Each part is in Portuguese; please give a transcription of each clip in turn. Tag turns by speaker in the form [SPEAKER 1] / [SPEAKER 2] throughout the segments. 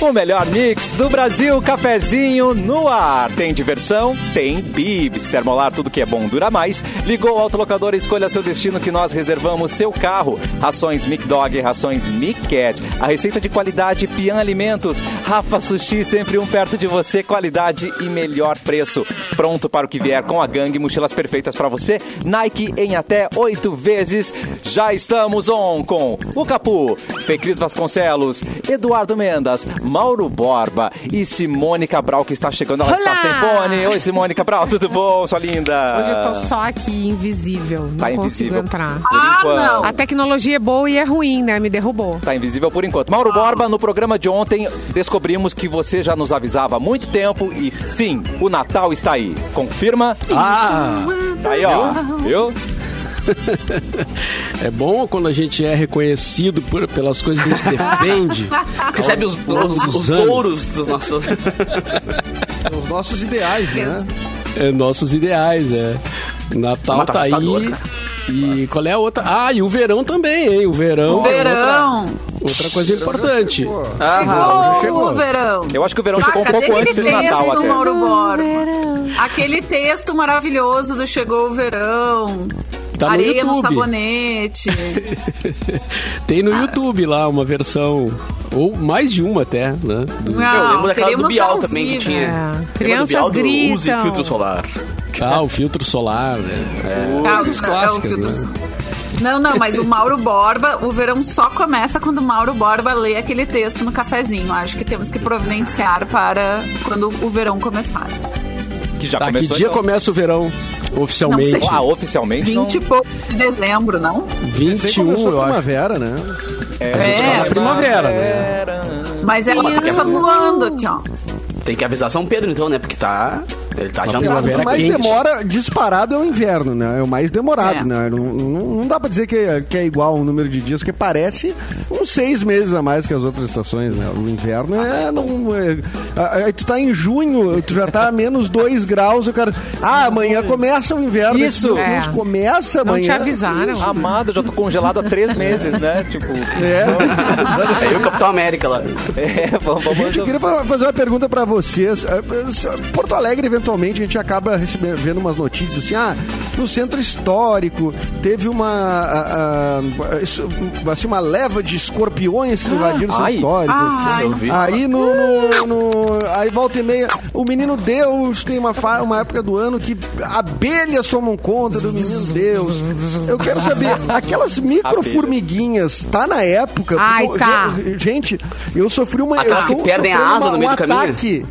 [SPEAKER 1] O melhor mix do Brasil, cafezinho no ar. Tem diversão, tem bibs. Termolar, tudo que é bom dura mais. Ligou o autolocador e escolha seu destino que nós reservamos seu carro. Rações Mic Dog, rações Mic Cat. A receita de qualidade Pian Alimentos. Rafa Sushi, sempre um perto de você. Qualidade e melhor preço. Pronto para o que vier com a gangue. Mochilas perfeitas para você. Nike em até oito vezes. Já estamos on com o Capu, Fecris Vasconcelos, Eduardo Mendas, Mauro Borba e Simone Cabral, que está chegando. Ela está
[SPEAKER 2] Olá!
[SPEAKER 1] sem fone. Oi, Simone Cabral, tudo bom, sua linda?
[SPEAKER 2] Hoje eu tô só aqui, invisível. Não
[SPEAKER 1] Ah. Tá
[SPEAKER 2] consigo
[SPEAKER 1] invisível.
[SPEAKER 2] entrar.
[SPEAKER 1] Por enquanto.
[SPEAKER 3] não.
[SPEAKER 2] A tecnologia é boa e é ruim, né? Me derrubou.
[SPEAKER 1] Tá invisível por enquanto. Mauro Borba, no programa de ontem, descobrimos que você já nos avisava há muito tempo e sim, o Natal está aí. Confirma?
[SPEAKER 4] Ah,
[SPEAKER 1] Tá aí, ó. Viu?
[SPEAKER 4] é bom quando a gente é reconhecido por- pelas coisas que a gente defende.
[SPEAKER 3] Recebe os,
[SPEAKER 4] Ao longo
[SPEAKER 3] os,
[SPEAKER 4] dos
[SPEAKER 3] os
[SPEAKER 4] anos.
[SPEAKER 3] touros dos nossos.
[SPEAKER 5] Os nossos ideais, né?
[SPEAKER 4] É nossos ideais, é. Natal
[SPEAKER 3] Mas tá
[SPEAKER 4] tá aí.
[SPEAKER 3] assustador, cara.
[SPEAKER 4] E qual é a outra? Ah, e o verão também, hein? O verão. é
[SPEAKER 6] Verão.
[SPEAKER 4] Outra, outra coisa importante. Ah,
[SPEAKER 5] Pô,
[SPEAKER 4] Verão já chegou.
[SPEAKER 6] o verão.
[SPEAKER 1] Eu acho que o verão
[SPEAKER 6] Ah,
[SPEAKER 1] chegou um
[SPEAKER 6] cadê
[SPEAKER 1] pouco
[SPEAKER 6] aquele
[SPEAKER 1] antes do
[SPEAKER 6] texto
[SPEAKER 1] Natal
[SPEAKER 6] do
[SPEAKER 1] até.
[SPEAKER 6] Mauro Borba? Aquele texto maravilhoso do Chegou o Verão.
[SPEAKER 4] Tá no
[SPEAKER 6] Areia no,
[SPEAKER 4] YouTube.
[SPEAKER 6] sabonete.
[SPEAKER 4] Tem no YouTube lá uma versão. Ou mais de uma até, né? Do-
[SPEAKER 3] Eu
[SPEAKER 6] Não,
[SPEAKER 3] lembro daquela do
[SPEAKER 6] teremos
[SPEAKER 3] Bial
[SPEAKER 6] ao
[SPEAKER 3] também que
[SPEAKER 6] vivo.
[SPEAKER 3] tinha.
[SPEAKER 2] É.
[SPEAKER 3] Lembra do
[SPEAKER 2] Crianças
[SPEAKER 3] Bial do Use
[SPEAKER 2] gritam.
[SPEAKER 3] filtro solar.
[SPEAKER 4] Ah, o filtro solar. né?
[SPEAKER 6] Tá,
[SPEAKER 4] Coisas
[SPEAKER 6] não, é o
[SPEAKER 4] clássicas,
[SPEAKER 6] filtro
[SPEAKER 4] né?
[SPEAKER 6] Não, não, mas o Mauro Borba, o verão só começa quando o Mauro Borba lê aquele texto no cafezinho. Acho que temos que providenciar para quando o verão começar.
[SPEAKER 1] Que já
[SPEAKER 4] Tá, que
[SPEAKER 1] começou.
[SPEAKER 4] dia
[SPEAKER 1] então.
[SPEAKER 4] começa o verão oficialmente?
[SPEAKER 6] Não sei.
[SPEAKER 1] Ah, oficialmente
[SPEAKER 4] Então-
[SPEAKER 1] não.
[SPEAKER 6] 20 e pouco de dezembro, não?
[SPEAKER 5] Sei
[SPEAKER 4] 21,
[SPEAKER 5] começou
[SPEAKER 4] eu acho.
[SPEAKER 5] primavera, né?
[SPEAKER 6] É,
[SPEAKER 4] Tá na primavera, né?
[SPEAKER 6] mas ela
[SPEAKER 4] é
[SPEAKER 6] começa
[SPEAKER 4] um
[SPEAKER 6] voando aqui, ó.
[SPEAKER 3] Tem que avisar São Pedro então, né? Porque tá. Ele tá já
[SPEAKER 5] O
[SPEAKER 4] primavera
[SPEAKER 5] que mais
[SPEAKER 4] quente.
[SPEAKER 5] demora disparado é o inverno, né? É o mais demorado,
[SPEAKER 6] É.
[SPEAKER 5] né? Não, não- não dá pra dizer que é, que é igual o número de dias, porque parece uns seis meses a mais que as outras estações, né? O inverno é... não- é- a- aí tu tá em junho, tu já tá a menos dois graus, o cara... Ah, amanhã começa o inverno.
[SPEAKER 1] Isso.
[SPEAKER 5] Meu Deus,
[SPEAKER 2] É.
[SPEAKER 5] começa
[SPEAKER 2] Não
[SPEAKER 5] amanhã.
[SPEAKER 2] te avisaram.
[SPEAKER 1] Amado, já tô congelado há três meses, né? Tipo.
[SPEAKER 5] É.
[SPEAKER 3] É eu, Capitão América lá.
[SPEAKER 1] É, vamos, vamos.
[SPEAKER 5] Gente, eu queria fa- fazer uma pergunta pra vocês. Eh, eh, Porto Alegre, eventualmente, a gente acaba recebendo vendo umas notícias assim, ah, no centro histórico teve uma ah, ah, isso, assim, uma leva de escorpiões que invadiram o centro
[SPEAKER 1] ai.
[SPEAKER 5] histórico.
[SPEAKER 6] Ai,
[SPEAKER 5] Aí no, no- no- Aí volta e meia. O menino Deus tem uma, fa- uma época do ano que abelhas tomam conta do menino Deus. Eu quero saber, aquelas micro-formiguinhas, tá na época?
[SPEAKER 2] Ai,
[SPEAKER 5] Porque eu-
[SPEAKER 2] tá.
[SPEAKER 5] ge- Gente, eu sofri uma.
[SPEAKER 3] Aquelas
[SPEAKER 5] eu
[SPEAKER 3] que
[SPEAKER 5] tô
[SPEAKER 3] perdem a
[SPEAKER 5] sofrendo
[SPEAKER 3] asa
[SPEAKER 5] uma-
[SPEAKER 3] no meio
[SPEAKER 5] um
[SPEAKER 3] do caminho?
[SPEAKER 5] Ataque.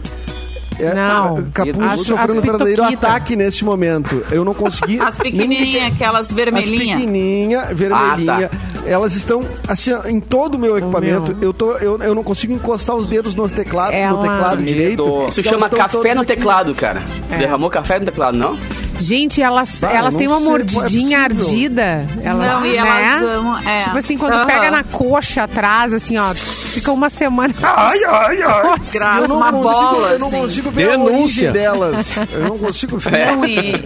[SPEAKER 5] É,
[SPEAKER 2] Não.
[SPEAKER 5] Capuz
[SPEAKER 2] As- as
[SPEAKER 5] sofrendo um verdadeiro
[SPEAKER 2] pituquita.
[SPEAKER 5] ataque neste momento. Eu não consegui.
[SPEAKER 6] As pequenininhas,
[SPEAKER 3] é
[SPEAKER 6] aquelas
[SPEAKER 5] As
[SPEAKER 6] vermelhinhas.
[SPEAKER 3] Ah, tá.
[SPEAKER 5] pequenininha, vermelhinha. Elas estão, assim, ó, em todo o meu equipamento.
[SPEAKER 2] meu.
[SPEAKER 5] Eu, tô, eu, eu não consigo encostar os dedos nos teclados,
[SPEAKER 2] Ela-
[SPEAKER 5] no teclado
[SPEAKER 1] Medo.
[SPEAKER 5] direito.
[SPEAKER 3] Isso
[SPEAKER 5] Elas
[SPEAKER 3] chama
[SPEAKER 5] estão
[SPEAKER 3] café
[SPEAKER 5] todas
[SPEAKER 3] no
[SPEAKER 5] aqui.
[SPEAKER 3] teclado, cara. Tu derramou café no teclado, não?
[SPEAKER 2] Gente, elas,
[SPEAKER 5] Ah,
[SPEAKER 2] elas
[SPEAKER 5] não
[SPEAKER 2] têm uma
[SPEAKER 5] sei,
[SPEAKER 2] mordidinha
[SPEAKER 5] é possível.
[SPEAKER 2] ardida. Elas,
[SPEAKER 6] Não, e
[SPEAKER 2] né?
[SPEAKER 6] elas dão, é.
[SPEAKER 2] Tipo assim, quando
[SPEAKER 6] Aham.
[SPEAKER 2] pega na coxa atrás, assim, ó, fica uma semana. Ai, ai,
[SPEAKER 6] Gra-
[SPEAKER 2] ai.
[SPEAKER 5] Eu não,
[SPEAKER 6] Uma
[SPEAKER 5] consigo,
[SPEAKER 6] bola,
[SPEAKER 5] eu não
[SPEAKER 6] assim.
[SPEAKER 5] consigo ver a
[SPEAKER 4] Denúncia.
[SPEAKER 5] origem delas. Eu não consigo ver.
[SPEAKER 3] É.
[SPEAKER 6] Não, e,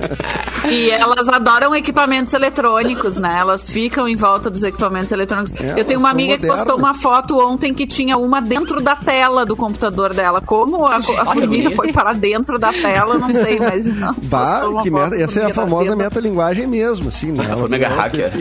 [SPEAKER 6] e elas adoram equipamentos eletrônicos, né? Elas ficam em volta dos equipamentos eletrônicos.
[SPEAKER 5] É, Elas
[SPEAKER 6] Eu tenho uma
[SPEAKER 5] são
[SPEAKER 6] amiga que
[SPEAKER 5] modernas.
[SPEAKER 6] postou uma foto ontem que tinha uma dentro da tela do computador dela. Como a, a formiga
[SPEAKER 3] bonito.
[SPEAKER 6] foi parar dentro da tela, eu não sei, mas. ela
[SPEAKER 5] Bah,
[SPEAKER 6] postou uma
[SPEAKER 5] que
[SPEAKER 6] foto
[SPEAKER 5] meta, essa é a
[SPEAKER 6] formiga
[SPEAKER 5] famosa
[SPEAKER 6] dentro.
[SPEAKER 5] metalinguagem mesmo, assim, né?
[SPEAKER 3] É A formiga
[SPEAKER 5] Ela
[SPEAKER 3] hacker.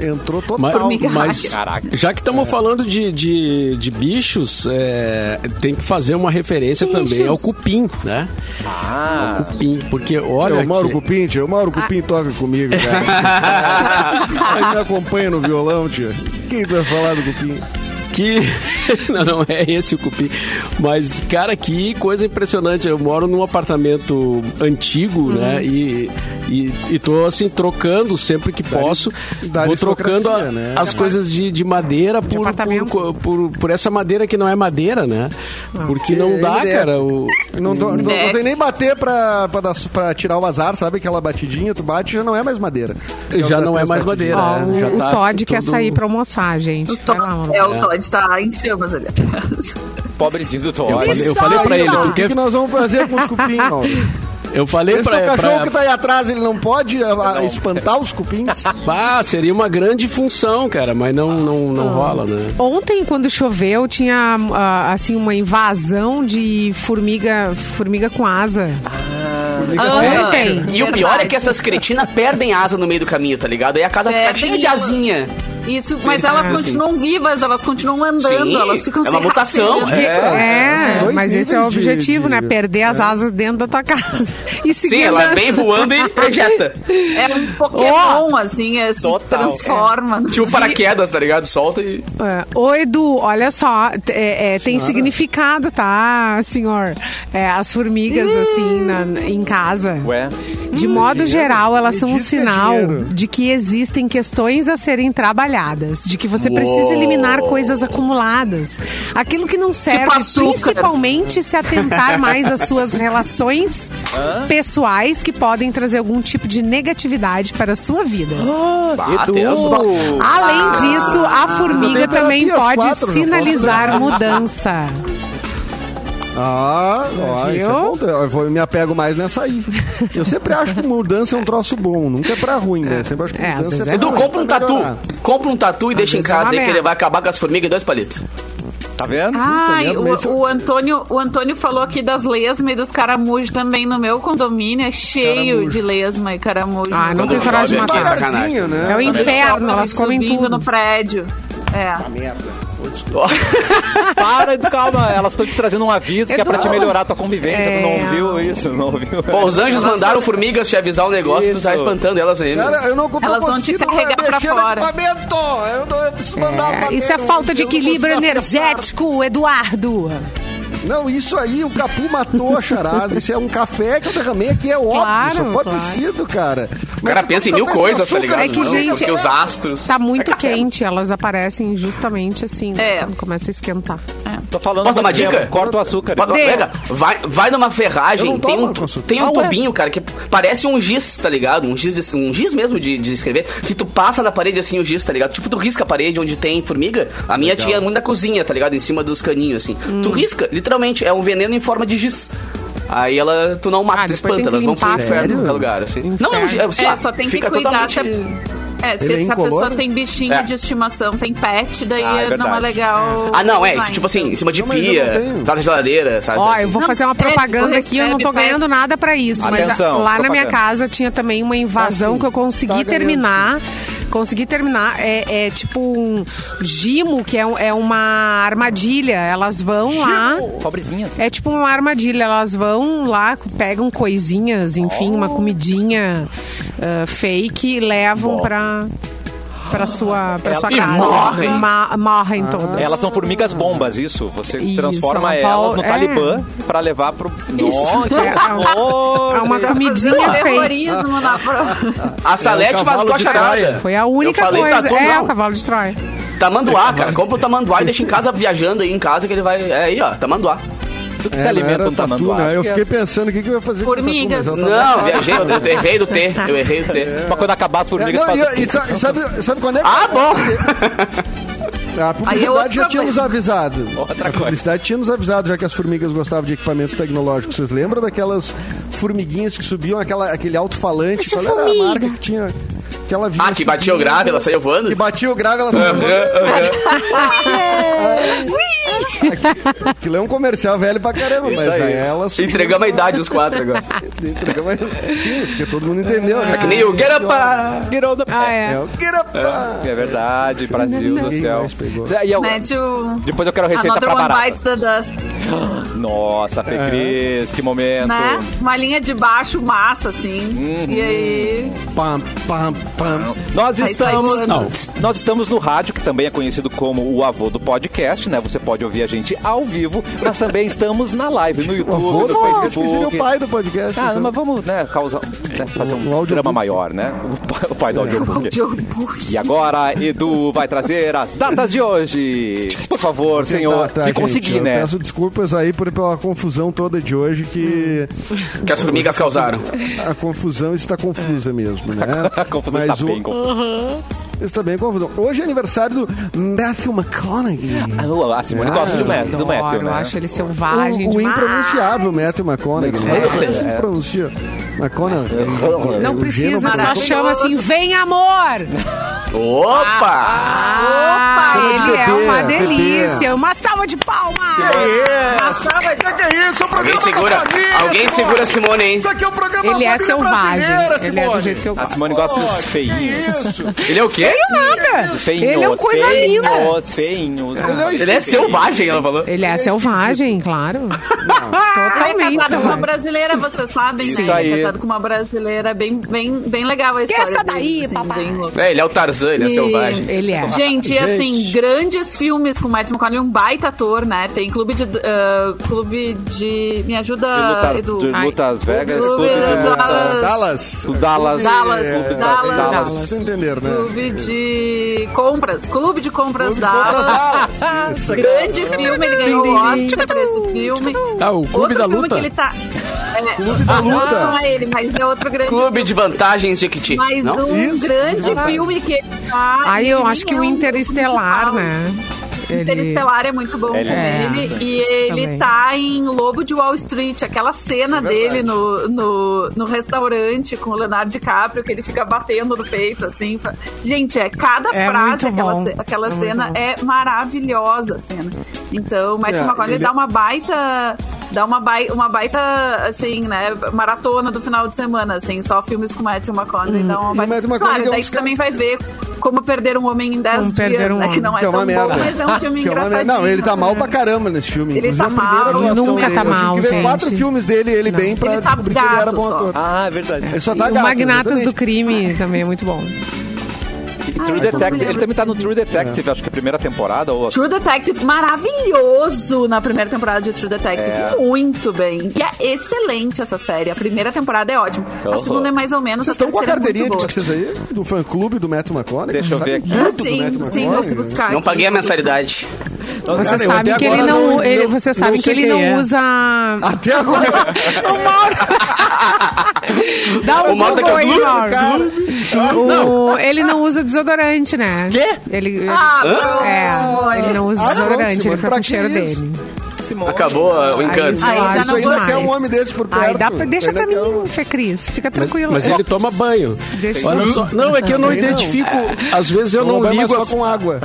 [SPEAKER 5] Entrou total.
[SPEAKER 4] Mas,
[SPEAKER 6] Formiga
[SPEAKER 4] mas
[SPEAKER 6] hacker.
[SPEAKER 1] Caraca.
[SPEAKER 4] já que estamos falando de, de, de bichos, é, tem que fazer uma referência também ao cupim, né? Ah. Ao cupim, porque olha Ah.
[SPEAKER 5] É o Mauro
[SPEAKER 4] que-
[SPEAKER 5] Cupim, tio. O Mauro Cupim toca comigo, cara. Ele me acompanha no violão, tio. Quem vai falar do Cupim?
[SPEAKER 4] que. não, não é esse o cupim. Mas, cara, que coisa impressionante. Eu moro num apartamento antigo, né? E, e, e tô assim, trocando sempre que posso.
[SPEAKER 5] da
[SPEAKER 4] Vou trocando a-
[SPEAKER 5] aristocracia, né?
[SPEAKER 4] as coisas de, de madeira por,
[SPEAKER 2] apartamento.
[SPEAKER 4] por, por, por essa madeira que não é madeira, né? Porque não
[SPEAKER 5] Ah, Ele é
[SPEAKER 4] dá,
[SPEAKER 5] deve.
[SPEAKER 4] cara. O,
[SPEAKER 5] Não, tô, não
[SPEAKER 6] Né?
[SPEAKER 5] consegui nem bater pra, pra, dar- pra tirar o azar, sabe? Aquela batidinha, tu bate já não é mais madeira.
[SPEAKER 4] já não é mais
[SPEAKER 5] batidinhas.
[SPEAKER 2] Ó,
[SPEAKER 4] madeira. né?
[SPEAKER 2] o,
[SPEAKER 4] já
[SPEAKER 2] o
[SPEAKER 4] tá
[SPEAKER 2] Todd quer
[SPEAKER 4] tudo-
[SPEAKER 2] sair pra almoçar, gente.
[SPEAKER 6] O
[SPEAKER 2] Vai lá,
[SPEAKER 6] Todd,
[SPEAKER 2] mano.
[SPEAKER 6] é, o Todd tá em chamas, aliás.
[SPEAKER 1] Pobrezinho do
[SPEAKER 4] Eu
[SPEAKER 1] Todd.
[SPEAKER 4] falei, eu falei pra
[SPEAKER 5] Aí,
[SPEAKER 4] ele,
[SPEAKER 5] Mauro,
[SPEAKER 4] tu
[SPEAKER 5] o que,
[SPEAKER 4] quer
[SPEAKER 5] que nós vamos fazer com os cupim, Mauro?
[SPEAKER 4] Eu falei
[SPEAKER 5] Esse
[SPEAKER 4] pra,
[SPEAKER 5] teu cachorro
[SPEAKER 4] pra-
[SPEAKER 5] que tá aí atrás, ele não pode ah, ah, espantar os cupins?
[SPEAKER 4] Ah, seria uma grande função, cara, mas não, não,
[SPEAKER 2] Ah.
[SPEAKER 4] não rola, né?
[SPEAKER 2] Ontem, quando choveu, tinha ah, assim uma invasão de formiga, formiga com asa.
[SPEAKER 6] Ah,
[SPEAKER 2] Tem.
[SPEAKER 6] verdade.
[SPEAKER 3] E o pior é que essas cretinas perdem asa no meio do caminho, tá ligado? Aí a casa fica
[SPEAKER 6] Perdem
[SPEAKER 3] cheia de
[SPEAKER 6] ela.
[SPEAKER 3] asinha.
[SPEAKER 6] Isso, mas elas
[SPEAKER 3] Sim.
[SPEAKER 6] continuam vivas, elas continuam andando,
[SPEAKER 3] Sim,
[SPEAKER 6] elas ficam
[SPEAKER 3] é uma
[SPEAKER 6] sem
[SPEAKER 3] mutação,
[SPEAKER 6] raciocínio.
[SPEAKER 2] É,
[SPEAKER 5] dois
[SPEAKER 2] mas esse é o
[SPEAKER 5] níveis de- É.
[SPEAKER 2] objetivo,
[SPEAKER 5] de-
[SPEAKER 2] né? Perder as asas dentro da tua casa. E
[SPEAKER 3] Sim,
[SPEAKER 2] seguir
[SPEAKER 3] ela
[SPEAKER 5] é
[SPEAKER 2] andando.
[SPEAKER 3] vem voando e projeta.
[SPEAKER 6] É um Pokémon, assim, é, se
[SPEAKER 3] Total.
[SPEAKER 6] transforma.
[SPEAKER 3] Tipo paraquedas, tá ligado? Solta e.
[SPEAKER 2] É. Ô, Edu, olha só, t- é, é, tem significado, tá, senhor? É, as formigas, assim, na- na- em casa.
[SPEAKER 1] Ué?
[SPEAKER 2] De modo geral, elas
[SPEAKER 5] Hum, Me
[SPEAKER 2] são um
[SPEAKER 5] diz que é
[SPEAKER 2] sinal
[SPEAKER 5] dinheiro.
[SPEAKER 2] de que existem questões a serem trabalhadas, de que você precisa eliminar coisas acumuladas. Aquilo que
[SPEAKER 5] Tipo
[SPEAKER 2] não serve,
[SPEAKER 6] açúcar.
[SPEAKER 2] principalmente se atentar mais às suas relações pessoais que podem trazer algum tipo de negatividade para a sua vida.
[SPEAKER 3] Ah, tenso.
[SPEAKER 2] Além disso, a formiga
[SPEAKER 5] tem terapia
[SPEAKER 2] também
[SPEAKER 5] às
[SPEAKER 2] pode
[SPEAKER 5] quatro, já
[SPEAKER 2] sinalizar mudança.
[SPEAKER 5] Ah, ó, isso é
[SPEAKER 2] Viu?
[SPEAKER 5] bom. Eu vou- eu me apego mais nessa aí. Eu sempre acho que mudança é um troço bom, nunca é pra ruim, né? Sempre acho que
[SPEAKER 2] É, às
[SPEAKER 5] mudança
[SPEAKER 2] vezes
[SPEAKER 5] pra
[SPEAKER 2] é
[SPEAKER 3] Edu,
[SPEAKER 5] ruim,
[SPEAKER 3] compra um
[SPEAKER 5] pra
[SPEAKER 3] tatu.
[SPEAKER 5] melhorar.
[SPEAKER 3] Compra um tatu e deixa em
[SPEAKER 2] vezes é uma
[SPEAKER 3] casa aí que ele
[SPEAKER 2] merda.
[SPEAKER 3] vai acabar com as formigas e dois palitos.
[SPEAKER 1] Tá vendo?
[SPEAKER 6] Ai,
[SPEAKER 5] merda, mas
[SPEAKER 6] o,
[SPEAKER 5] eu-
[SPEAKER 6] o Antônio, o Antônio falou aqui das lesmas e dos caramujos também no meu condomínio. É cheio de lesma e caramujo.
[SPEAKER 2] Ah, não tem
[SPEAKER 3] Quando
[SPEAKER 2] coragem de
[SPEAKER 3] chove aqui,
[SPEAKER 2] matar.
[SPEAKER 3] essa-
[SPEAKER 5] Devagarzinho, né?
[SPEAKER 2] É o inferno,
[SPEAKER 6] Shopping
[SPEAKER 2] elas comem
[SPEAKER 6] subindo
[SPEAKER 2] tudo.
[SPEAKER 6] no prédio. É.
[SPEAKER 1] Para, Edu, calma. Elas estão te trazendo um aviso que é pra
[SPEAKER 2] Edu.
[SPEAKER 1] te melhorar a tua convivência. Tu não
[SPEAKER 2] É.
[SPEAKER 1] ouviu isso? Não ouviu?
[SPEAKER 3] Bom, os anjos mandaram formigas te avisar um negócio, tu
[SPEAKER 1] Isso.
[SPEAKER 3] tá espantando elas aí. meu.
[SPEAKER 5] Cara, eu não eu
[SPEAKER 6] Elas vão
[SPEAKER 5] consigo
[SPEAKER 6] te carregar pra
[SPEAKER 5] mexer no
[SPEAKER 6] fora.
[SPEAKER 5] equipamento. Eu, não- eu preciso mandar
[SPEAKER 2] É,
[SPEAKER 5] pra
[SPEAKER 2] isso é
[SPEAKER 5] Deus,
[SPEAKER 2] falta de
[SPEAKER 5] eu não
[SPEAKER 2] equilíbrio
[SPEAKER 5] consigo acessar.
[SPEAKER 2] energético, Eduardo.
[SPEAKER 5] Não, isso aí, o Capu matou a charada. Isso é um café que eu derramei aqui, é óbvio.
[SPEAKER 2] Claro,
[SPEAKER 5] só pode
[SPEAKER 2] claro.
[SPEAKER 5] ter sido, cara.
[SPEAKER 3] O cara pensa em mil coisas, tá ligado?
[SPEAKER 2] É que,
[SPEAKER 3] Não,
[SPEAKER 2] gente,
[SPEAKER 3] Porque os astros.
[SPEAKER 2] Tá muito quente, elas aparecem justamente assim, né,
[SPEAKER 6] É.
[SPEAKER 2] quando começa a esquentar.
[SPEAKER 1] Tô falando.
[SPEAKER 3] Posso dar
[SPEAKER 1] muito
[SPEAKER 3] uma dica?
[SPEAKER 1] tempo. Corta o açúcar.
[SPEAKER 3] Pô, não,
[SPEAKER 2] Deu.
[SPEAKER 3] pega, vai, vai numa
[SPEAKER 5] Eu
[SPEAKER 3] ferragem,
[SPEAKER 5] não
[SPEAKER 3] tem
[SPEAKER 5] tomo
[SPEAKER 3] um,
[SPEAKER 5] açúcar.
[SPEAKER 3] tem um
[SPEAKER 2] é?
[SPEAKER 1] Ah, ué.
[SPEAKER 3] tubinho, cara, que parece um giz, tá ligado? Um giz, de- um giz mesmo de, de escrever, que tu passa na parede assim o giz, tá ligado? Tipo, tu risca a parede onde tem formiga. A minha tinha muito na cozinha, tá ligado? Em cima dos caninhos, assim.
[SPEAKER 2] Hum.
[SPEAKER 3] Tu risca, literalmente, é um veneno em forma de giz. Aí ela, tu não mata,
[SPEAKER 2] Ah,
[SPEAKER 3] tu
[SPEAKER 2] depois tem
[SPEAKER 3] espanta,
[SPEAKER 2] que
[SPEAKER 3] elas vão pro
[SPEAKER 2] limpar.
[SPEAKER 3] inferno em
[SPEAKER 5] Sério?
[SPEAKER 3] qualquer lugar, assim. Não, é um giz, assim,
[SPEAKER 6] É,
[SPEAKER 3] ó,
[SPEAKER 6] só tem que
[SPEAKER 3] fica
[SPEAKER 6] cuidar
[SPEAKER 3] totalmente...
[SPEAKER 6] se a, é, se,
[SPEAKER 5] Ele é
[SPEAKER 6] se a
[SPEAKER 5] incolor?
[SPEAKER 6] pessoa tem bichinho
[SPEAKER 3] É.
[SPEAKER 6] de estimação, tem pet, daí
[SPEAKER 1] Ah, é
[SPEAKER 6] não é
[SPEAKER 1] verdade.
[SPEAKER 6] legal.
[SPEAKER 3] Ah, não, é,
[SPEAKER 6] usar,
[SPEAKER 3] tipo assim, em cima de
[SPEAKER 5] Não, mas eu não
[SPEAKER 3] pia,
[SPEAKER 5] tenho.
[SPEAKER 3] tá na geladeira, sabe?
[SPEAKER 2] Ó,
[SPEAKER 3] Assim.
[SPEAKER 2] eu vou
[SPEAKER 6] Não,
[SPEAKER 2] fazer uma
[SPEAKER 6] é, tipo,
[SPEAKER 2] propaganda aqui, eu não tô
[SPEAKER 6] recebe,
[SPEAKER 2] ganhando nada pra isso, mas a-
[SPEAKER 1] Atenção,
[SPEAKER 2] lá na minha
[SPEAKER 1] propaganda.
[SPEAKER 2] casa tinha também uma invasão
[SPEAKER 5] Tá sim,
[SPEAKER 2] que eu
[SPEAKER 5] tá
[SPEAKER 2] consegui
[SPEAKER 5] ganhando,
[SPEAKER 2] terminar. Consegui terminar. É, é tipo um gimo, que é, um- é uma armadilha. Elas vão lá.
[SPEAKER 1] Pobrezinhas.
[SPEAKER 2] É tipo uma armadilha, elas vão lá, pegam coisinhas, enfim, uma comidinha ah, fake e levam pra, pra sua, pra sua
[SPEAKER 3] E
[SPEAKER 2] casa.
[SPEAKER 3] morrem.
[SPEAKER 2] Ma- morrem todas.
[SPEAKER 1] Elas são formigas bombas, isso. Você
[SPEAKER 2] Isso,
[SPEAKER 1] transforma
[SPEAKER 2] ela vol-
[SPEAKER 1] elas no
[SPEAKER 2] é.
[SPEAKER 1] Talibã pra levar pro. Nossa,
[SPEAKER 2] É, há um- há uma comidinha fake.
[SPEAKER 6] Terrorismo um na prova.
[SPEAKER 3] A Salete
[SPEAKER 4] cavalo
[SPEAKER 3] matou a
[SPEAKER 4] de
[SPEAKER 3] charada.
[SPEAKER 4] Troia.
[SPEAKER 2] Foi a
[SPEAKER 3] Eu
[SPEAKER 2] única
[SPEAKER 3] falei,
[SPEAKER 1] tá
[SPEAKER 2] coisa.
[SPEAKER 3] Tatu,
[SPEAKER 2] é,
[SPEAKER 3] não.
[SPEAKER 2] o cavalo de Troia.
[SPEAKER 3] Tamanduá, cara. Compra o tamanduá e deixa em casa, viajando aí em casa, que ele vai... É aí, ó, tamanduá.
[SPEAKER 1] tudo que
[SPEAKER 5] É,
[SPEAKER 1] se
[SPEAKER 5] não
[SPEAKER 1] alimenta
[SPEAKER 5] era
[SPEAKER 1] um tamanduá.
[SPEAKER 5] tatu, né? Eu fiquei
[SPEAKER 2] é.
[SPEAKER 5] pensando o que, que eu ia fazer
[SPEAKER 6] Formigas.
[SPEAKER 5] com tatu, mas eu tava-
[SPEAKER 3] Não, viajei, eu, eu errei do T.
[SPEAKER 2] Tá,
[SPEAKER 3] Eu errei do T.
[SPEAKER 1] Pra quando acabar as
[SPEAKER 5] É,
[SPEAKER 1] formigas
[SPEAKER 5] não,
[SPEAKER 1] fazem-
[SPEAKER 5] e, e sa- sabe, sabe quando é que
[SPEAKER 3] Ah, bom!
[SPEAKER 5] A
[SPEAKER 6] Aí é outro
[SPEAKER 5] publicidade já tinha
[SPEAKER 6] problema.
[SPEAKER 5] nos avisado.
[SPEAKER 1] Outra
[SPEAKER 5] a
[SPEAKER 1] coisa.
[SPEAKER 5] publicidade tinha nos avisado, já que as formigas gostavam de equipamentos tecnológicos. Vocês lembram daquelas formiguinhas que subiam aquela, aquele alto-falante? Qual era a marca que tinha? Que ela vinha
[SPEAKER 3] Ah, que batia o
[SPEAKER 5] subindo,
[SPEAKER 3] grave, ela saiu voando.
[SPEAKER 5] Que batia o grave, ela saiu. Aquilo é um comercial velho pra caramba, mas
[SPEAKER 3] Isso aí.
[SPEAKER 5] aí ela subiu.
[SPEAKER 3] Entregamos a idade dos quatro agora.
[SPEAKER 5] Entregamos a- Sim, porque todo mundo entendeu. né?
[SPEAKER 3] É que nem o Get Up! ah, Get Up.
[SPEAKER 2] Ah, é.
[SPEAKER 5] É o Get Up! ah.
[SPEAKER 1] É verdade, Brasil do
[SPEAKER 5] Ninguém
[SPEAKER 1] céu.
[SPEAKER 5] mais pegou.
[SPEAKER 1] E eu-
[SPEAKER 6] Mete é o.
[SPEAKER 1] Depois eu quero receita
[SPEAKER 6] Another
[SPEAKER 1] pra
[SPEAKER 6] One
[SPEAKER 1] barata.
[SPEAKER 6] Bites the Dust.
[SPEAKER 3] tá?
[SPEAKER 1] Nossa, Fê
[SPEAKER 5] É.
[SPEAKER 1] Cris, que momento.
[SPEAKER 6] né? Uma linha de baixo massa, assim. E aí.
[SPEAKER 5] Pam, pam, pam.
[SPEAKER 1] Nós
[SPEAKER 6] Sai, sai
[SPEAKER 1] estamos,
[SPEAKER 6] voando.
[SPEAKER 4] Não.
[SPEAKER 1] nós estamos no rádio, que também é conhecido como o avô do podcast, né? Você pode ouvir a gente ao vivo, mas também estamos na live, no
[SPEAKER 5] O
[SPEAKER 1] YouTube,
[SPEAKER 5] avô do
[SPEAKER 1] no
[SPEAKER 5] podcast que seria
[SPEAKER 1] Facebook.
[SPEAKER 5] o pai do podcast.
[SPEAKER 1] Ah,
[SPEAKER 5] então.
[SPEAKER 1] mas vamos, né, causar, né, fazer
[SPEAKER 5] O- o
[SPEAKER 1] um
[SPEAKER 5] audiobook. É.
[SPEAKER 1] drama maior, né? O pai, o pai do audiobook.
[SPEAKER 6] Audiobook.
[SPEAKER 1] E agora, Edu vai trazer as datas de hoje. Por favor, senhor,
[SPEAKER 5] Tá,
[SPEAKER 1] Assim,
[SPEAKER 5] tá,
[SPEAKER 1] se
[SPEAKER 5] gente,
[SPEAKER 1] conseguir,
[SPEAKER 5] eu
[SPEAKER 1] né?
[SPEAKER 5] Peço desculpas aí por, pela confusão toda de hoje, que
[SPEAKER 3] Que as formigas causaram.
[SPEAKER 5] a confusão está confusa mesmo, né?
[SPEAKER 1] A confusão está
[SPEAKER 5] o,
[SPEAKER 1] bem confusa.
[SPEAKER 5] Eles também confundam. Hoje é aniversário do Matthew McConaughey.
[SPEAKER 1] Ah, a Simone
[SPEAKER 5] Ah,
[SPEAKER 1] gosta do, Ma-
[SPEAKER 2] Eu
[SPEAKER 1] do Matthew,
[SPEAKER 2] adoro,
[SPEAKER 1] né?
[SPEAKER 2] acho ele selvagem
[SPEAKER 5] o, o
[SPEAKER 2] demais.
[SPEAKER 5] impronunciável Matthew McConaughey. Né?
[SPEAKER 1] McConaughey,
[SPEAKER 5] Como
[SPEAKER 1] é.
[SPEAKER 5] se pronuncia? McConaughey.
[SPEAKER 2] Não
[SPEAKER 5] O G
[SPEAKER 2] precisa, só
[SPEAKER 5] precisa.
[SPEAKER 2] chama assim, vem amor!
[SPEAKER 3] Opa!
[SPEAKER 2] Ah,
[SPEAKER 5] Chama de
[SPEAKER 2] ele é
[SPEAKER 5] bebê,
[SPEAKER 2] uma
[SPEAKER 5] bebê.
[SPEAKER 2] delícia! Uma salva de palmas!
[SPEAKER 5] Yes!
[SPEAKER 6] Salva de-
[SPEAKER 5] Que que é isso? É o programa
[SPEAKER 3] Alguém
[SPEAKER 5] da
[SPEAKER 3] segura,
[SPEAKER 5] família,
[SPEAKER 3] alguém
[SPEAKER 5] Simone.
[SPEAKER 3] segura a Simone, hein?
[SPEAKER 5] Isso aqui é o programa
[SPEAKER 2] Ele
[SPEAKER 5] da
[SPEAKER 2] é
[SPEAKER 5] família
[SPEAKER 2] selvagem.
[SPEAKER 5] brasileira,
[SPEAKER 2] Ele é do
[SPEAKER 5] Simone.
[SPEAKER 2] jeito que eu
[SPEAKER 1] A
[SPEAKER 2] gosto.
[SPEAKER 1] Simone gosta
[SPEAKER 5] Pô,
[SPEAKER 1] dos
[SPEAKER 5] que
[SPEAKER 1] feinhos.
[SPEAKER 5] isso?
[SPEAKER 3] Ele é o quê?
[SPEAKER 2] Nada!
[SPEAKER 1] Feinhos,
[SPEAKER 2] Ele é um coisa
[SPEAKER 1] feinhos,
[SPEAKER 2] linda!
[SPEAKER 1] Feinhos. um
[SPEAKER 5] Ele é o
[SPEAKER 3] Ele é selvagem, ela falou.
[SPEAKER 2] Ele é selvagem, claro. Totalmente. né?
[SPEAKER 4] Ah,
[SPEAKER 6] Ele é casado com uma
[SPEAKER 2] selvagem.
[SPEAKER 6] brasileira, vocês sabem,
[SPEAKER 1] Isso
[SPEAKER 6] né? Ele
[SPEAKER 1] aí.
[SPEAKER 6] é casado com uma brasileira, bem, bem, bem legal a história
[SPEAKER 2] essa
[SPEAKER 6] dele,
[SPEAKER 2] daí,
[SPEAKER 6] assim,
[SPEAKER 2] papai?
[SPEAKER 6] bem louca.
[SPEAKER 3] É, ele é o Tarzan, ele é
[SPEAKER 6] E-
[SPEAKER 3] selvagem.
[SPEAKER 2] Ele é.
[SPEAKER 6] Gente, e assim, grandes filmes com Matthew McConaughey, um baita ator, né? Tem Clube de... ah, clube de... Me ajuda,
[SPEAKER 1] De né?
[SPEAKER 6] Edu.
[SPEAKER 1] luta, de luta Las Vegas,
[SPEAKER 6] Clube
[SPEAKER 1] clube É de
[SPEAKER 6] do
[SPEAKER 1] luta-
[SPEAKER 6] Dallas.
[SPEAKER 5] Dallas.
[SPEAKER 1] do Dallas. É,
[SPEAKER 6] Dallas,
[SPEAKER 1] Clube do
[SPEAKER 6] Dallas.
[SPEAKER 5] Dallas. Você entender, né?
[SPEAKER 6] Clube de compras. Clube de compras
[SPEAKER 5] Clube ah,
[SPEAKER 6] da
[SPEAKER 5] contra as Dallas. Isso, cara.
[SPEAKER 6] Grande filme, ele ganhou o Oscar por esse filme.
[SPEAKER 4] Ah, o Clube
[SPEAKER 6] outro
[SPEAKER 4] da
[SPEAKER 6] filme
[SPEAKER 4] Luta.
[SPEAKER 6] Que ele tá... é,
[SPEAKER 5] Clube da Luta.
[SPEAKER 6] Não é ele, mas é outro grande
[SPEAKER 3] Clube de vantagens de Kiti.
[SPEAKER 6] Mas
[SPEAKER 3] Não?
[SPEAKER 6] um
[SPEAKER 5] Isso.
[SPEAKER 6] grande filme que ele tá.
[SPEAKER 2] Aí eu
[SPEAKER 6] ele
[SPEAKER 2] acho que
[SPEAKER 6] é
[SPEAKER 2] o
[SPEAKER 6] um
[SPEAKER 2] Interestelar,
[SPEAKER 6] filme principal.
[SPEAKER 2] né? Ele...
[SPEAKER 6] Interestelar é muito bom
[SPEAKER 1] Ele-
[SPEAKER 6] ele,
[SPEAKER 2] É,
[SPEAKER 6] e ele
[SPEAKER 2] também.
[SPEAKER 6] tá em Lobo de Wall Street, aquela cena
[SPEAKER 5] É
[SPEAKER 6] dele no, no, no restaurante com o Leonardo DiCaprio, que ele fica batendo no peito, assim. fa- Gente, é cada
[SPEAKER 2] É muito
[SPEAKER 6] frase, aquela,
[SPEAKER 2] bom.
[SPEAKER 6] ce- aquela
[SPEAKER 2] É muito
[SPEAKER 6] cena
[SPEAKER 2] bom.
[SPEAKER 6] é maravilhosa a cena. Então, o Matthew
[SPEAKER 5] É,
[SPEAKER 6] McConaughey
[SPEAKER 5] ele-
[SPEAKER 6] dá uma baita. Dá uma, bai, uma baita, assim, né, maratona do final de semana, assim, só filmes com Matthew McConaughey dá uma
[SPEAKER 5] Hum. E
[SPEAKER 6] baita...
[SPEAKER 5] Matthew McConaughey
[SPEAKER 6] Claro,
[SPEAKER 5] é um
[SPEAKER 6] daí
[SPEAKER 5] dos
[SPEAKER 6] tu também vai
[SPEAKER 5] caras-
[SPEAKER 6] ver como perder um homem em 10
[SPEAKER 2] Como
[SPEAKER 6] dias,
[SPEAKER 2] Perder um
[SPEAKER 6] né, que
[SPEAKER 2] Homem.
[SPEAKER 6] não é,
[SPEAKER 5] Que é uma
[SPEAKER 6] tão
[SPEAKER 5] merda.
[SPEAKER 6] bom, mas é um filme
[SPEAKER 5] Que é uma
[SPEAKER 6] engraçadinho.
[SPEAKER 5] merda. Não, ele tá
[SPEAKER 6] né?
[SPEAKER 5] mal pra caramba nesse filme.
[SPEAKER 6] Ele
[SPEAKER 5] Inclusive, é
[SPEAKER 6] tá
[SPEAKER 5] a primeira
[SPEAKER 6] mal.
[SPEAKER 5] atuação
[SPEAKER 2] Nunca
[SPEAKER 5] dele.
[SPEAKER 2] tá
[SPEAKER 5] Eu tive
[SPEAKER 2] mal,
[SPEAKER 5] que ver
[SPEAKER 2] gente.
[SPEAKER 5] quatro filmes dele, ele bem, pra
[SPEAKER 6] Ele tá
[SPEAKER 5] descobrir que ele era
[SPEAKER 6] gato
[SPEAKER 5] bom
[SPEAKER 6] só.
[SPEAKER 5] ator.
[SPEAKER 1] Ah, é verdade.
[SPEAKER 5] Ele só tá
[SPEAKER 2] O
[SPEAKER 5] gato,
[SPEAKER 2] Magnatas do
[SPEAKER 5] exatamente.
[SPEAKER 2] Crime também é muito bom.
[SPEAKER 1] E True Detective. Ele também tá no True Detective, acho que é a primeira temporada ou a
[SPEAKER 6] True Detective, maravilhoso na primeira temporada de True Detective.
[SPEAKER 5] É.
[SPEAKER 6] Muito bem. E é excelente essa série. A primeira temporada é ótima. A
[SPEAKER 1] horror.
[SPEAKER 6] segunda é mais ou menos.
[SPEAKER 5] Vocês
[SPEAKER 6] a
[SPEAKER 5] estão com a
[SPEAKER 6] terceira é
[SPEAKER 5] carteirinha de
[SPEAKER 6] muito
[SPEAKER 5] vocês aí? Do fã-clube do Matthew McConaughey?
[SPEAKER 1] Deixa eu
[SPEAKER 5] Sabe
[SPEAKER 1] ver aqui.
[SPEAKER 5] tudo do
[SPEAKER 6] boa.
[SPEAKER 5] né? Matthew
[SPEAKER 6] Sim, sim, vou
[SPEAKER 5] McConaughey?
[SPEAKER 6] buscar.
[SPEAKER 3] Não
[SPEAKER 6] aqui.
[SPEAKER 3] paguei a mensalidade.
[SPEAKER 4] Cara,
[SPEAKER 2] Vocês
[SPEAKER 4] eu
[SPEAKER 2] sabem
[SPEAKER 4] até
[SPEAKER 2] que ele
[SPEAKER 4] agora
[SPEAKER 2] não,
[SPEAKER 4] não-
[SPEAKER 2] ele,
[SPEAKER 4] não-
[SPEAKER 2] vocês
[SPEAKER 4] não
[SPEAKER 2] sabem que
[SPEAKER 4] sei
[SPEAKER 2] ele
[SPEAKER 4] quem
[SPEAKER 2] não
[SPEAKER 4] é.
[SPEAKER 2] usa.
[SPEAKER 5] Até agora.
[SPEAKER 2] Dá um
[SPEAKER 3] o Mauro tá
[SPEAKER 5] é
[SPEAKER 2] Google aí,
[SPEAKER 3] com a
[SPEAKER 2] Mauro. O- Ele não usa desodorante, né?
[SPEAKER 3] Quê?
[SPEAKER 2] Ele, ele-
[SPEAKER 6] Ah,
[SPEAKER 2] é, ele não usa
[SPEAKER 5] Ah, não,
[SPEAKER 2] desodorante,
[SPEAKER 5] Simone,
[SPEAKER 2] ele fica
[SPEAKER 5] pra
[SPEAKER 2] com o
[SPEAKER 5] que
[SPEAKER 2] cheiro
[SPEAKER 5] isso?
[SPEAKER 2] dele.
[SPEAKER 1] Simone.
[SPEAKER 3] Acabou ah, o encanto.
[SPEAKER 6] Aí já
[SPEAKER 5] Isso
[SPEAKER 6] não
[SPEAKER 5] ainda
[SPEAKER 6] vou
[SPEAKER 5] quer um
[SPEAKER 6] mais.
[SPEAKER 5] homem desse por perto.
[SPEAKER 2] Ai, dá pra, deixa
[SPEAKER 5] Ainda
[SPEAKER 2] pra mim,
[SPEAKER 5] quer um-
[SPEAKER 2] Fê Cris. Fica tranquilo. É,
[SPEAKER 4] Mas ele toma banho.
[SPEAKER 2] Deixa
[SPEAKER 4] Olha
[SPEAKER 2] eu-
[SPEAKER 4] só. Não, é que eu não
[SPEAKER 5] Também não.
[SPEAKER 4] identifico.
[SPEAKER 2] É.
[SPEAKER 4] Às vezes eu
[SPEAKER 5] Não
[SPEAKER 4] não
[SPEAKER 5] vai mais
[SPEAKER 4] ligo
[SPEAKER 5] só
[SPEAKER 4] a-
[SPEAKER 5] com água.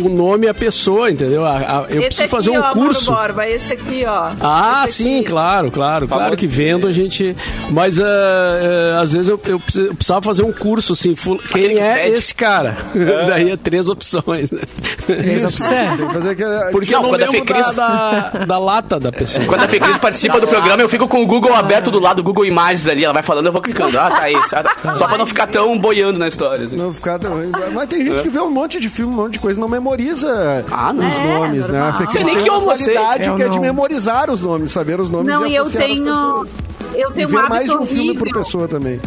[SPEAKER 4] o nome à pessoa, entendeu? A- a- Eu
[SPEAKER 6] Esse
[SPEAKER 4] preciso fazer
[SPEAKER 6] aqui,
[SPEAKER 4] um
[SPEAKER 6] ó,
[SPEAKER 4] curso.
[SPEAKER 6] Mauro Borba, esse aqui, ó.
[SPEAKER 4] Ah,
[SPEAKER 6] Esse
[SPEAKER 4] sim,
[SPEAKER 6] aqui.
[SPEAKER 4] claro, claro. Claro que vendo a gente. Mas ah, ah, às vezes eu, eu preci- eu precisava fazer um curso assim. fu- Quem
[SPEAKER 3] que
[SPEAKER 4] é
[SPEAKER 3] pede.
[SPEAKER 4] esse cara? Daí é três opções. né?
[SPEAKER 2] Isso.
[SPEAKER 5] Tem que fazer aquele...
[SPEAKER 4] Porque
[SPEAKER 3] Não,
[SPEAKER 4] eu não
[SPEAKER 5] é
[SPEAKER 3] quando a
[SPEAKER 4] lembro da,
[SPEAKER 3] Fecris-
[SPEAKER 4] da, da lata da pessoa.
[SPEAKER 3] Quando a Fecris participa do programa, eu fico com o Google aberto do lado, o Google Imagens ali. Ela vai falando, eu vou clicando. Ah, tá isso. Ah, tá. Só pra não ficar tão boiando na história. assim.
[SPEAKER 5] Não ficar tão... Mas tem gente que vê um monte de filme, um monte de coisa e não memoriza
[SPEAKER 3] Ah, não.
[SPEAKER 5] os
[SPEAKER 6] É,
[SPEAKER 5] nomes, né?
[SPEAKER 6] normal.
[SPEAKER 5] Fica-
[SPEAKER 3] Sei nem
[SPEAKER 5] tem
[SPEAKER 3] que
[SPEAKER 5] uma
[SPEAKER 3] eu sei.
[SPEAKER 5] qualidade
[SPEAKER 2] Eu
[SPEAKER 5] que é de
[SPEAKER 2] não.
[SPEAKER 5] memorizar os nomes, saber os nomes
[SPEAKER 6] Não,
[SPEAKER 5] e
[SPEAKER 6] e eu
[SPEAKER 5] associar as
[SPEAKER 6] tenho...
[SPEAKER 5] pessoas.
[SPEAKER 6] Eu
[SPEAKER 5] E
[SPEAKER 6] tenho um
[SPEAKER 5] ver
[SPEAKER 6] hábito
[SPEAKER 5] mais de um filme por
[SPEAKER 6] horrível.
[SPEAKER 5] pessoa também.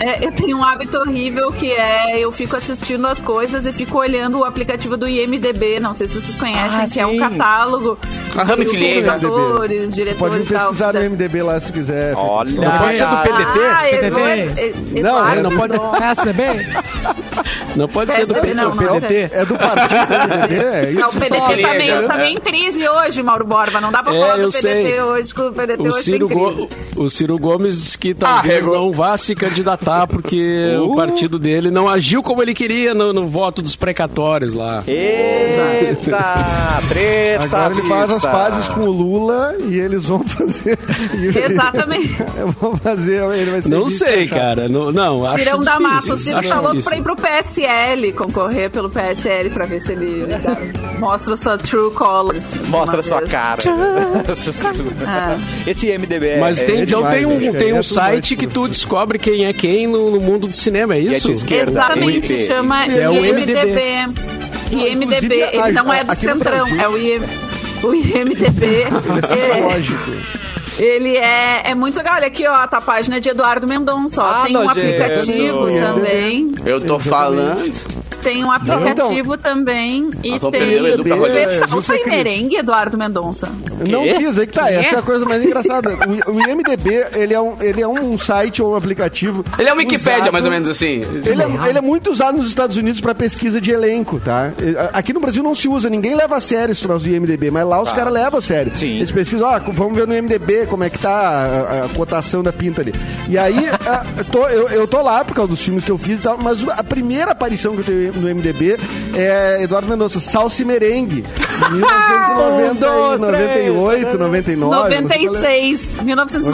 [SPEAKER 6] É, eu tenho um hábito horrível que é eu fico assistindo as coisas e fico olhando o aplicativo do IMDB, não sei se vocês conhecem,
[SPEAKER 1] Ah,
[SPEAKER 6] que é um
[SPEAKER 1] sim.
[SPEAKER 6] catálogo
[SPEAKER 4] Ah,
[SPEAKER 3] Aham, me
[SPEAKER 6] de
[SPEAKER 3] filiei já.
[SPEAKER 6] atores,
[SPEAKER 5] Pode
[SPEAKER 6] diretores
[SPEAKER 5] me
[SPEAKER 6] e tal.
[SPEAKER 5] pesquisar no MDB lá se tu quiser.
[SPEAKER 1] Olha.
[SPEAKER 4] Não pode ser do PDT?
[SPEAKER 6] Tá. Ah,
[SPEAKER 2] PDT?
[SPEAKER 6] PDT?
[SPEAKER 5] é- Não, é,
[SPEAKER 4] não pode- Não pode ser do
[SPEAKER 6] Não,
[SPEAKER 4] PT.
[SPEAKER 6] não,
[SPEAKER 4] PDT.
[SPEAKER 5] É do partido do MDB? É isso? né?
[SPEAKER 6] Não, o PDT
[SPEAKER 3] Só
[SPEAKER 6] tá meio,
[SPEAKER 3] liga.
[SPEAKER 6] tá meio em crise hoje, Mauro Borba. Não dá pra
[SPEAKER 4] É,
[SPEAKER 6] falar do
[SPEAKER 4] eu
[SPEAKER 6] PDT
[SPEAKER 4] sei.
[SPEAKER 6] hoje, que o PDT
[SPEAKER 4] O
[SPEAKER 6] hoje
[SPEAKER 4] Ciro,
[SPEAKER 6] tem crise.
[SPEAKER 4] Go- o Ciro Gomes disse que
[SPEAKER 5] Ah,
[SPEAKER 4] talvez
[SPEAKER 3] Arregou.
[SPEAKER 4] não vá se candidatar porque
[SPEAKER 5] Uh.
[SPEAKER 4] o partido dele não agiu como ele queria no, no voto dos precatórios lá.
[SPEAKER 1] Eita, treta.
[SPEAKER 5] Agora ele faz as
[SPEAKER 1] vista.
[SPEAKER 5] pazes com o Lula e eles vão fazer. e-
[SPEAKER 6] Exatamente.
[SPEAKER 5] vão fazer. Ele vai ser
[SPEAKER 4] Não
[SPEAKER 5] vice-
[SPEAKER 4] sei, cara. Não, não acho
[SPEAKER 6] Cirão da Massa. O Ciro
[SPEAKER 4] acho
[SPEAKER 6] falou
[SPEAKER 4] difícil.
[SPEAKER 6] pra ir pro PSL, concorrer pelo PSL pra ver se ele dá- mostra sua true colors. de
[SPEAKER 1] Mostra
[SPEAKER 6] uma
[SPEAKER 1] sua
[SPEAKER 6] vez. Ah.
[SPEAKER 1] cara. Esse MDB é.
[SPEAKER 4] Mas tem,
[SPEAKER 1] é
[SPEAKER 4] então
[SPEAKER 5] demais,
[SPEAKER 4] tem um,
[SPEAKER 5] acho que
[SPEAKER 4] tem
[SPEAKER 5] aí é
[SPEAKER 4] um
[SPEAKER 5] tudo
[SPEAKER 4] site
[SPEAKER 5] mais
[SPEAKER 4] que tu descobre quem é quem no, no mundo do cinema, é
[SPEAKER 1] de
[SPEAKER 4] isso?
[SPEAKER 1] esquerda.
[SPEAKER 6] Exatamente,
[SPEAKER 1] IMDB.
[SPEAKER 6] chama
[SPEAKER 5] É
[SPEAKER 4] o
[SPEAKER 6] IMDB. IMDB,
[SPEAKER 5] Inclusive, a- tá
[SPEAKER 6] ele não é do
[SPEAKER 5] aqui no
[SPEAKER 6] Centrão,
[SPEAKER 5] Brasil-
[SPEAKER 6] é o IM, o IMDB. é-
[SPEAKER 5] Lógico.
[SPEAKER 6] ele é, é muito legal. Olha aqui, ó, tá a página de Eduardo Mendonça. ó.
[SPEAKER 1] Ah,
[SPEAKER 6] Tem um
[SPEAKER 5] é
[SPEAKER 1] nojento.
[SPEAKER 6] aplicativo também.
[SPEAKER 3] Eu tô falando.
[SPEAKER 6] Tem um
[SPEAKER 5] então,
[SPEAKER 6] aplicativo também e
[SPEAKER 3] Nós vamos
[SPEAKER 6] tem.
[SPEAKER 3] perder o Edu pra rolê.
[SPEAKER 6] Vê salsa
[SPEAKER 5] é Justa
[SPEAKER 6] e
[SPEAKER 5] Cris.
[SPEAKER 6] merengue, Eduardo Mendonça.
[SPEAKER 5] Não
[SPEAKER 3] Quê?
[SPEAKER 5] fiz, aí que tá. Essa
[SPEAKER 2] Quê?
[SPEAKER 5] é a coisa mais engraçada. O, o IMDB, ele é, um, ele é um site ou um aplicativo.
[SPEAKER 3] Ele é uma Wikipédia,
[SPEAKER 5] usado-
[SPEAKER 3] mais ou menos assim.
[SPEAKER 5] Ele é, ele é muito usado nos Estados Unidos pra pesquisa de elenco, tá? E, a- Aqui no Brasil não se usa, ninguém leva a sério esse troço do IMDB, mas lá os caras levam a sério.
[SPEAKER 1] Sim.
[SPEAKER 5] Eles pesquisam, ó, vamos ver no IMDB como é que tá a, a- a cotação da pinta ali. E aí, a- eu tô- eu, eu tô lá por causa dos filmes que eu fiz e tal, mas a primeira aparição que eu tenho no IMDB é Eduardo Mendonça, Salsa e Merengue. 1998, 99. não sei qual é.
[SPEAKER 6] 96. 1996.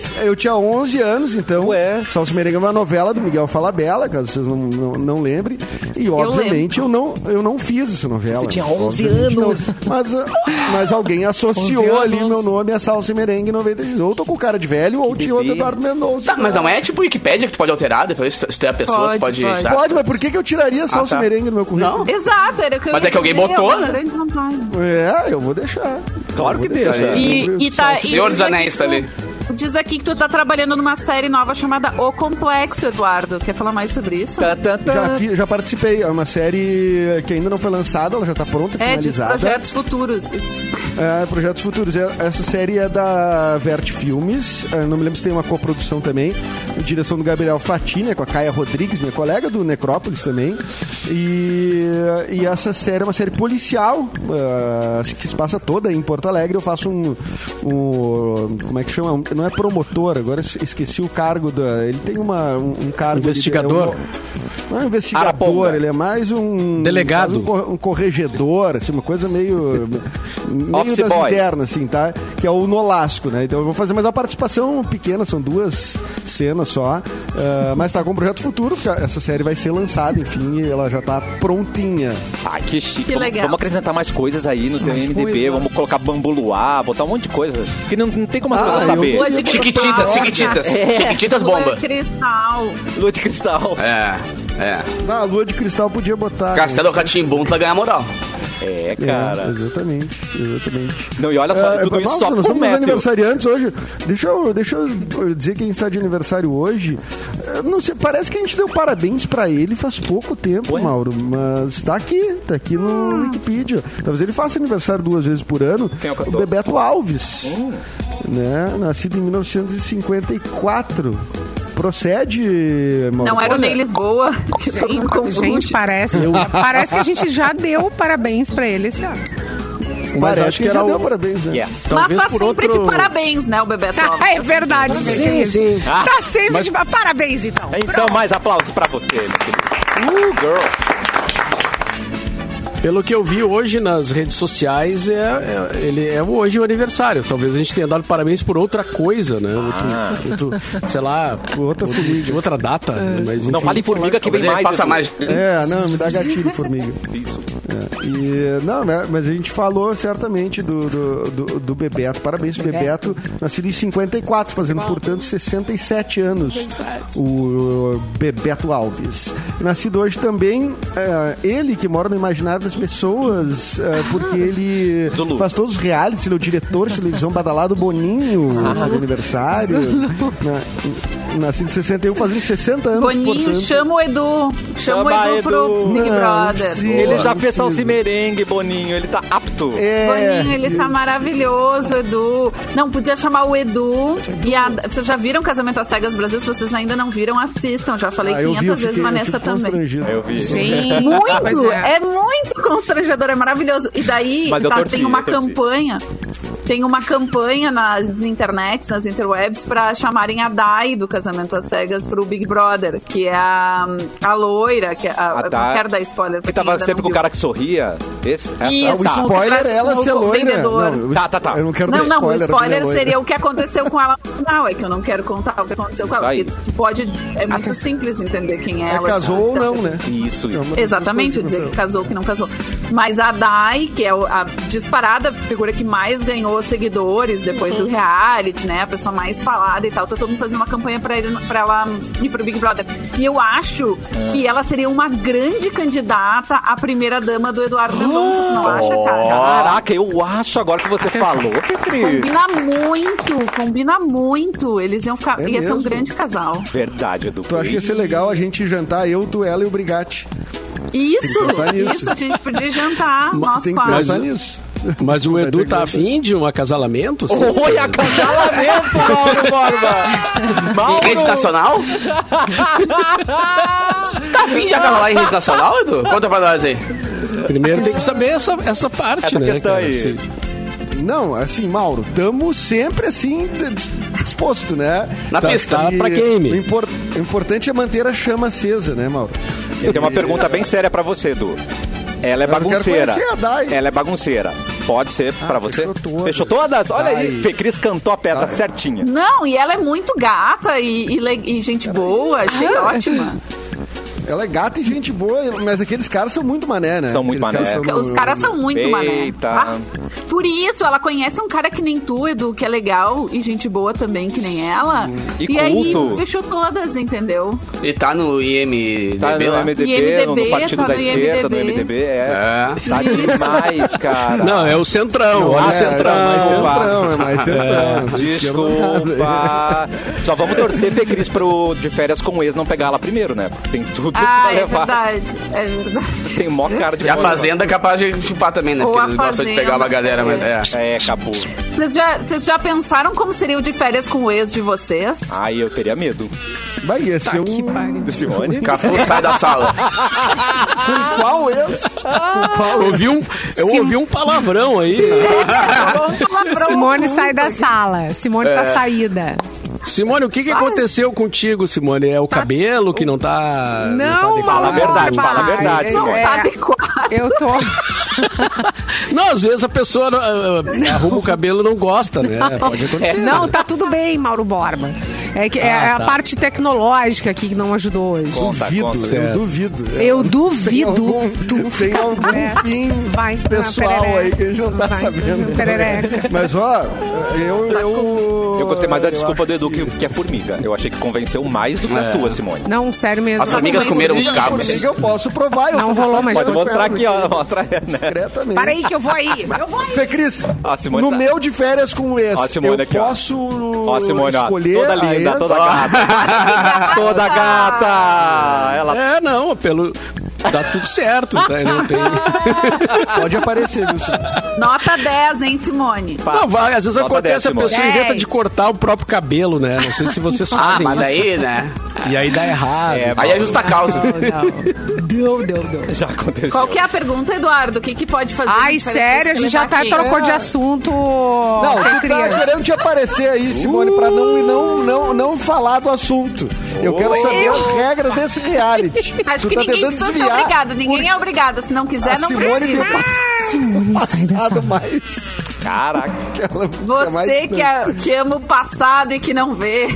[SPEAKER 5] 96. Eu tinha 11 anos, então.
[SPEAKER 1] Ué.
[SPEAKER 5] Salsa Merengue é uma novela do Miguel Falabella, caso vocês não, não, não lembrem. E, obviamente, eu, não, eu não fiz essa novela.
[SPEAKER 1] Você tinha 11
[SPEAKER 5] Obviamente não.
[SPEAKER 1] anos.
[SPEAKER 5] mas, ah, mas alguém
[SPEAKER 1] 11
[SPEAKER 5] associou
[SPEAKER 1] anos.
[SPEAKER 5] ali meu nome a Salsa Merengue 96. Ou tô com cara de velho, ou tinha outro
[SPEAKER 3] bebê.
[SPEAKER 5] Eduardo Mendonça.
[SPEAKER 3] Tá, mas não é tipo Wikipédia que tu pode alterar depois, se tu- se tu é a pessoa,
[SPEAKER 6] Pode,
[SPEAKER 3] tu pode...
[SPEAKER 6] pode.
[SPEAKER 3] sabe?
[SPEAKER 5] Pode, mas por que, que eu tiraria
[SPEAKER 1] Ah,
[SPEAKER 5] Salsa
[SPEAKER 3] tá.
[SPEAKER 5] Merengue do meu currículo?
[SPEAKER 3] Não?
[SPEAKER 6] Exato, era o que eu
[SPEAKER 3] Mas
[SPEAKER 6] ia
[SPEAKER 3] é que alguém
[SPEAKER 6] dizer,
[SPEAKER 3] botou,
[SPEAKER 6] é uma
[SPEAKER 3] né?
[SPEAKER 6] grande vantagem.
[SPEAKER 5] É, eu vou deixar.
[SPEAKER 1] Claro
[SPEAKER 5] Eu
[SPEAKER 1] que
[SPEAKER 5] vou
[SPEAKER 1] deixa,
[SPEAKER 5] deixar.
[SPEAKER 1] né?
[SPEAKER 6] E, e tá,
[SPEAKER 3] O Senhor dos
[SPEAKER 6] e diz aqui
[SPEAKER 3] Anéis tá
[SPEAKER 6] que tu-
[SPEAKER 3] ali.
[SPEAKER 6] Diz aqui que tu tá trabalhando numa série nova chamada O Complexo, Eduardo. Quer falar mais sobre isso?
[SPEAKER 1] Tá, tá, tá.
[SPEAKER 6] ah.
[SPEAKER 5] Já, fi- já participei, é uma série que ainda não foi lançada, ela já tá pronta,
[SPEAKER 6] É, de
[SPEAKER 5] finalizada.
[SPEAKER 6] projetos futuros. Isso.
[SPEAKER 5] É, projetos futuros. É, Essa série é da Vert Filmes. É, Não me lembro se tem uma coprodução também. Direção do Gabriel Fatini, né, com a Caia Rodrigues, minha colega do Necrópolis também. E, e essa série é uma série policial ah, que se passa toda em Porto Alegre. Eu faço um. um- como é que chama? Um- Não é promotor, agora es- esqueci o cargo da. Ele tem uma, um, um cargo. de-
[SPEAKER 4] Investigador?
[SPEAKER 5] é um- não é um investigador,
[SPEAKER 1] Araponga.
[SPEAKER 5] ele é mais um.
[SPEAKER 4] Delegado.
[SPEAKER 5] quase Um, cor- um corregedor, assim, uma coisa meio. meio
[SPEAKER 1] Office
[SPEAKER 5] das
[SPEAKER 1] boy.
[SPEAKER 5] internas, assim, tá? Que é o Nolasco, né? Então eu vou fazer mais uma participação pequena, são duas cenas só. Ah, mas tá com um projeto futuro, porque essa série vai ser lançada, enfim, e ela já tá prontinha.
[SPEAKER 1] Ai, que chique.
[SPEAKER 6] Que
[SPEAKER 1] vamos,
[SPEAKER 6] legal.
[SPEAKER 1] vamos acrescentar mais coisas aí no teu
[SPEAKER 2] Mais
[SPEAKER 1] MDB.
[SPEAKER 2] coisas.
[SPEAKER 1] Vamos colocar bambu luar, botar um monte de coisa. Porque não, não tem como as
[SPEAKER 5] Ah,
[SPEAKER 1] pessoas
[SPEAKER 5] eu-
[SPEAKER 1] saber.
[SPEAKER 6] Lua de
[SPEAKER 3] Chiquititas,
[SPEAKER 6] cristal. É.
[SPEAKER 3] chiquititas. Chiquititas
[SPEAKER 6] Lua
[SPEAKER 3] bomba.
[SPEAKER 6] de cristal.
[SPEAKER 1] Lua de cristal.
[SPEAKER 3] É, é.
[SPEAKER 5] Na Ah, lua de cristal podia botar. né?
[SPEAKER 3] Castelo Ratimbum, tu vai ganhar moral.
[SPEAKER 1] É,
[SPEAKER 5] É,
[SPEAKER 1] cara.
[SPEAKER 5] exatamente, exatamente.
[SPEAKER 1] Não, e olha só,
[SPEAKER 5] Ah,
[SPEAKER 1] tudo isso só
[SPEAKER 5] nossa, nós
[SPEAKER 1] pro
[SPEAKER 5] somos
[SPEAKER 1] Matthew.
[SPEAKER 5] aniversariantes hoje. Deixa eu, deixa eu dizer quem está de aniversário hoje. Eu Não sei, parece que a gente deu parabéns pra ele faz pouco tempo,
[SPEAKER 1] Ué? Ah.
[SPEAKER 5] Mauro, mas tá aqui, tá aqui no Wikipedia. Talvez ele faça aniversário duas vezes por ano.
[SPEAKER 1] Quem é o
[SPEAKER 5] o
[SPEAKER 1] cantor? Hum.
[SPEAKER 5] Bebeto Alves, né? Nascido em 1954. Procede, Mauro?
[SPEAKER 6] Não era o Ney Lisboa. Sim,
[SPEAKER 2] Gente, parece, parece que a gente já deu parabéns pra ele assim, esse ano.
[SPEAKER 5] Parece
[SPEAKER 4] acho
[SPEAKER 5] que,
[SPEAKER 4] que era
[SPEAKER 5] já
[SPEAKER 4] o-
[SPEAKER 1] um.
[SPEAKER 5] deu parabéns, né?
[SPEAKER 1] Yes.
[SPEAKER 6] Mas
[SPEAKER 4] Talvez
[SPEAKER 6] tá
[SPEAKER 4] por
[SPEAKER 6] É. sempre
[SPEAKER 4] outro...
[SPEAKER 6] de parabéns, né, o Bebeto Alves?
[SPEAKER 2] Tá, é verdade.
[SPEAKER 4] Sim, sim.
[SPEAKER 2] Tá sempre de parabéns, então.
[SPEAKER 1] Então, mais aplausos pra você, meu querido. Uh, girl.
[SPEAKER 4] Pelo que eu vi hoje nas redes sociais, é, é- ele é hoje o aniversário. Talvez a gente tenha dado parabéns por outra coisa, né?
[SPEAKER 1] Ah.
[SPEAKER 4] Outro, outro, sei lá, por
[SPEAKER 5] outra formiga.
[SPEAKER 4] outra data. Mas,
[SPEAKER 1] Não
[SPEAKER 4] enfim.
[SPEAKER 1] fale em formiga que vem
[SPEAKER 3] Talvez ele
[SPEAKER 1] mais. assim.
[SPEAKER 3] faça
[SPEAKER 1] Edu.
[SPEAKER 3] mais.
[SPEAKER 5] É, não, me dá gatilho, formiga.
[SPEAKER 1] Isso.
[SPEAKER 5] É, E, não, né, mas a gente falou certamente do, do, do- do Bebeto. Parabéns, Bebeto. Nascido em 54, fazendo, portanto, 67 anos. O Bebeto Alves. Nascido hoje também, é, ele que mora no imaginário das pessoas, é,
[SPEAKER 6] Ah.
[SPEAKER 5] porque ele
[SPEAKER 1] Zulu.
[SPEAKER 5] faz todos os realities, ele é o diretor de televisão badalado Boninho, seu aniversário. Na- Nascido em 61, fazendo 60 anos,
[SPEAKER 6] Boninho,
[SPEAKER 5] portanto.
[SPEAKER 6] chama o Edu. Chama,
[SPEAKER 1] Chama
[SPEAKER 6] o Edu,
[SPEAKER 1] Edu.
[SPEAKER 6] pro Big
[SPEAKER 5] Não,
[SPEAKER 6] Brother.
[SPEAKER 5] sim.
[SPEAKER 1] Ele
[SPEAKER 5] Boa.
[SPEAKER 1] já fez
[SPEAKER 5] Precisa.
[SPEAKER 1] salsimerengue, Boninho. Ele tá apto.
[SPEAKER 5] É,
[SPEAKER 6] Boninho, ele
[SPEAKER 5] e-
[SPEAKER 6] tá maravilhoso, Edu. Não, podia chamar o Edu. E a, vocês já viram Casamento às Cegas Brasil? Se vocês ainda não viram, assistam. Já falei
[SPEAKER 5] Ah, eu
[SPEAKER 6] 500
[SPEAKER 5] vi, eu
[SPEAKER 6] vezes,
[SPEAKER 5] fiquei- eu
[SPEAKER 6] Vanessa
[SPEAKER 5] fico
[SPEAKER 6] também.
[SPEAKER 5] constrangido.
[SPEAKER 1] Eu vi.
[SPEAKER 2] Sim.
[SPEAKER 1] Ah,
[SPEAKER 2] Pois
[SPEAKER 6] Muito!
[SPEAKER 2] é.
[SPEAKER 6] É. muito constrangedor, é maravilhoso. E daí
[SPEAKER 1] Mas eu
[SPEAKER 6] tá,
[SPEAKER 1] torci,
[SPEAKER 6] tem uma
[SPEAKER 1] eu torci.
[SPEAKER 6] campanha. Tem uma campanha nas internets, nas interwebs, pra chamarem a Dai do Casamento às Cegas pro Big Brother, que é a, a loira, que é a,
[SPEAKER 1] Ah,
[SPEAKER 6] eu
[SPEAKER 1] tá.
[SPEAKER 6] não quero dar spoiler. pra
[SPEAKER 1] Que
[SPEAKER 6] quem
[SPEAKER 1] tava
[SPEAKER 6] ainda
[SPEAKER 1] sempre
[SPEAKER 6] não
[SPEAKER 1] com o
[SPEAKER 6] viu.
[SPEAKER 1] cara que sorria. Esse, essa,
[SPEAKER 5] Ah,
[SPEAKER 6] Isso.
[SPEAKER 5] o
[SPEAKER 1] essa.
[SPEAKER 5] spoiler
[SPEAKER 6] Traz
[SPEAKER 5] é ela
[SPEAKER 6] o
[SPEAKER 5] ser loira.
[SPEAKER 6] vendedor.
[SPEAKER 5] Não, o-
[SPEAKER 1] Tá, tá, tá.
[SPEAKER 5] Eu não quero
[SPEAKER 6] um Não,
[SPEAKER 5] dar
[SPEAKER 6] não, o
[SPEAKER 5] spoiler. porque
[SPEAKER 6] spoiler
[SPEAKER 5] ela é loira.
[SPEAKER 6] seria o que aconteceu com ela no final, é que eu não quero contar o que aconteceu com
[SPEAKER 1] Isso
[SPEAKER 6] ela,
[SPEAKER 1] aí.
[SPEAKER 6] porque tu pode. É muito simples entender quem é
[SPEAKER 5] Ah, tá. É,
[SPEAKER 6] ela.
[SPEAKER 5] casou
[SPEAKER 6] sabe?
[SPEAKER 5] ou não, né?
[SPEAKER 1] Isso, isso.
[SPEAKER 6] Exatamente, dizer que casou que não casou. Mas a Dai, que é o- a disparada figura que mais ganhou seguidores depois
[SPEAKER 1] Uhum.
[SPEAKER 6] do reality, né? A pessoa mais falada e tal, tá todo mundo fazendo uma campanha pra, ele, pra ela ir pro Big Brother. E eu acho
[SPEAKER 1] É.
[SPEAKER 6] que ela seria uma grande candidata à primeira dama do Eduardo Mendonça, tu não acha, cara?
[SPEAKER 1] Caraca, eu acho agora que você
[SPEAKER 2] Atenção.
[SPEAKER 1] falou, que Cris.
[SPEAKER 6] Combina muito, combina muito. Eles iam ficar.
[SPEAKER 5] É
[SPEAKER 6] ia ser um
[SPEAKER 5] mesmo?
[SPEAKER 6] grande casal.
[SPEAKER 1] Verdade, Edu.
[SPEAKER 5] é Tu acha que ia ser legal a gente jantar eu, tu, ela e o Brigatti?
[SPEAKER 6] Isso,
[SPEAKER 5] pensar nisso.
[SPEAKER 6] isso, a gente podia jantar,
[SPEAKER 4] Mas
[SPEAKER 6] nós
[SPEAKER 5] Tem que
[SPEAKER 6] quatro.
[SPEAKER 5] pensar nisso.
[SPEAKER 4] Mas o
[SPEAKER 1] né?
[SPEAKER 5] Vai ter
[SPEAKER 4] Edu
[SPEAKER 5] que
[SPEAKER 4] tá
[SPEAKER 5] voltar.
[SPEAKER 4] afim de um acasalamento? assim?
[SPEAKER 1] Oi, acasalamento, Mauro Borba! Mauro!
[SPEAKER 3] Em rede nacional? tá afim de acabar em rede nacional, Edu? Conta pra nós aí.
[SPEAKER 4] Primeiro tem que saber essa, essa parte,
[SPEAKER 1] Essa
[SPEAKER 4] né?
[SPEAKER 1] questão aí.
[SPEAKER 4] Se-
[SPEAKER 5] Não, assim, Mauro, tamo sempre assim d- dis- disposto, né?
[SPEAKER 3] Na pista,
[SPEAKER 5] E
[SPEAKER 4] pra game.
[SPEAKER 5] O, impor- o importante é manter a chama acesa, né, Mauro?
[SPEAKER 1] Eu tenho uma pergunta bem séria pra você, Edu. Ela é
[SPEAKER 5] Eu quero
[SPEAKER 1] bagunceira.
[SPEAKER 5] conhecer a Dai. Ah,
[SPEAKER 1] Ela é bagunceira. Pode ser pra você?
[SPEAKER 5] fechou todas.
[SPEAKER 1] Fechou todas? Olha aí,
[SPEAKER 5] Dai.
[SPEAKER 1] Fê Cris cantou a pedra certinha.
[SPEAKER 6] Não, e ela é muito gata e, e le- e gente boa,
[SPEAKER 5] Ah,
[SPEAKER 6] achei ótima.
[SPEAKER 5] Ela é gata e gente boa, mas aqueles caras são muito mané, né?
[SPEAKER 1] São muito
[SPEAKER 5] Aqueles
[SPEAKER 1] mané.
[SPEAKER 5] tão-
[SPEAKER 6] Os caras são muito mané.
[SPEAKER 1] Eita.
[SPEAKER 6] tá? Por isso, ela conhece um cara que nem tu, Edu, que é legal e gente boa também, que nem ela.
[SPEAKER 1] Hum, E culto. Tipo,
[SPEAKER 6] aí, fechou todas, entendeu?
[SPEAKER 3] E tá no IMDB
[SPEAKER 1] Tá no
[SPEAKER 3] lá.
[SPEAKER 1] MDB, no, no
[SPEAKER 6] IMDB,
[SPEAKER 1] Partido
[SPEAKER 6] tá
[SPEAKER 1] da
[SPEAKER 6] no
[SPEAKER 1] Esquerda, no
[SPEAKER 6] IMDB.
[SPEAKER 1] MDB. É.
[SPEAKER 3] É.
[SPEAKER 1] Tá demais, cara.
[SPEAKER 4] Não, é o Centrão.
[SPEAKER 5] Não,
[SPEAKER 4] olha
[SPEAKER 5] é,
[SPEAKER 4] o Centrão.
[SPEAKER 5] É mais centrão, é mais centrão.
[SPEAKER 1] Desculpa. Só vamos torcer, Fê Cris, pro de férias com o ex não pegar ela primeiro, né? Porque tem tudo
[SPEAKER 6] Ah,
[SPEAKER 1] pra
[SPEAKER 6] é
[SPEAKER 1] levar.
[SPEAKER 6] verdade. É verdade.
[SPEAKER 1] tem mó cara de
[SPEAKER 3] E a
[SPEAKER 1] boa, né?
[SPEAKER 3] Fazenda é capaz de chupar também, né?
[SPEAKER 6] Ou
[SPEAKER 3] Porque
[SPEAKER 6] a
[SPEAKER 3] eles gostam de
[SPEAKER 6] Fazenda.
[SPEAKER 3] pegar uma galera, mas é.
[SPEAKER 1] É, acabou.
[SPEAKER 6] Vocês já, vocês já pensaram como seria o de férias com o ex de vocês?
[SPEAKER 1] Aí eu teria medo.
[SPEAKER 5] Vai, ia ser um...
[SPEAKER 2] Que pariu.
[SPEAKER 1] Do Simone?
[SPEAKER 3] Cafu sai da sala.
[SPEAKER 5] Com qual ex?
[SPEAKER 1] Ah.
[SPEAKER 4] Eu ouvi um, eu ouvi um palavrão aí.
[SPEAKER 6] Falou um palavrão
[SPEAKER 2] Simone
[SPEAKER 6] junto.
[SPEAKER 2] sai da sala. Simone
[SPEAKER 1] É.
[SPEAKER 2] tá saída.
[SPEAKER 4] Simone, o que, que aconteceu contigo, Simone? É o cabelo que não tá.
[SPEAKER 2] Não,
[SPEAKER 4] tá
[SPEAKER 1] Fala a
[SPEAKER 2] Mauro
[SPEAKER 4] decorado?
[SPEAKER 1] verdade,
[SPEAKER 2] Borba.
[SPEAKER 1] fala a verdade,
[SPEAKER 2] É,
[SPEAKER 1] Simone.
[SPEAKER 6] Não
[SPEAKER 2] é,
[SPEAKER 6] tá adequado.
[SPEAKER 2] eu tô.
[SPEAKER 4] Não, às vezes a pessoa ah, ah, arruma o cabelo e não gosta, né? Pode acontecer.
[SPEAKER 2] Não, tá tudo bem, Mauro Borba. É, que, é
[SPEAKER 4] Ah,
[SPEAKER 2] a
[SPEAKER 4] tá.
[SPEAKER 2] parte tecnológica aqui que não ajudou hoje.
[SPEAKER 1] Conta,
[SPEAKER 5] Duvido,
[SPEAKER 1] conta.
[SPEAKER 5] eu duvido.
[SPEAKER 2] Eu
[SPEAKER 5] Tem
[SPEAKER 2] duvido.
[SPEAKER 5] algum,
[SPEAKER 2] tu
[SPEAKER 5] tem
[SPEAKER 2] fica-
[SPEAKER 5] algum
[SPEAKER 2] É.
[SPEAKER 5] fim
[SPEAKER 2] Vai, na
[SPEAKER 5] pessoal
[SPEAKER 2] perereca.
[SPEAKER 5] aí que a gente não tá
[SPEAKER 2] Vai, Tá
[SPEAKER 5] sabendo.
[SPEAKER 2] na perereca.
[SPEAKER 5] Mas ó, eu. Eu,
[SPEAKER 1] Eu gostei mais da desculpa
[SPEAKER 5] acho
[SPEAKER 1] do Edu, que, que é formiga. Eu achei que convenceu mais do que a tua, Simone.
[SPEAKER 2] Não, sério mesmo.
[SPEAKER 3] As formigas
[SPEAKER 6] mas
[SPEAKER 3] comeram os
[SPEAKER 6] formiga-
[SPEAKER 3] cabos.
[SPEAKER 5] Comigo eu posso provar. Eu
[SPEAKER 2] Não
[SPEAKER 5] tô
[SPEAKER 2] rolou, mas
[SPEAKER 5] falando
[SPEAKER 1] Pode
[SPEAKER 5] com
[SPEAKER 1] mostrar
[SPEAKER 5] ela
[SPEAKER 1] aqui, ó. Mostra, né?
[SPEAKER 5] Discretamente.
[SPEAKER 2] Para aí que eu vou aí. Eu vou aí.
[SPEAKER 5] Fê Cris,
[SPEAKER 1] Ó, a Simone
[SPEAKER 5] no
[SPEAKER 1] tá-
[SPEAKER 5] meu de férias com o ex,
[SPEAKER 1] Ó, a Simone
[SPEAKER 5] eu
[SPEAKER 1] aqui, ó.
[SPEAKER 5] posso
[SPEAKER 1] Ó, Simone, ó.
[SPEAKER 5] escolher
[SPEAKER 1] Toda
[SPEAKER 5] a
[SPEAKER 1] linda,
[SPEAKER 5] ex? Tá,
[SPEAKER 1] toda gata. toda gata! Ela
[SPEAKER 4] É, não, pelo. Tá tudo certo, tá? Não tem.
[SPEAKER 5] Pode aparecer, viu, Simone?
[SPEAKER 6] Nota 10, hein, Simone?
[SPEAKER 1] Pá.
[SPEAKER 4] Não, vai, às vezes
[SPEAKER 1] Nota
[SPEAKER 4] acontece,
[SPEAKER 1] décima.
[SPEAKER 4] a pessoa
[SPEAKER 2] Dez.
[SPEAKER 4] inventa de cortar o próprio cabelo, né? Não sei se vocês
[SPEAKER 3] Ah,
[SPEAKER 4] fazem
[SPEAKER 3] mas
[SPEAKER 4] isso.
[SPEAKER 3] daí, né?
[SPEAKER 4] E aí dá errado.
[SPEAKER 1] É,
[SPEAKER 3] Aí é justa causa.
[SPEAKER 2] Deu, deu, deu.
[SPEAKER 1] já aconteceu.
[SPEAKER 6] Qual que é a pergunta, Eduardo? O que, que pode fazer?
[SPEAKER 2] Ai,
[SPEAKER 6] de férias
[SPEAKER 2] sério, a
[SPEAKER 6] pra
[SPEAKER 2] gente já tá
[SPEAKER 6] levar quem?
[SPEAKER 2] trocou de assunto.
[SPEAKER 5] Não,
[SPEAKER 2] Não,
[SPEAKER 5] tu tá querendo te aparecer aí, Simone, pra não, não, não, não falar do assunto. Eu quero saber as regras desse reality.
[SPEAKER 6] Acho
[SPEAKER 5] tu
[SPEAKER 6] que
[SPEAKER 5] tá
[SPEAKER 6] ninguém
[SPEAKER 5] tentando
[SPEAKER 6] precisa ser
[SPEAKER 5] desviar.
[SPEAKER 6] obrigado. Ninguém é obrigado. Se não
[SPEAKER 5] A
[SPEAKER 6] quiser, não
[SPEAKER 5] Simone
[SPEAKER 6] precisa.
[SPEAKER 5] tem passado
[SPEAKER 2] Simone sai da sala.
[SPEAKER 5] mais
[SPEAKER 1] Caraca.
[SPEAKER 5] que ela. é
[SPEAKER 6] Você
[SPEAKER 5] mais-
[SPEAKER 6] que, é- que ama o passado e que não vê.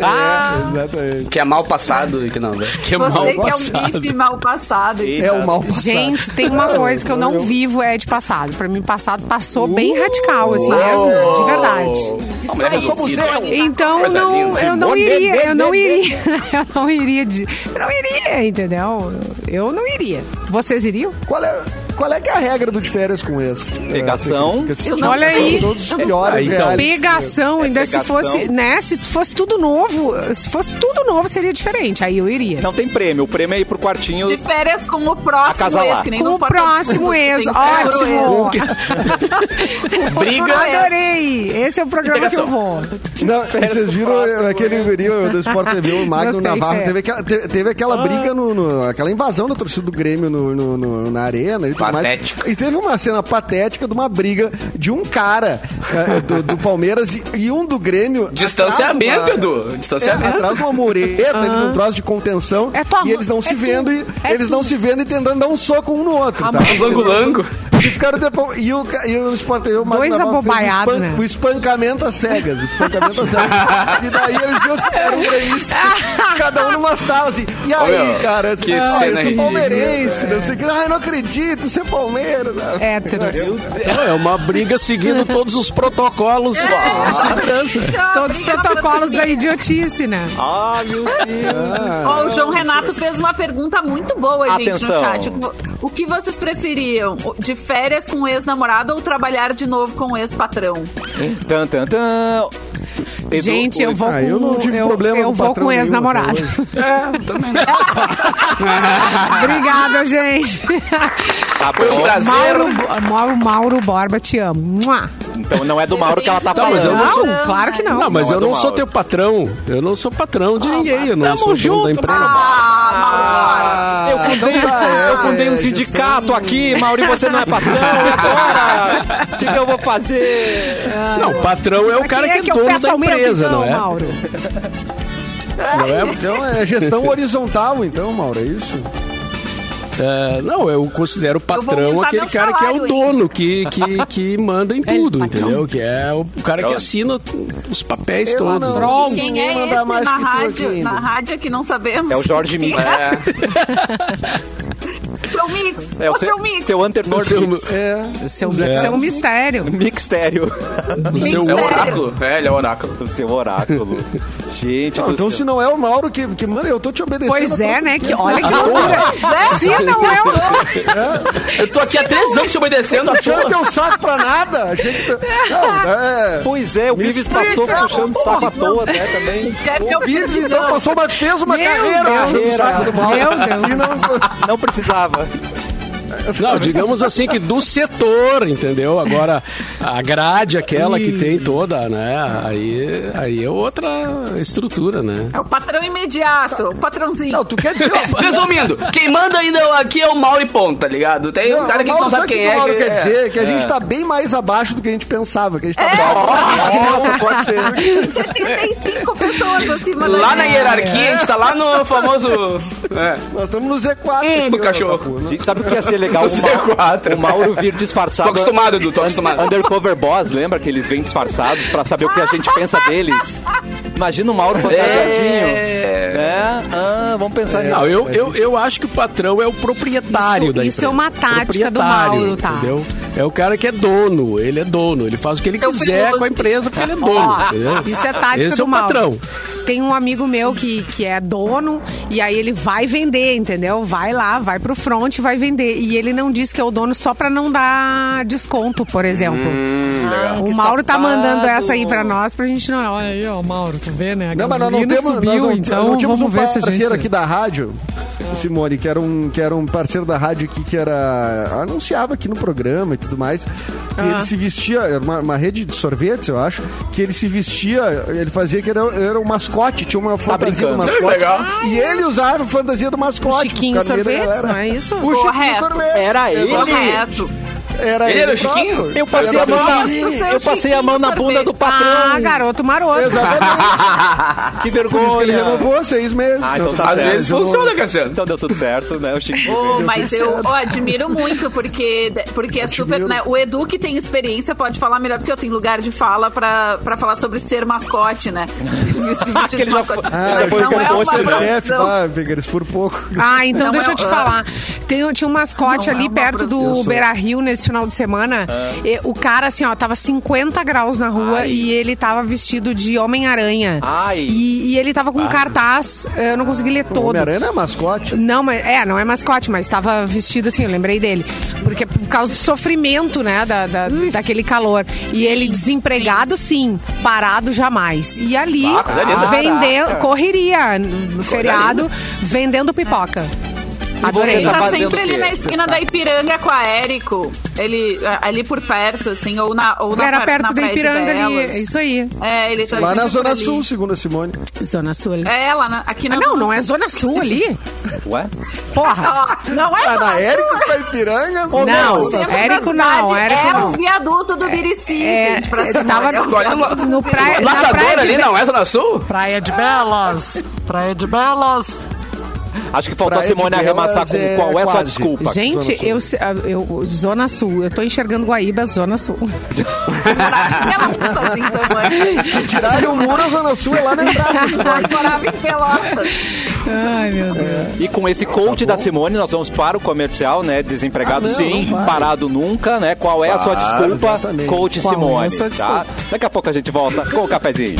[SPEAKER 6] Ah!
[SPEAKER 5] É, exatamente.
[SPEAKER 3] Que é mal passado e que não, né?
[SPEAKER 4] Que é mal
[SPEAKER 6] Você que é um
[SPEAKER 4] passado.
[SPEAKER 6] bife mal passado.
[SPEAKER 5] É o mal passado.
[SPEAKER 2] Gente, tem uma coisa que eu não vivo é de passado. Pra mim, passado passou bem radical, assim mesmo, de verdade.
[SPEAKER 3] A mulher
[SPEAKER 5] Eu sou
[SPEAKER 3] resolvida.
[SPEAKER 5] museu.
[SPEAKER 2] Então
[SPEAKER 3] Coisa
[SPEAKER 2] não,
[SPEAKER 3] linda.
[SPEAKER 2] eu não
[SPEAKER 1] Simone
[SPEAKER 2] iria, eu não
[SPEAKER 1] Bebê.
[SPEAKER 2] iria, eu não iria de, eu não iria, entendeu? Eu não iria. Vocês iriam?
[SPEAKER 5] Qual é, qual é que é a regra do de férias com esse? É,
[SPEAKER 1] Pegação.
[SPEAKER 6] não
[SPEAKER 2] Olha aí.
[SPEAKER 5] Todos os piores
[SPEAKER 4] Ah, então.
[SPEAKER 5] reais.
[SPEAKER 2] Pegação, ainda se
[SPEAKER 1] pegação.
[SPEAKER 2] fosse, né? Se fosse tudo novo, se fosse tudo novo seria diferente. Aí eu iria.
[SPEAKER 1] Não tem prêmio. O prêmio é ir pro quartinho.
[SPEAKER 6] De férias com o próximo
[SPEAKER 1] Acasalar.
[SPEAKER 6] ex. Que nem
[SPEAKER 2] Com
[SPEAKER 6] no
[SPEAKER 2] o
[SPEAKER 6] Porta dos
[SPEAKER 2] próximo
[SPEAKER 6] Fundos,
[SPEAKER 2] ex,
[SPEAKER 6] tem que ter o
[SPEAKER 2] ótimo.
[SPEAKER 6] ex.
[SPEAKER 3] Briga.
[SPEAKER 2] Adorei. Esse é o programa que eu vou.
[SPEAKER 5] Não, vocês viram aquele vídeo do Sport TV, o Magno
[SPEAKER 2] Gostei,
[SPEAKER 5] Navarro,
[SPEAKER 2] Fê.
[SPEAKER 5] teve aquela, te- teve aquela briga, no, no- aquela invasão da torcida do Grêmio no, no- no- na arena e tudo
[SPEAKER 3] Patético.
[SPEAKER 5] mais. E teve uma cena patética de uma briga de um cara eh, do, do Palmeiras e, e um do Grêmio.
[SPEAKER 3] Distanciamento,
[SPEAKER 5] atrás de uma-
[SPEAKER 3] Edu.
[SPEAKER 5] É,
[SPEAKER 3] Distanciamento.
[SPEAKER 5] atrás de uma mureta, ali de um troço de contenção,
[SPEAKER 2] É tua
[SPEAKER 5] e eles não
[SPEAKER 2] mão,
[SPEAKER 5] se
[SPEAKER 2] é
[SPEAKER 5] vendo,
[SPEAKER 2] tu,
[SPEAKER 5] e,
[SPEAKER 2] é
[SPEAKER 5] eles não
[SPEAKER 2] tu. Ah,
[SPEAKER 5] se vendo e tentando dar um soco um no outro. Tá?
[SPEAKER 3] Os lango-lango.
[SPEAKER 5] E ficaram tempão. E o, ca- e o Sport TV, o Magno
[SPEAKER 2] Dois
[SPEAKER 5] Navarro fez
[SPEAKER 2] abobaiados,
[SPEAKER 5] o,
[SPEAKER 2] né?
[SPEAKER 5] o espancamento às cegas. o Espancamento às cegas. e daí eles viram se eram gremistas, cada um numa sala assim. E aí,
[SPEAKER 3] Olha,
[SPEAKER 5] cara?
[SPEAKER 3] que
[SPEAKER 5] ah,
[SPEAKER 3] cena
[SPEAKER 5] eu sou
[SPEAKER 3] ridícula,
[SPEAKER 5] palmeirense, não sei o que. Ah, eu não acredito, você é palmeiras.
[SPEAKER 2] Héteros.
[SPEAKER 4] Não, é uma briga seguindo todos os protocolos de segurança.
[SPEAKER 6] Tchau,
[SPEAKER 2] Todos Então, os
[SPEAKER 6] briga na
[SPEAKER 2] protocolos da
[SPEAKER 6] pandemia.
[SPEAKER 2] idiotice, né?
[SPEAKER 1] Ah, meu Deus.
[SPEAKER 6] Ó, o João Renato fez uma pergunta muito boa, gente,
[SPEAKER 1] Atenção.
[SPEAKER 6] no chat. O que vocês preferiam? De férias com o ex-namorado ou trabalhar de novo com o ex-patrão?
[SPEAKER 1] tan, tan, tan. Edu,
[SPEAKER 2] Gente, eu vou
[SPEAKER 5] Ah, eu não
[SPEAKER 2] com
[SPEAKER 5] tive
[SPEAKER 2] eu,
[SPEAKER 5] problema
[SPEAKER 2] eu
[SPEAKER 5] com
[SPEAKER 2] vou
[SPEAKER 5] patrão
[SPEAKER 2] com
[SPEAKER 5] nenhum até
[SPEAKER 2] ex-namorado.
[SPEAKER 5] hoje.
[SPEAKER 2] Obrigada, gente.
[SPEAKER 1] Tá
[SPEAKER 3] Foi um
[SPEAKER 1] bom.
[SPEAKER 3] prazer.
[SPEAKER 2] Mauro, Bo- Mauro, Mauro Borba, te amo. Mua.
[SPEAKER 1] Então não é do Mauro que ela tá
[SPEAKER 4] Tá, mas
[SPEAKER 1] falando.
[SPEAKER 4] eu não sou-
[SPEAKER 2] claro que não.
[SPEAKER 4] Não, mas
[SPEAKER 1] Não, é
[SPEAKER 4] eu
[SPEAKER 1] do
[SPEAKER 4] não sou
[SPEAKER 1] Mauro.
[SPEAKER 4] teu patrão. Eu não sou patrão de ninguém. Eu não
[SPEAKER 2] tamo
[SPEAKER 4] sou dono
[SPEAKER 2] junto,
[SPEAKER 4] da empresa.
[SPEAKER 6] Ah,
[SPEAKER 2] É,
[SPEAKER 1] Ah, eu fundei,
[SPEAKER 5] Então tá,
[SPEAKER 1] eu fundei
[SPEAKER 5] é,
[SPEAKER 1] um sindicato aqui, Mauro, e você não é patrão, agora! O que, que eu vou fazer?
[SPEAKER 4] Não, patrão é o
[SPEAKER 2] Pra
[SPEAKER 4] cara que é
[SPEAKER 2] quem eu
[SPEAKER 4] dono
[SPEAKER 2] peço
[SPEAKER 4] da
[SPEAKER 2] aumento,
[SPEAKER 4] empresa,
[SPEAKER 2] então,
[SPEAKER 4] não é?
[SPEAKER 2] Mauro.
[SPEAKER 4] Não é?
[SPEAKER 5] Então é gestão horizontal, então, Mauro, é isso?
[SPEAKER 4] É, não, eu considero o
[SPEAKER 6] Eu vou
[SPEAKER 4] patrão
[SPEAKER 6] aumentar
[SPEAKER 4] aquele
[SPEAKER 6] meu
[SPEAKER 4] cara que é o
[SPEAKER 6] salário, hein?
[SPEAKER 4] dono, que, que, que manda em tudo,
[SPEAKER 2] patrão.
[SPEAKER 4] entendeu? Que é o cara que assina os papéis todos. né?
[SPEAKER 5] Ninguém
[SPEAKER 6] Quem é
[SPEAKER 5] manda
[SPEAKER 6] esse
[SPEAKER 5] mais
[SPEAKER 6] na
[SPEAKER 5] que tu aqui
[SPEAKER 6] rádio?
[SPEAKER 5] ainda.
[SPEAKER 6] Na rádio é que não sabemos.
[SPEAKER 1] É o Jorge Mix.
[SPEAKER 3] É,
[SPEAKER 6] Seu Mix.
[SPEAKER 1] É
[SPEAKER 6] Ô,
[SPEAKER 1] o
[SPEAKER 6] seu
[SPEAKER 1] seu,
[SPEAKER 6] Mix.
[SPEAKER 1] seu antenor
[SPEAKER 4] O seu-
[SPEAKER 1] Mix.
[SPEAKER 5] É.
[SPEAKER 2] Seu,
[SPEAKER 4] É.
[SPEAKER 2] seu mistério.
[SPEAKER 1] Mixtério.
[SPEAKER 4] O seu-
[SPEAKER 3] é o oráculo. É, ele é o oráculo.
[SPEAKER 1] O seu oráculo. Gente,
[SPEAKER 5] Não,
[SPEAKER 1] do
[SPEAKER 5] então
[SPEAKER 1] céu.
[SPEAKER 5] se não é o Mauro que, que mano, eu tô te obedecendo.
[SPEAKER 2] Pois
[SPEAKER 5] eu
[SPEAKER 4] tá
[SPEAKER 2] é,
[SPEAKER 5] tô-
[SPEAKER 2] né? Que, olha que loucura. Se não é o
[SPEAKER 3] Eu tô aqui há três anos te obedecendo à
[SPEAKER 5] Puxando
[SPEAKER 3] toa.
[SPEAKER 5] teu saco pra nada. Achei que tu- Não, é.
[SPEAKER 1] Pois é, o
[SPEAKER 5] Me
[SPEAKER 1] Vives
[SPEAKER 5] explica,
[SPEAKER 1] passou puxando o saco à toa, né, também.
[SPEAKER 6] Deve ter
[SPEAKER 5] O Bives,
[SPEAKER 6] opinião.
[SPEAKER 5] então, passou uma, fez uma
[SPEAKER 2] Meu
[SPEAKER 5] carreira
[SPEAKER 2] Deus.
[SPEAKER 5] puxando o saco do Mauro.
[SPEAKER 2] Meu Deus.
[SPEAKER 5] E não,
[SPEAKER 1] Não precisava.
[SPEAKER 4] Não, digamos assim que do setor, entendeu? Agora, a grade aquela que tem toda, né? Aí, aí é outra estrutura, né?
[SPEAKER 6] É o patrão imediato, o patrãozinho.
[SPEAKER 5] Não, tu quer dizer o seguinte.
[SPEAKER 3] Resumindo, quem manda ainda aqui é o Mauro e ponto, tá ligado? Tem um cara que a gente
[SPEAKER 5] Mauro,
[SPEAKER 3] não sabe
[SPEAKER 5] o que
[SPEAKER 3] quem
[SPEAKER 5] o
[SPEAKER 3] é.
[SPEAKER 5] Mauro
[SPEAKER 3] que-
[SPEAKER 5] quer
[SPEAKER 3] é.
[SPEAKER 5] dizer? Que a gente tá bem mais abaixo do que a gente pensava. Que a gente tá
[SPEAKER 1] Nossa, pode ser.
[SPEAKER 5] é.
[SPEAKER 6] 75 pessoas acima da
[SPEAKER 3] Lá na
[SPEAKER 6] gente.
[SPEAKER 3] hierarquia, a gente tá lá no famoso. É.
[SPEAKER 5] Nós estamos no Z4.
[SPEAKER 3] Hum,
[SPEAKER 5] aqui,
[SPEAKER 3] do
[SPEAKER 5] ó,
[SPEAKER 3] cachorro.
[SPEAKER 5] Capu, né?
[SPEAKER 1] Gente, sabe o que ia ser legal? O Mauro,
[SPEAKER 3] C4.
[SPEAKER 1] o Mauro vir
[SPEAKER 3] Tô
[SPEAKER 4] Tá
[SPEAKER 1] disfarçado.
[SPEAKER 3] acostumado, Edu, tô acostumado.
[SPEAKER 1] Undercover Boss, lembra que eles vêm disfarçados pra saber o que a gente pensa deles? Imagina o Mauro fantasiadinho.
[SPEAKER 3] É.
[SPEAKER 1] É, ah, vamos pensar nisso.
[SPEAKER 4] Não, eu, eu, eu acho que o patrão é o proprietário
[SPEAKER 2] Isso-
[SPEAKER 4] da
[SPEAKER 2] isso
[SPEAKER 4] empresa.
[SPEAKER 2] é uma tática do
[SPEAKER 4] Proprietário,
[SPEAKER 2] Mauro, tá?
[SPEAKER 4] Entendeu? É o cara que é dono, ele é dono, ele faz o que ele
[SPEAKER 6] Seu
[SPEAKER 4] quiser
[SPEAKER 6] filho
[SPEAKER 4] com a empresa porque ele é dono, entendeu?
[SPEAKER 2] Ó, isso é tática
[SPEAKER 4] Esse
[SPEAKER 2] do
[SPEAKER 4] é o
[SPEAKER 2] mal.
[SPEAKER 4] patrão.
[SPEAKER 2] Tem um amigo meu que, que é dono e aí ele vai vender, entendeu? Vai lá, vai pro front, vai vender. E ele não diz que é o dono só pra não dar desconto, por exemplo.
[SPEAKER 4] Hum,
[SPEAKER 2] o Mauro tá mandando essa aí pra nós pra gente não. Olha aí, ó, Mauro, tu vê, né? A
[SPEAKER 5] Não, mas nós não
[SPEAKER 2] gasolina
[SPEAKER 5] temos, nós
[SPEAKER 2] subiu,
[SPEAKER 5] não-
[SPEAKER 2] então
[SPEAKER 5] não tínhamos
[SPEAKER 2] vamos
[SPEAKER 5] um
[SPEAKER 2] ver se a
[SPEAKER 5] parceiro
[SPEAKER 2] gente.
[SPEAKER 5] aqui da rádio, Simone, que era, um, que era um parceiro da rádio aqui que era. anunciava aqui no programa e tudo mais. Que
[SPEAKER 2] Ah.
[SPEAKER 5] ele se vestia, era uma, uma rede de sorvetes, eu acho, que ele se vestia, ele fazia que era, era um mascote, tinha uma fantasia do
[SPEAKER 1] Tá brincando.
[SPEAKER 5] mascote. E ele usava a fantasia do mascote. pro
[SPEAKER 2] Chiquinho
[SPEAKER 5] Carneiro,
[SPEAKER 2] Sorvetes,
[SPEAKER 5] era-
[SPEAKER 2] não é isso?
[SPEAKER 5] O Chiquinho
[SPEAKER 6] Correto.
[SPEAKER 5] Sorvetes.
[SPEAKER 1] Era ele?
[SPEAKER 6] Correto.
[SPEAKER 5] Era
[SPEAKER 3] Ele
[SPEAKER 5] ele.
[SPEAKER 3] era o Chiquinho?
[SPEAKER 5] próprio.
[SPEAKER 1] Eu passei a
[SPEAKER 5] Era o
[SPEAKER 1] mão na,
[SPEAKER 6] Chiquinho.
[SPEAKER 1] eu passei a mão na bunda do
[SPEAKER 2] Ah,
[SPEAKER 1] patrão.
[SPEAKER 2] garoto maroto.
[SPEAKER 5] Exatamente.
[SPEAKER 1] Que
[SPEAKER 5] Por isso que ele
[SPEAKER 1] vergonha.
[SPEAKER 5] renovou seis meses.
[SPEAKER 1] Ah,
[SPEAKER 5] Não,
[SPEAKER 1] então
[SPEAKER 5] tô-
[SPEAKER 1] tá
[SPEAKER 3] Às
[SPEAKER 1] certo.
[SPEAKER 3] vezes
[SPEAKER 1] Eu não-
[SPEAKER 3] funciona, Cassiano.
[SPEAKER 1] Então deu tudo certo, né? O Chiquinho.
[SPEAKER 6] Ô,
[SPEAKER 1] veio.
[SPEAKER 6] mas eu ó, admiro muito, porque, porque é super.
[SPEAKER 5] Admiro.
[SPEAKER 6] né, o Edu, que tem experiência, pode falar melhor do que eu. Tem lugar de fala pra, pra falar sobre ser mascote, né? Esse vídeo de
[SPEAKER 1] ele já
[SPEAKER 6] mascote.
[SPEAKER 1] foi-
[SPEAKER 5] Ah,
[SPEAKER 6] Mas
[SPEAKER 5] eu
[SPEAKER 6] não
[SPEAKER 5] quero
[SPEAKER 6] é uma
[SPEAKER 5] ser chefe,
[SPEAKER 6] profissão.
[SPEAKER 5] ah, Figueiredo, por pouco.
[SPEAKER 2] Ah, então
[SPEAKER 6] Não,
[SPEAKER 2] deixa
[SPEAKER 6] é-
[SPEAKER 2] eu te falar. Tem, tinha um mascote
[SPEAKER 6] Não, é
[SPEAKER 2] ali
[SPEAKER 6] uma
[SPEAKER 2] perto
[SPEAKER 5] Eu
[SPEAKER 2] do
[SPEAKER 5] sou.
[SPEAKER 2] Beira Rio nesse final de semana. E o cara, assim, ó, tava 50 graus na rua
[SPEAKER 1] Ai. Ah,
[SPEAKER 2] e ele tava vestido de Homem-Aranha.
[SPEAKER 1] Ai.
[SPEAKER 2] E, e ele tava com um cartaz, eu não consegui ler todo.
[SPEAKER 5] Homem-Aranha não é mascote.
[SPEAKER 2] Não, mas é, não é mascote, mas estava vestido assim, eu lembrei dele. Porque por causa do sofrimento, né, da, da- daquele calor. E ele desempregado, sim, parado jamais. E ali,
[SPEAKER 3] Ah, coisa linda.
[SPEAKER 2] vendendo, correria, no feriado, vendendo pipoca. Adorei.
[SPEAKER 6] Ele
[SPEAKER 1] Tá
[SPEAKER 6] tá
[SPEAKER 1] fazendo
[SPEAKER 6] sempre
[SPEAKER 1] o
[SPEAKER 6] ali
[SPEAKER 1] quê?
[SPEAKER 6] na esquina da Ipiranga com a Érico. Ele, ah, ali por perto, assim, ou na ou na
[SPEAKER 2] Era
[SPEAKER 6] par- na
[SPEAKER 2] perto da
[SPEAKER 6] Praia de
[SPEAKER 2] Ipiranga ali,
[SPEAKER 6] Belas.
[SPEAKER 2] é isso aí.
[SPEAKER 6] É, ele tá
[SPEAKER 5] Lá na
[SPEAKER 6] sempre por
[SPEAKER 5] Zona
[SPEAKER 6] ali.
[SPEAKER 5] Sul, segundo a Simone.
[SPEAKER 2] Zona Sul ali.
[SPEAKER 6] É, lá na, aqui na
[SPEAKER 2] Ah, não,
[SPEAKER 6] Zona
[SPEAKER 2] não é
[SPEAKER 6] Sul.
[SPEAKER 2] Zona Sul ali.
[SPEAKER 1] Ué?
[SPEAKER 2] Porra.
[SPEAKER 6] Ah, Não é
[SPEAKER 5] Ah,
[SPEAKER 6] Zona
[SPEAKER 5] na
[SPEAKER 6] Sul.
[SPEAKER 5] Érico pra Ipiranga?
[SPEAKER 2] Não,
[SPEAKER 5] Não, é
[SPEAKER 2] sim.
[SPEAKER 5] na-
[SPEAKER 6] Centro
[SPEAKER 2] Érico
[SPEAKER 6] da
[SPEAKER 2] não,
[SPEAKER 6] cidade.
[SPEAKER 2] Érico
[SPEAKER 6] é
[SPEAKER 2] não.
[SPEAKER 6] o viaduto do Birici,
[SPEAKER 2] É,
[SPEAKER 6] gente, pra
[SPEAKER 2] ele
[SPEAKER 6] cima.
[SPEAKER 2] tava
[SPEAKER 6] É o
[SPEAKER 2] no-
[SPEAKER 6] viaduto do
[SPEAKER 2] no
[SPEAKER 6] Birici.
[SPEAKER 2] praia- na praia
[SPEAKER 3] Laçador
[SPEAKER 2] de
[SPEAKER 3] É ali,
[SPEAKER 2] Be-
[SPEAKER 3] não é Zona Sul?
[SPEAKER 2] Praia de Belas. Praia de Belas.
[SPEAKER 1] Acho que faltou a
[SPEAKER 5] Praia de
[SPEAKER 1] Simone arremassar
[SPEAKER 5] Belas
[SPEAKER 1] com
[SPEAKER 5] é
[SPEAKER 1] qual é a sua
[SPEAKER 5] quase.
[SPEAKER 1] desculpa.
[SPEAKER 2] Gente, eu, ah, eu. Zona Sul. Eu tô enxergando Guaíba, Zona Sul.
[SPEAKER 6] Ela não tá assim, então, é.
[SPEAKER 5] Tiraram o muro, a Zona Sul é lá na entrada.
[SPEAKER 6] Ela morava em Pelotas.
[SPEAKER 2] Ai, meu Deus.
[SPEAKER 1] E com esse coach da Simone, nós vamos para o comercial, né? Desempregado
[SPEAKER 5] Tá Ah, não,
[SPEAKER 1] sim,
[SPEAKER 5] não vai.
[SPEAKER 1] parado nunca, né? Qual é a sua desculpa,
[SPEAKER 5] exatamente.
[SPEAKER 1] coach
[SPEAKER 2] Qual é a
[SPEAKER 1] Simone?
[SPEAKER 2] sua
[SPEAKER 1] tá? Daqui a pouco a gente volta com o cafezinho.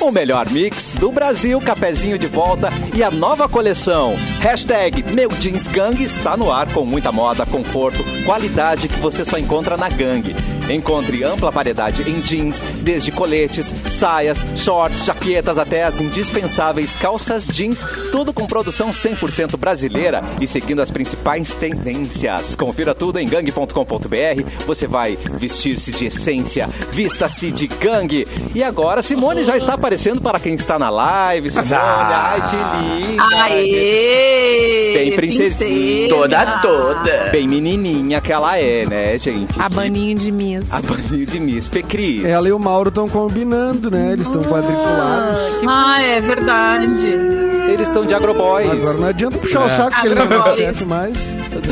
[SPEAKER 1] O melhor mix do Brasil, cafezinho de volta e a nova coleção. Hashtag Meu Jeans Gang está no ar com muita moda, conforto, qualidade que você só encontra na Gang. Encontre ampla variedade em jeans, desde coletes, saias, shorts, jaquetas até as indispensáveis calças jeans, tudo com produção 100% brasileira e seguindo as principais tendências. Confira tudo em gangue.com.br. Você vai vestir-se de essência, vista-se de gangue. E agora Simone já está aparecendo para quem está na live. Simone, ai, que linda.
[SPEAKER 6] Aê!
[SPEAKER 1] Bem princesinha.
[SPEAKER 3] Toda, toda.
[SPEAKER 1] Bem menininha que ela é, né, gente?
[SPEAKER 2] A baninha de Miss.
[SPEAKER 1] A banho de Miss Pecris.
[SPEAKER 5] Ela é e o Mauro estão combinando, né? Eles estão quadriculados.
[SPEAKER 6] Ah, é verdade.
[SPEAKER 1] Eles estão de agroboys.
[SPEAKER 5] Agora não adianta puxar o
[SPEAKER 4] É.
[SPEAKER 5] saco, porque ele não é
[SPEAKER 6] Agroboys.
[SPEAKER 5] chefe mais.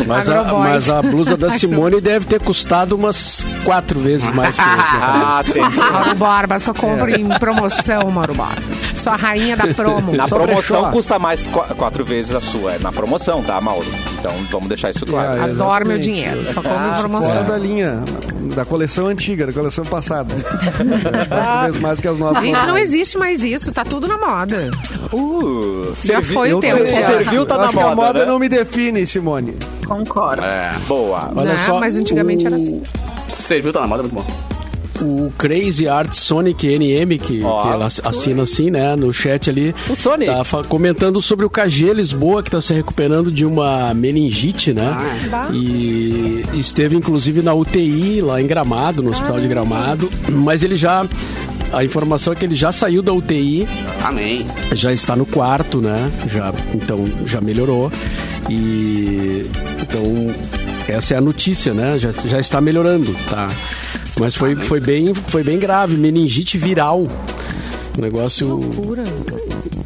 [SPEAKER 4] Mas a,
[SPEAKER 2] Agroboys.
[SPEAKER 4] mas a blusa da Simone deve ter custado umas quatro vezes mais que a
[SPEAKER 1] Ah, sim.
[SPEAKER 2] Mauro Borba, só
[SPEAKER 1] É.
[SPEAKER 2] compra em promoção, Mauro Borba. Sou a rainha da promo.
[SPEAKER 1] Na
[SPEAKER 5] Só
[SPEAKER 1] promoção
[SPEAKER 5] brechó.
[SPEAKER 1] custa mais qu- quatro vezes a sua. É na promoção, tá, Mauro? Então vamos deixar isso claro.
[SPEAKER 5] É,
[SPEAKER 2] Adoro meu
[SPEAKER 5] exatamente.
[SPEAKER 2] dinheiro, só compro
[SPEAKER 1] Ah,
[SPEAKER 2] em promoção.
[SPEAKER 5] Fora da linha, da coleção antiga, da coleção passada. Quatro vezes mais que as nossas.
[SPEAKER 2] Gente, não existe mais isso, tá tudo na moda.
[SPEAKER 5] é.
[SPEAKER 1] Uh, servi-
[SPEAKER 2] foi o
[SPEAKER 1] Eu
[SPEAKER 2] tempo.
[SPEAKER 6] né?
[SPEAKER 1] sei-
[SPEAKER 2] Já.
[SPEAKER 1] Serviu, tá
[SPEAKER 5] Acho
[SPEAKER 1] na
[SPEAKER 5] que
[SPEAKER 1] moda,
[SPEAKER 5] a moda
[SPEAKER 1] né?
[SPEAKER 5] não me define, Simone.
[SPEAKER 6] Concordo.
[SPEAKER 1] Boa.
[SPEAKER 4] Olha
[SPEAKER 2] né?
[SPEAKER 4] só,
[SPEAKER 2] Mas antigamente era
[SPEAKER 4] o-
[SPEAKER 2] assim.
[SPEAKER 3] Serviu, tá na moda, muito bom.
[SPEAKER 4] o Crazy Art Sonic NM, que,
[SPEAKER 1] Ó.
[SPEAKER 4] que ela assina assim, né, no chat ali.
[SPEAKER 1] O Sonic.
[SPEAKER 4] Tá fa- comentando sobre o KG Lisboa, que tá se recuperando de uma meningite, né?
[SPEAKER 1] Ah, é.
[SPEAKER 4] E esteve, inclusive, na UTI, lá em Gramado, no Hospital de Gramado. Mas ele já... A informação é que ele já saiu da UTI,
[SPEAKER 3] Amém.
[SPEAKER 4] já está no quarto, né? Já, então já melhorou. E então essa é a notícia, né? Já, já está melhorando, tá? Mas foi, foi, bem, foi bem grave, meningite viral. Um negócio
[SPEAKER 2] Pura.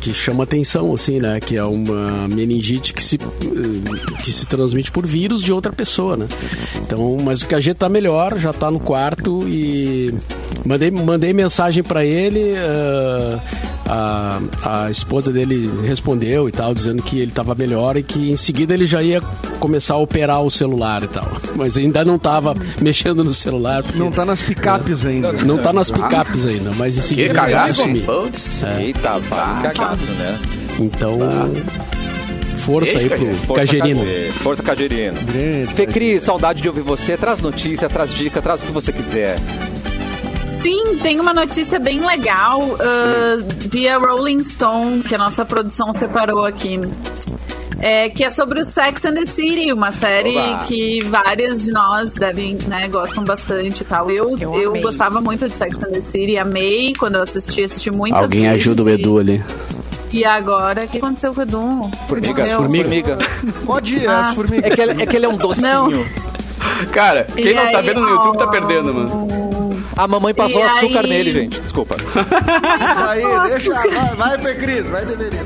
[SPEAKER 4] que chama atenção, assim, né? Que é uma meningite que se, eh, que se transmite por vírus de outra pessoa, né? Então, mas o KG tá melhor, já tá no quarto e mandei, mandei mensagem para ele, eh, a, a esposa dele respondeu e tal, dizendo que ele tava melhor e que em seguida ele já ia começar a operar o celular e tal. Mas ainda não tava mexendo no celular. porque
[SPEAKER 5] Não tá nas picapes ainda.
[SPEAKER 4] não tá nas picapes ainda, mas em seguida ele
[SPEAKER 3] Que
[SPEAKER 4] É. vai
[SPEAKER 3] cagaço,
[SPEAKER 4] sumir.
[SPEAKER 3] Putz.
[SPEAKER 6] É. Tá.
[SPEAKER 1] Eita, pá, cagado, né?
[SPEAKER 4] Então, força aí
[SPEAKER 3] Beijo,
[SPEAKER 4] pro
[SPEAKER 1] Força
[SPEAKER 4] Cagerino.
[SPEAKER 1] Cagê. Força Cagerino.
[SPEAKER 5] Grande.
[SPEAKER 1] Fê Cris, saudade de ouvir você. Traz notícia, traz dica, traz o que você quiser.
[SPEAKER 6] Sim, tem uma notícia bem legal ah, via Rolling Stone, que a nossa produção separou aqui. É, que é sobre o Sex and the City, uma série
[SPEAKER 1] Oba.
[SPEAKER 6] que várias de nós devem, né, gostam bastante e tal. Eu,
[SPEAKER 2] Eu
[SPEAKER 6] eu,
[SPEAKER 2] amei.
[SPEAKER 6] gostava muito de Sex and the City, amei quando eu assisti, assisti muitas vezes e-
[SPEAKER 3] ali.
[SPEAKER 6] E agora, o que aconteceu com o Edu?
[SPEAKER 1] Formigas,
[SPEAKER 6] Meu,
[SPEAKER 1] formiga.
[SPEAKER 5] Pode ir,
[SPEAKER 6] Ah.
[SPEAKER 5] as formigas.
[SPEAKER 1] É que, ele, é que ele é um docinho.
[SPEAKER 6] Não.
[SPEAKER 3] Cara,
[SPEAKER 6] E
[SPEAKER 3] quem não tá
[SPEAKER 6] aí,
[SPEAKER 3] vendo no YouTube tá
[SPEAKER 6] ó,
[SPEAKER 3] perdendo, mano.
[SPEAKER 1] A mamãe passou
[SPEAKER 6] E
[SPEAKER 1] açúcar
[SPEAKER 6] aí?
[SPEAKER 1] nele, gente. Desculpa.
[SPEAKER 6] É
[SPEAKER 5] Aí,
[SPEAKER 6] tá
[SPEAKER 5] deixa, vai, vai, Fê Cris, vai, deveria.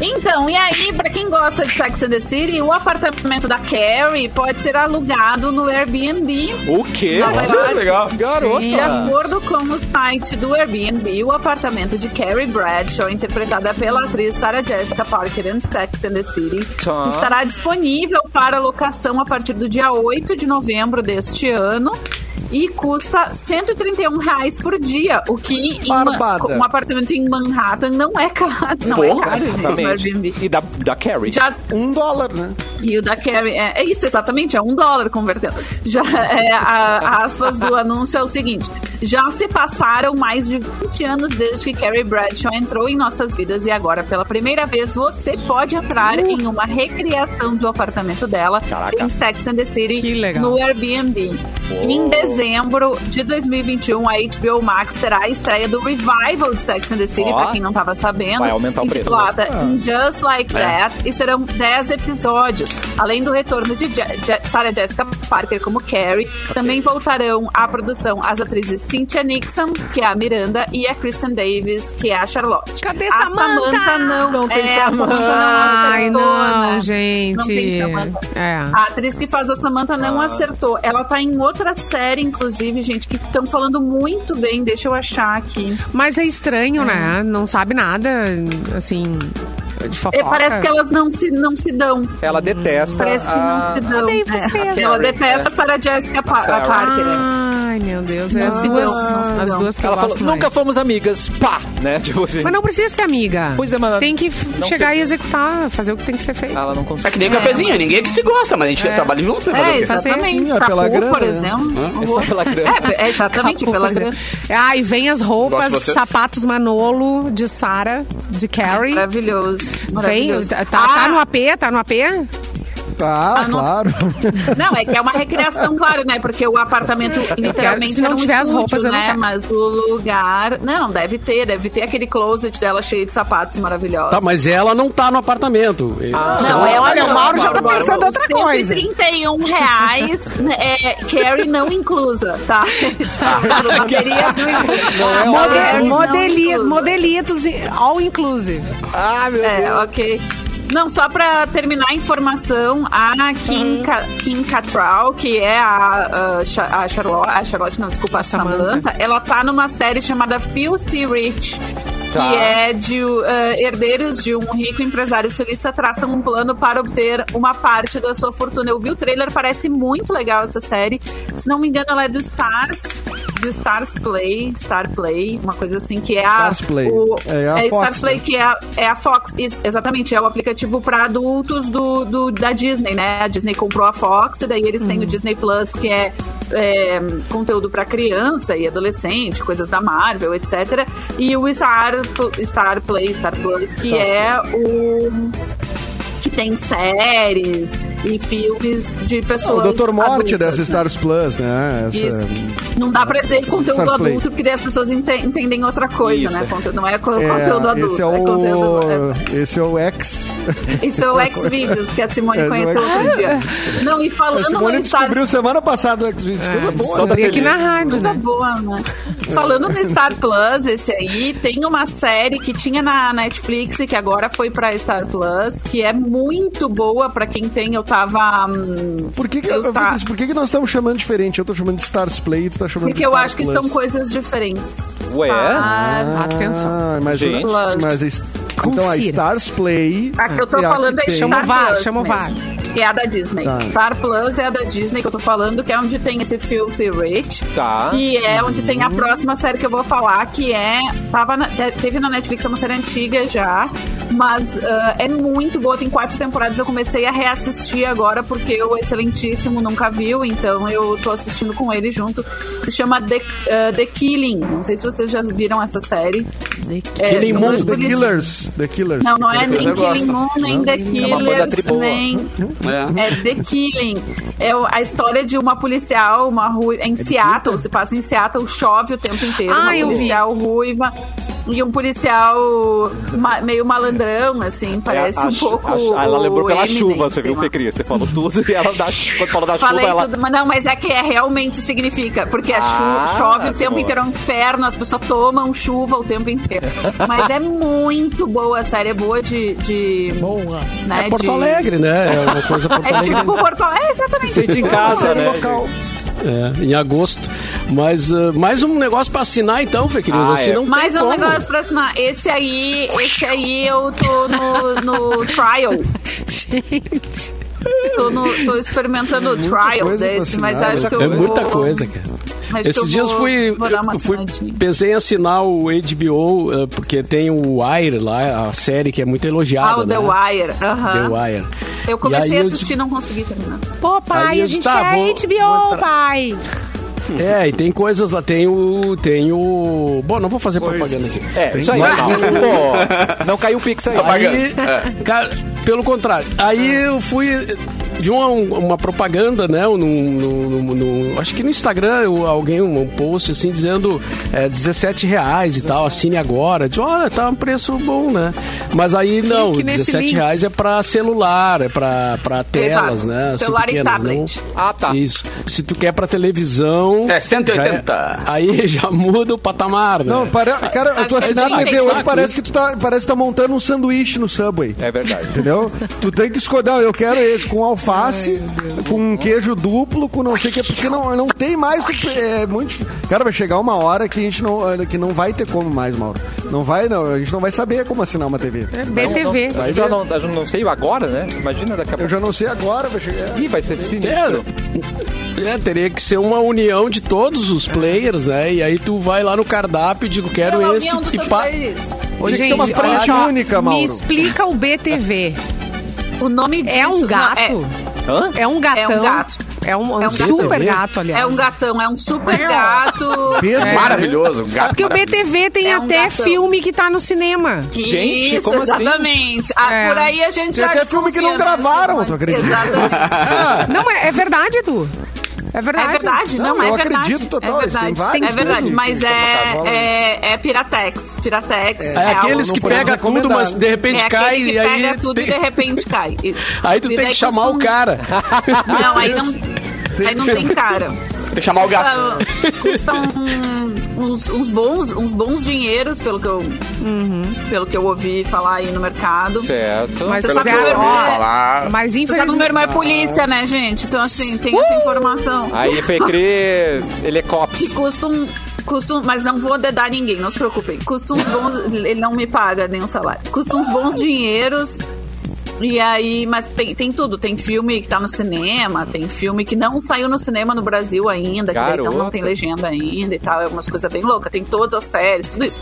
[SPEAKER 6] Então, e aí, pra quem gosta de Sex and the City, o apartamento da Carrie pode ser alugado no Airbnb.
[SPEAKER 1] O quê?
[SPEAKER 6] Não, vai lá.
[SPEAKER 1] legal.
[SPEAKER 6] De
[SPEAKER 1] Garota.
[SPEAKER 6] acordo com o site do Airbnb, o apartamento de Carrie Bradshaw, interpretada pela atriz Sarah Jessica Parker em Sex and the City,
[SPEAKER 1] Tá.
[SPEAKER 6] estará disponível para locação a partir do dia 8 de novembro deste ano. E custa R$ 131 reais por dia, o que em Ma-
[SPEAKER 5] Barbada.
[SPEAKER 6] um apartamento em Manhattan não é caro. Não é
[SPEAKER 1] Porra,
[SPEAKER 6] caro, gente, no Airbnb.
[SPEAKER 1] exatamente. E da, da Carrie.
[SPEAKER 6] Já,
[SPEAKER 5] Um dólar, né?
[SPEAKER 6] e o da Carrie. É, é isso, exatamente, é um dólar convertendo. Já, é, a, a aspas do anúncio é o seguinte: já se passaram mais de 20 anos desde que Carrie Bradshaw entrou em nossas vidas e agora, pela primeira vez, você pode entrar em uma recriação do apartamento dela
[SPEAKER 1] Uh. Caraca.
[SPEAKER 6] em Sex and the City
[SPEAKER 2] Que legal.
[SPEAKER 6] no Airbnb. Em dezembro de 2021, a HBO Max terá a estreia do revival de Sex and the City,
[SPEAKER 1] Ó.
[SPEAKER 6] pra quem não tava sabendo. tipo,
[SPEAKER 1] Vai aumentar o preço, né?
[SPEAKER 6] intitulada Tá,
[SPEAKER 2] Ah.
[SPEAKER 6] In Just
[SPEAKER 2] É.
[SPEAKER 6] Like That, e serão 10 episódios. Além do retorno de Je Je- Sarah Jessica Parker como Carrie, também voltarão à produção as atrizes Cynthia Nixon, que é a Miranda, e a Kristen Davis, que é a Charlotte.
[SPEAKER 2] Cadê
[SPEAKER 6] a
[SPEAKER 2] Samantha?
[SPEAKER 6] não,
[SPEAKER 1] Não tem
[SPEAKER 6] é, a
[SPEAKER 1] Samantha.
[SPEAKER 6] Samantha não
[SPEAKER 2] Ai,
[SPEAKER 6] acertou,
[SPEAKER 2] não,
[SPEAKER 6] né?
[SPEAKER 2] gente.
[SPEAKER 6] Não tem Samantha.
[SPEAKER 2] É. Ah.
[SPEAKER 6] A atriz que faz a Samantha não acertou. Ela tá em outra série, inclusive, gente, que estão falando muito bem. Deixa eu achar aqui.
[SPEAKER 2] Mas é estranho, né? Não sabe nada, assim, de
[SPEAKER 6] É,
[SPEAKER 2] fofoca.
[SPEAKER 6] parece que elas não se, não se dão.
[SPEAKER 1] Ela detesta
[SPEAKER 6] Parece que
[SPEAKER 1] a...
[SPEAKER 6] não se dão. né?
[SPEAKER 2] Odeio vocês.
[SPEAKER 6] É, Ela detesta a Sarah Jessica Pa- a
[SPEAKER 1] Sarah.
[SPEAKER 6] Parker. né?
[SPEAKER 2] Ah, Ai, meu Deus. É as
[SPEAKER 6] Não,
[SPEAKER 2] duas,
[SPEAKER 6] não, não.
[SPEAKER 2] as duas que
[SPEAKER 1] Ela
[SPEAKER 2] eu gosto
[SPEAKER 1] falou, nunca
[SPEAKER 2] mais.
[SPEAKER 1] fomos amigas. Pá, né? Tipo assim.
[SPEAKER 2] Mas não precisa ser amiga.
[SPEAKER 1] Pois é, mas-
[SPEAKER 2] Tem que f-
[SPEAKER 1] Não sei.
[SPEAKER 2] chegar
[SPEAKER 1] Ah,
[SPEAKER 2] e executar, fazer o que tem que ser feito.
[SPEAKER 1] Ela não
[SPEAKER 3] É
[SPEAKER 1] consegue.
[SPEAKER 3] que nem cafezinho, ninguém é que se gosta, mas a gente trabalha juntos, né? Fazer o
[SPEAKER 6] É,
[SPEAKER 3] quê?
[SPEAKER 6] exatamente.
[SPEAKER 5] Sim, é
[SPEAKER 6] Capu,
[SPEAKER 5] pela grana,
[SPEAKER 6] por
[SPEAKER 5] né?
[SPEAKER 6] exemplo.
[SPEAKER 1] É só pela grana.
[SPEAKER 6] É, é exatamente,
[SPEAKER 2] Capu,
[SPEAKER 6] pela
[SPEAKER 2] por
[SPEAKER 6] grana.
[SPEAKER 2] exemplo. Ah, e vem as roupas,
[SPEAKER 3] Gosto de vocês.
[SPEAKER 2] sapatos Manolo, de Sara, de Carrie.
[SPEAKER 6] Maravilhoso.
[SPEAKER 2] Vem,
[SPEAKER 6] é maravilhoso.
[SPEAKER 2] tá,
[SPEAKER 6] Ah,
[SPEAKER 2] tá no AP, tá no AP?
[SPEAKER 5] Tá, claro.
[SPEAKER 6] Não, é que é uma recriação, claro, né? Porque o apartamento literalmente
[SPEAKER 2] se não
[SPEAKER 6] era um
[SPEAKER 2] tiver as
[SPEAKER 6] estúdio,
[SPEAKER 2] roupas, eu não
[SPEAKER 6] né?
[SPEAKER 2] quero.
[SPEAKER 6] Mas o lugar. Não, deve ter, deve ter aquele closet dela cheio de sapatos maravilhosos.
[SPEAKER 4] Tá, mas ela não tá no apartamento. Se
[SPEAKER 6] Não,
[SPEAKER 4] ela-
[SPEAKER 6] é, olha,
[SPEAKER 2] o Mauro já tá
[SPEAKER 6] Mauro,
[SPEAKER 2] pensando outra coisa.
[SPEAKER 6] 131 reais, né, é, Carrie não inclusa, tá? Baterias não inclusa.
[SPEAKER 2] Mode-
[SPEAKER 6] Carrie não
[SPEAKER 2] modeli-
[SPEAKER 6] inclusa.
[SPEAKER 2] modelitos, all inclusive.
[SPEAKER 1] Ah, meu
[SPEAKER 6] É,
[SPEAKER 1] Deus.
[SPEAKER 6] ok. Não, só pra terminar a informação, a Kim, Ca- Kim Cattrall, que é a, a, Cha- a Charlotte, a Charlotte, não, desculpa, a
[SPEAKER 2] Samantha.
[SPEAKER 6] Samantha. ela tá numa série chamada Filthy Rich,
[SPEAKER 1] Tá.
[SPEAKER 6] que é de uh, herdeiros de um rico empresário sulista traçam um plano para obter uma parte da sua fortuna. Eu vi o trailer, parece muito legal essa série. Se não me engano, ela é do Stars, do Stars Play, Star Play, uma coisa assim, que é a...
[SPEAKER 5] Stars Play.
[SPEAKER 6] o-
[SPEAKER 5] É a
[SPEAKER 6] é
[SPEAKER 5] Fox,
[SPEAKER 6] Stars Play,
[SPEAKER 5] né?
[SPEAKER 6] que é a, é a Fox, Isso, exatamente, é o aplicativo para adultos do, do- da Disney, né? A Disney comprou a Fox e daí eles têm
[SPEAKER 5] Uhum.
[SPEAKER 6] o Disney Plus, que é, é, conteúdo para criança e adolescente, coisas da Marvel, etc. E o Star, Star Play, Star Plus, que é o que tem séries e filmes de
[SPEAKER 5] O
[SPEAKER 6] pessoas.
[SPEAKER 5] Dr. Morte
[SPEAKER 6] adultas,
[SPEAKER 5] dessa
[SPEAKER 6] né?
[SPEAKER 5] Stars Plus, né? Essa-
[SPEAKER 6] Isso. Não dá pra dizer conteúdo
[SPEAKER 5] Stars Play.
[SPEAKER 6] adulto, porque daí as pessoas ente- entendem outra coisa,
[SPEAKER 1] Isso.
[SPEAKER 6] né? Conte- Não é co-
[SPEAKER 5] É,
[SPEAKER 6] conteúdo adulto.
[SPEAKER 5] esse é
[SPEAKER 6] conteúdo- é-
[SPEAKER 5] o. Esse é o X.
[SPEAKER 6] Isso é o Xvideos, que a Simone
[SPEAKER 5] É, do
[SPEAKER 6] conheceu outro dia. Não, e
[SPEAKER 5] A
[SPEAKER 6] falando
[SPEAKER 5] Simone
[SPEAKER 6] no Star
[SPEAKER 5] descobriu semana passada o X. Coisa
[SPEAKER 2] É,
[SPEAKER 5] boa,
[SPEAKER 2] Descobri
[SPEAKER 5] né?
[SPEAKER 2] aqui na rádio,
[SPEAKER 6] Coisa
[SPEAKER 2] né?
[SPEAKER 6] boa, né? Falando no Star Plus, esse aí, tem uma série que tinha na Netflix e que agora foi pra Star Plus, que é muito boa pra quem tem. Eu tava. hum,
[SPEAKER 5] Por que, que,
[SPEAKER 6] eu
[SPEAKER 5] eu
[SPEAKER 6] tá-
[SPEAKER 5] fico- assim, por que, que nós estamos chamando diferente? Eu tô chamando de Stars Play e tu tá chamando de
[SPEAKER 6] Porque eu
[SPEAKER 5] Stars
[SPEAKER 6] acho que
[SPEAKER 5] Plus.
[SPEAKER 6] são coisas diferentes. Tá.
[SPEAKER 1] Ué?
[SPEAKER 6] Star-
[SPEAKER 2] Atenção.
[SPEAKER 5] Ah, mas,
[SPEAKER 1] Gente.
[SPEAKER 5] mas a s- então a
[SPEAKER 2] Confira.
[SPEAKER 5] Stars Play.
[SPEAKER 6] A que eu tô
[SPEAKER 5] é a
[SPEAKER 6] falando é
[SPEAKER 5] que tem-
[SPEAKER 2] Chama o VAR,
[SPEAKER 6] Plus
[SPEAKER 2] chama o
[SPEAKER 6] mesmo.
[SPEAKER 2] VAR.
[SPEAKER 6] É a da Disney.
[SPEAKER 5] Tá.
[SPEAKER 6] Star Plus é a da Disney que eu tô falando, que é onde tem esse Filthy Rich.
[SPEAKER 1] Tá.
[SPEAKER 6] E é onde tem a próxima série que eu vou falar, que é. Tava na- te- teve na Netflix, é uma série antiga já. Mas ah, é muito boa, tem quatro temporadas. Eu comecei a reassistir agora, porque o Excelentíssimo nunca viu, então eu tô assistindo com ele junto. Se chama The, ah, The Killing. Não sei se vocês já viram essa série. The
[SPEAKER 4] Killing Moon.
[SPEAKER 5] The Killers. The Killers.
[SPEAKER 6] não, não é
[SPEAKER 3] Eu
[SPEAKER 6] nem
[SPEAKER 3] gosto.
[SPEAKER 6] Killing Moon, nem
[SPEAKER 1] uma
[SPEAKER 6] The
[SPEAKER 1] banda
[SPEAKER 6] Killers,
[SPEAKER 1] triboa.
[SPEAKER 6] nem.
[SPEAKER 3] É.
[SPEAKER 6] É The Killing. É o- a história de uma policial, uma rua
[SPEAKER 1] É
[SPEAKER 6] em Seattle, se passa em Seattle, chove o tempo inteiro.
[SPEAKER 2] Ah,
[SPEAKER 6] uma
[SPEAKER 2] eu vi.
[SPEAKER 6] policial ruiva e um policial ma- meio malandrão, assim, parece
[SPEAKER 1] É, a
[SPEAKER 6] um
[SPEAKER 1] chu-
[SPEAKER 6] pouco.
[SPEAKER 1] a chu- ela lembrou
[SPEAKER 6] o
[SPEAKER 1] pela
[SPEAKER 6] Eminem,
[SPEAKER 1] chuva, você viu,
[SPEAKER 6] sei lá.
[SPEAKER 1] Fecria? Você falou tudo e ela, dá, quando falou da
[SPEAKER 6] Falei
[SPEAKER 1] chuva, ela.
[SPEAKER 6] tudo, mas não, mas é que é, realmente significa, porque a chu-
[SPEAKER 1] Ah,
[SPEAKER 6] chove o
[SPEAKER 1] sim,
[SPEAKER 6] tempo
[SPEAKER 1] boa.
[SPEAKER 6] inteiro, é um inferno, as pessoas tomam chuva o tempo inteiro. Mas é muito boa, a série é boa de. de boa. Né,
[SPEAKER 4] É Porto
[SPEAKER 6] de-
[SPEAKER 4] Alegre, né? É uma coisa Porto
[SPEAKER 6] É
[SPEAKER 4] Alegre.
[SPEAKER 6] tipo Porto Alegre. É exatamente.
[SPEAKER 1] Sente em casa, né?
[SPEAKER 5] Local.
[SPEAKER 4] É, em agosto. Mas ah, mais um negócio pra assinar então, Fê Cris.
[SPEAKER 1] Ah,
[SPEAKER 4] assim,
[SPEAKER 1] é.
[SPEAKER 4] não
[SPEAKER 6] Mais
[SPEAKER 4] tem
[SPEAKER 6] um
[SPEAKER 4] como.
[SPEAKER 6] negócio pra assinar. Esse aí, esse aí eu tô no, no trial.
[SPEAKER 2] Gente.
[SPEAKER 6] Tô, no- tô experimentando o trial
[SPEAKER 5] coisa pra
[SPEAKER 6] desse, mas
[SPEAKER 5] assinar, né?
[SPEAKER 6] um- acho que eu
[SPEAKER 4] É
[SPEAKER 6] vou-
[SPEAKER 4] muita coisa, cara.
[SPEAKER 6] acho que eu
[SPEAKER 4] Esses dias
[SPEAKER 6] vou-
[SPEAKER 4] fui,
[SPEAKER 6] vou dar uma
[SPEAKER 4] eu fui-
[SPEAKER 6] assinadinha.
[SPEAKER 4] pensei em assinar o HBO, eh, porque tem o Wire lá, a série que é muito elogiada,
[SPEAKER 6] Ah, o
[SPEAKER 4] né?
[SPEAKER 6] The Wire. aham.
[SPEAKER 4] The Wire.
[SPEAKER 6] Eu
[SPEAKER 4] E
[SPEAKER 6] comecei
[SPEAKER 4] aí
[SPEAKER 6] a
[SPEAKER 4] eu
[SPEAKER 6] assistir e não consegui terminar.
[SPEAKER 2] Pô, pai,
[SPEAKER 4] Aí
[SPEAKER 2] a
[SPEAKER 4] eu
[SPEAKER 2] gente
[SPEAKER 4] tá,
[SPEAKER 2] quer
[SPEAKER 4] vou-
[SPEAKER 2] HBO,
[SPEAKER 4] vou entrar.
[SPEAKER 2] pai.
[SPEAKER 4] digo- É, e tem coisas lá, tem o tem o, bom, não vou fazer propaganda aqui. um.
[SPEAKER 1] É, isso aí.
[SPEAKER 5] mais um.
[SPEAKER 1] Pô, não caiu o Pix
[SPEAKER 3] Tá
[SPEAKER 1] aí.
[SPEAKER 4] Aí, cara, pelo contrário, aí eu fui de uma, uma propaganda, né? No, no- no- no- acho que no Instagram eu- alguém, um post assim, dizendo é, 17 reais e tal, assine agora. Eu Disse, olha, tá um preço bom, né? Mas aí não,
[SPEAKER 2] Clique nesse
[SPEAKER 4] 17
[SPEAKER 2] link.
[SPEAKER 4] reais é pra celular, é pra, pra telas,
[SPEAKER 6] Exato.
[SPEAKER 4] né? assim,
[SPEAKER 6] Celular e
[SPEAKER 4] pequenas,
[SPEAKER 6] tablet.
[SPEAKER 4] não-
[SPEAKER 1] Ah, tá.
[SPEAKER 4] Isso. Se tu quer pra televisão.
[SPEAKER 3] É, 180.
[SPEAKER 4] já é- aí já muda o patamar, né?
[SPEAKER 5] Não, para, cara, tu assinar a
[SPEAKER 6] gente,
[SPEAKER 5] TV hoje
[SPEAKER 4] saco
[SPEAKER 5] parece
[SPEAKER 4] isso.
[SPEAKER 5] que tu tá, parece que tá montando um sanduíche no Subway.
[SPEAKER 1] É verdade.
[SPEAKER 5] Entendeu? tu tem que escolher, não, eu quero esse com alf, alface, com um queijo duplo, com não sei o que, porque não, não tem mais. o que- É muito, difí- cara, vai chegar uma hora que a gente não, que não vai ter como mais, Mauro. Não vai, não. A gente não vai saber como assinar uma TV.
[SPEAKER 2] É BTV.
[SPEAKER 5] Vai
[SPEAKER 1] Eu já
[SPEAKER 5] ver.
[SPEAKER 1] não, eu não sei agora, né? Imagina daqui a
[SPEAKER 5] Eu
[SPEAKER 1] pouco.
[SPEAKER 5] já não sei agora, vai chegar.
[SPEAKER 1] Ih, vai ser sinistro.
[SPEAKER 4] É, é, teria que ser uma união de todos os players, né? E aí tu vai lá no cardápio e digo, quero
[SPEAKER 6] Pela
[SPEAKER 4] esse.
[SPEAKER 6] união dos
[SPEAKER 4] E pá,
[SPEAKER 6] sorteadores.
[SPEAKER 2] Ô,
[SPEAKER 5] Tinha que ser uma
[SPEAKER 2] olha
[SPEAKER 5] frente
[SPEAKER 2] só,
[SPEAKER 5] única, Mauro.
[SPEAKER 2] Me explica o BTV.
[SPEAKER 6] O nome disso...
[SPEAKER 2] É um
[SPEAKER 6] não,
[SPEAKER 2] gato?
[SPEAKER 1] Hã?
[SPEAKER 2] É um gatão.
[SPEAKER 6] É um gato.
[SPEAKER 2] É um, é um
[SPEAKER 6] É um gato.
[SPEAKER 2] super gato, aliás.
[SPEAKER 6] É um gatão, é um super gato.
[SPEAKER 3] É.
[SPEAKER 5] Pedro,
[SPEAKER 3] Maravilhoso, gato.
[SPEAKER 2] Porque o
[SPEAKER 3] maravilhoso.
[SPEAKER 2] BTV tem
[SPEAKER 6] É um
[SPEAKER 2] até
[SPEAKER 6] gatão.
[SPEAKER 2] filme que tá no cinema.
[SPEAKER 1] Gente,
[SPEAKER 6] Isso,
[SPEAKER 1] como assim?
[SPEAKER 6] exatamente. Ah,
[SPEAKER 2] É.
[SPEAKER 6] Por aí a gente
[SPEAKER 5] Tem
[SPEAKER 6] já
[SPEAKER 5] até filme que não
[SPEAKER 6] desconfia, né?
[SPEAKER 5] gravaram, tu acredita?
[SPEAKER 6] Exatamente.
[SPEAKER 2] Não, é, é verdade, Edu. É verdade.
[SPEAKER 6] É verdade,
[SPEAKER 5] Não,
[SPEAKER 6] não,
[SPEAKER 5] eu
[SPEAKER 6] é verdade.
[SPEAKER 5] acredito total,
[SPEAKER 6] é
[SPEAKER 5] eles têm
[SPEAKER 6] verdade.
[SPEAKER 5] vários
[SPEAKER 6] é verdade,
[SPEAKER 5] filmes
[SPEAKER 6] mas
[SPEAKER 5] que eles
[SPEAKER 6] é,
[SPEAKER 5] colocam
[SPEAKER 6] é, é Piratex. Piratex.
[SPEAKER 4] É aqueles
[SPEAKER 5] não
[SPEAKER 4] que
[SPEAKER 5] podemos
[SPEAKER 4] pega tudo,
[SPEAKER 5] recomendar,
[SPEAKER 4] mas
[SPEAKER 5] né?
[SPEAKER 4] de
[SPEAKER 6] É
[SPEAKER 4] repente
[SPEAKER 6] aquele
[SPEAKER 4] cai
[SPEAKER 6] que
[SPEAKER 4] e aí.
[SPEAKER 6] pega tudo e
[SPEAKER 4] tem-
[SPEAKER 6] de repente cai. Isso.
[SPEAKER 4] Aí tu
[SPEAKER 6] E
[SPEAKER 4] tem
[SPEAKER 6] daí
[SPEAKER 4] que chamar o
[SPEAKER 6] costuma-
[SPEAKER 4] cara.
[SPEAKER 6] Não, aí não, aí não tem cara.
[SPEAKER 3] Tem que chamar o gato.
[SPEAKER 6] Custa, custa um- uns, uns bons, uns bons dinheiros, pelo que eu, pelo que eu ouvi falar aí no mercado.
[SPEAKER 1] Certo.
[SPEAKER 2] Mas
[SPEAKER 6] Pela
[SPEAKER 2] Zé,
[SPEAKER 6] que eu ouvi
[SPEAKER 2] ó,
[SPEAKER 3] falar.
[SPEAKER 2] Mas
[SPEAKER 6] Você sabe que o meu
[SPEAKER 2] infelizmente.
[SPEAKER 6] irmão é polícia, né, gente? Então, assim, tem essa informação.
[SPEAKER 1] Aí, Fecris, ele é
[SPEAKER 6] Que
[SPEAKER 1] cops.
[SPEAKER 6] custa um. Custa um- mas não vou dedar ninguém, não se preocupem. Custa uns bons. Ele não me paga nenhum salário. Custa uns bons dinheiros. E aí, mas tem, tem tudo. Tem filme que tá no cinema, tem filme que não saiu no cinema no Brasil ainda, que daí, então não
[SPEAKER 1] Garota.
[SPEAKER 6] tem legenda ainda e tal. É umas coisas bem loucas. Tem todas as séries, tudo isso.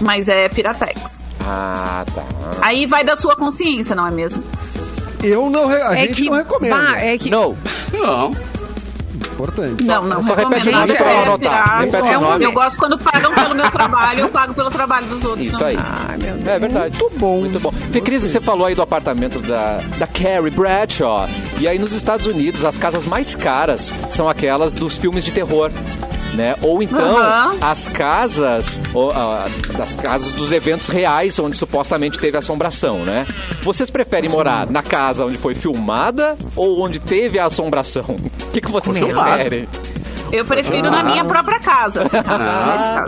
[SPEAKER 6] Mas é Piratex.
[SPEAKER 1] Ah, tá.
[SPEAKER 6] Aí vai da sua consciência, não é mesmo?
[SPEAKER 5] eu não, re- a gente não recomenda.
[SPEAKER 2] Bah, é que
[SPEAKER 1] Não.
[SPEAKER 3] Não.
[SPEAKER 5] importante.
[SPEAKER 6] Não, não
[SPEAKER 1] só
[SPEAKER 6] recomendo.
[SPEAKER 1] repete
[SPEAKER 2] o nome
[SPEAKER 6] nada
[SPEAKER 2] pra eu
[SPEAKER 6] é
[SPEAKER 1] anotar.
[SPEAKER 6] pirata.
[SPEAKER 1] Repete
[SPEAKER 2] o
[SPEAKER 6] Eu
[SPEAKER 2] nome.
[SPEAKER 6] gosto quando pagam pelo meu trabalho, eu pago pelo trabalho dos outros.
[SPEAKER 1] Isso
[SPEAKER 6] não.
[SPEAKER 1] aí. É verdade. Muito bom. Muito bom. Fecris, você falou aí do apartamento da, da Carrie Bradshaw. E aí, nos Estados Unidos, as casas mais caras são aquelas dos filmes de terror. Né? Ou então
[SPEAKER 6] Aham.
[SPEAKER 1] as casas ou, ah, das casas dos eventos reais onde supostamente teve assombração, né? Vocês preferem morar na casa onde foi filmada ou onde teve a assombração? O que, que vocês
[SPEAKER 3] Filmada.
[SPEAKER 1] preferem?
[SPEAKER 6] Eu prefiro na minha própria casa. ficar Nesse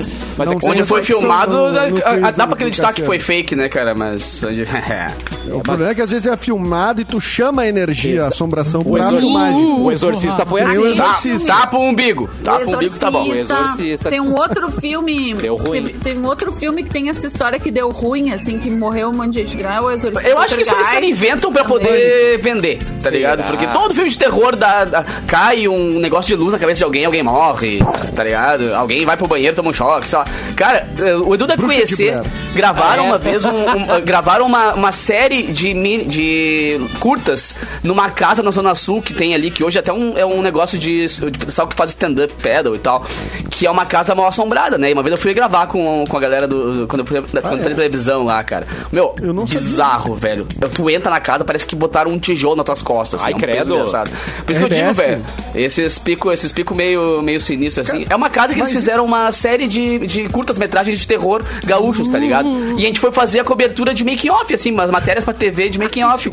[SPEAKER 6] caso.
[SPEAKER 1] Mas é
[SPEAKER 5] Não
[SPEAKER 1] que-
[SPEAKER 5] tem
[SPEAKER 3] Onde
[SPEAKER 5] essa
[SPEAKER 3] foi
[SPEAKER 5] opção
[SPEAKER 3] filmado,
[SPEAKER 5] no- no
[SPEAKER 3] dá-
[SPEAKER 5] Twitter,
[SPEAKER 3] dá
[SPEAKER 5] no
[SPEAKER 3] pra acreditar que
[SPEAKER 5] Cassiano.
[SPEAKER 3] foi fake, né, cara? Mas.
[SPEAKER 5] O problema é que às vezes é filmado e tu chama a energia, a assombração por a
[SPEAKER 1] exor-
[SPEAKER 4] uh,
[SPEAKER 5] filmagem.
[SPEAKER 1] O exorcista foi
[SPEAKER 6] um
[SPEAKER 5] Tem o
[SPEAKER 1] assim.
[SPEAKER 5] exor-
[SPEAKER 3] Tá,
[SPEAKER 5] Exorcista.
[SPEAKER 3] tá pro umbigo. Tá pro
[SPEAKER 6] O
[SPEAKER 3] umbigo, tá bom.
[SPEAKER 1] O Exorcista.
[SPEAKER 6] Tem um outro filme.
[SPEAKER 1] Deu ruim.
[SPEAKER 6] Teve- Tem um outro filme que tem essa história que deu ruim, assim, que morreu um monte de gente. Não é o Exorcista.
[SPEAKER 3] Eu acho que isso eles
[SPEAKER 6] Poltergeist. É um
[SPEAKER 3] cara inventam pra
[SPEAKER 6] Também.
[SPEAKER 3] poder vender, tá ligado?
[SPEAKER 1] Será?
[SPEAKER 3] Porque todo filme de terror dá, dá- cai um negócio de luz na cabeça de alguém, alguém morre, tá ligado? Alguém vai pro banheiro, toma um choque, sei lá. Cara, eh, o Edu deve
[SPEAKER 5] Bruxa de
[SPEAKER 3] conhecer.
[SPEAKER 5] Blair. Ah,
[SPEAKER 3] Gravaram
[SPEAKER 5] é?
[SPEAKER 3] uma vez um, um- eh, gravaram uma, uma série de, mini- de curtas numa casa na Zona Sul que tem ali, que hoje até um- é um negócio de, de pessoal que faz stand-up pedal e tal, que é uma casa mal assombrada, né? E uma vez eu fui gravar com, com a galera do. Quando eu fui da quando eu fui na televisão lá, cara. Meu,
[SPEAKER 5] Ah, é? Eu não sabia.
[SPEAKER 3] bizarro, velho. Eu- Tu entra na casa, parece que botaram um tijolo nas tuas costas.
[SPEAKER 1] Ai,
[SPEAKER 3] assim, é um peso
[SPEAKER 1] credo.
[SPEAKER 3] engraçado. Por isso que eu digo,
[SPEAKER 5] RBS?
[SPEAKER 3] velho. É. Esses picos esses pico meio, meio sinistros, assim. É uma casa que eles fizeram uma série de, de curtas-metragens de terror gaúchos, tá ligado? E a gente foi fazer a cobertura de making-off, assim, umas matérias pra TV de making-off.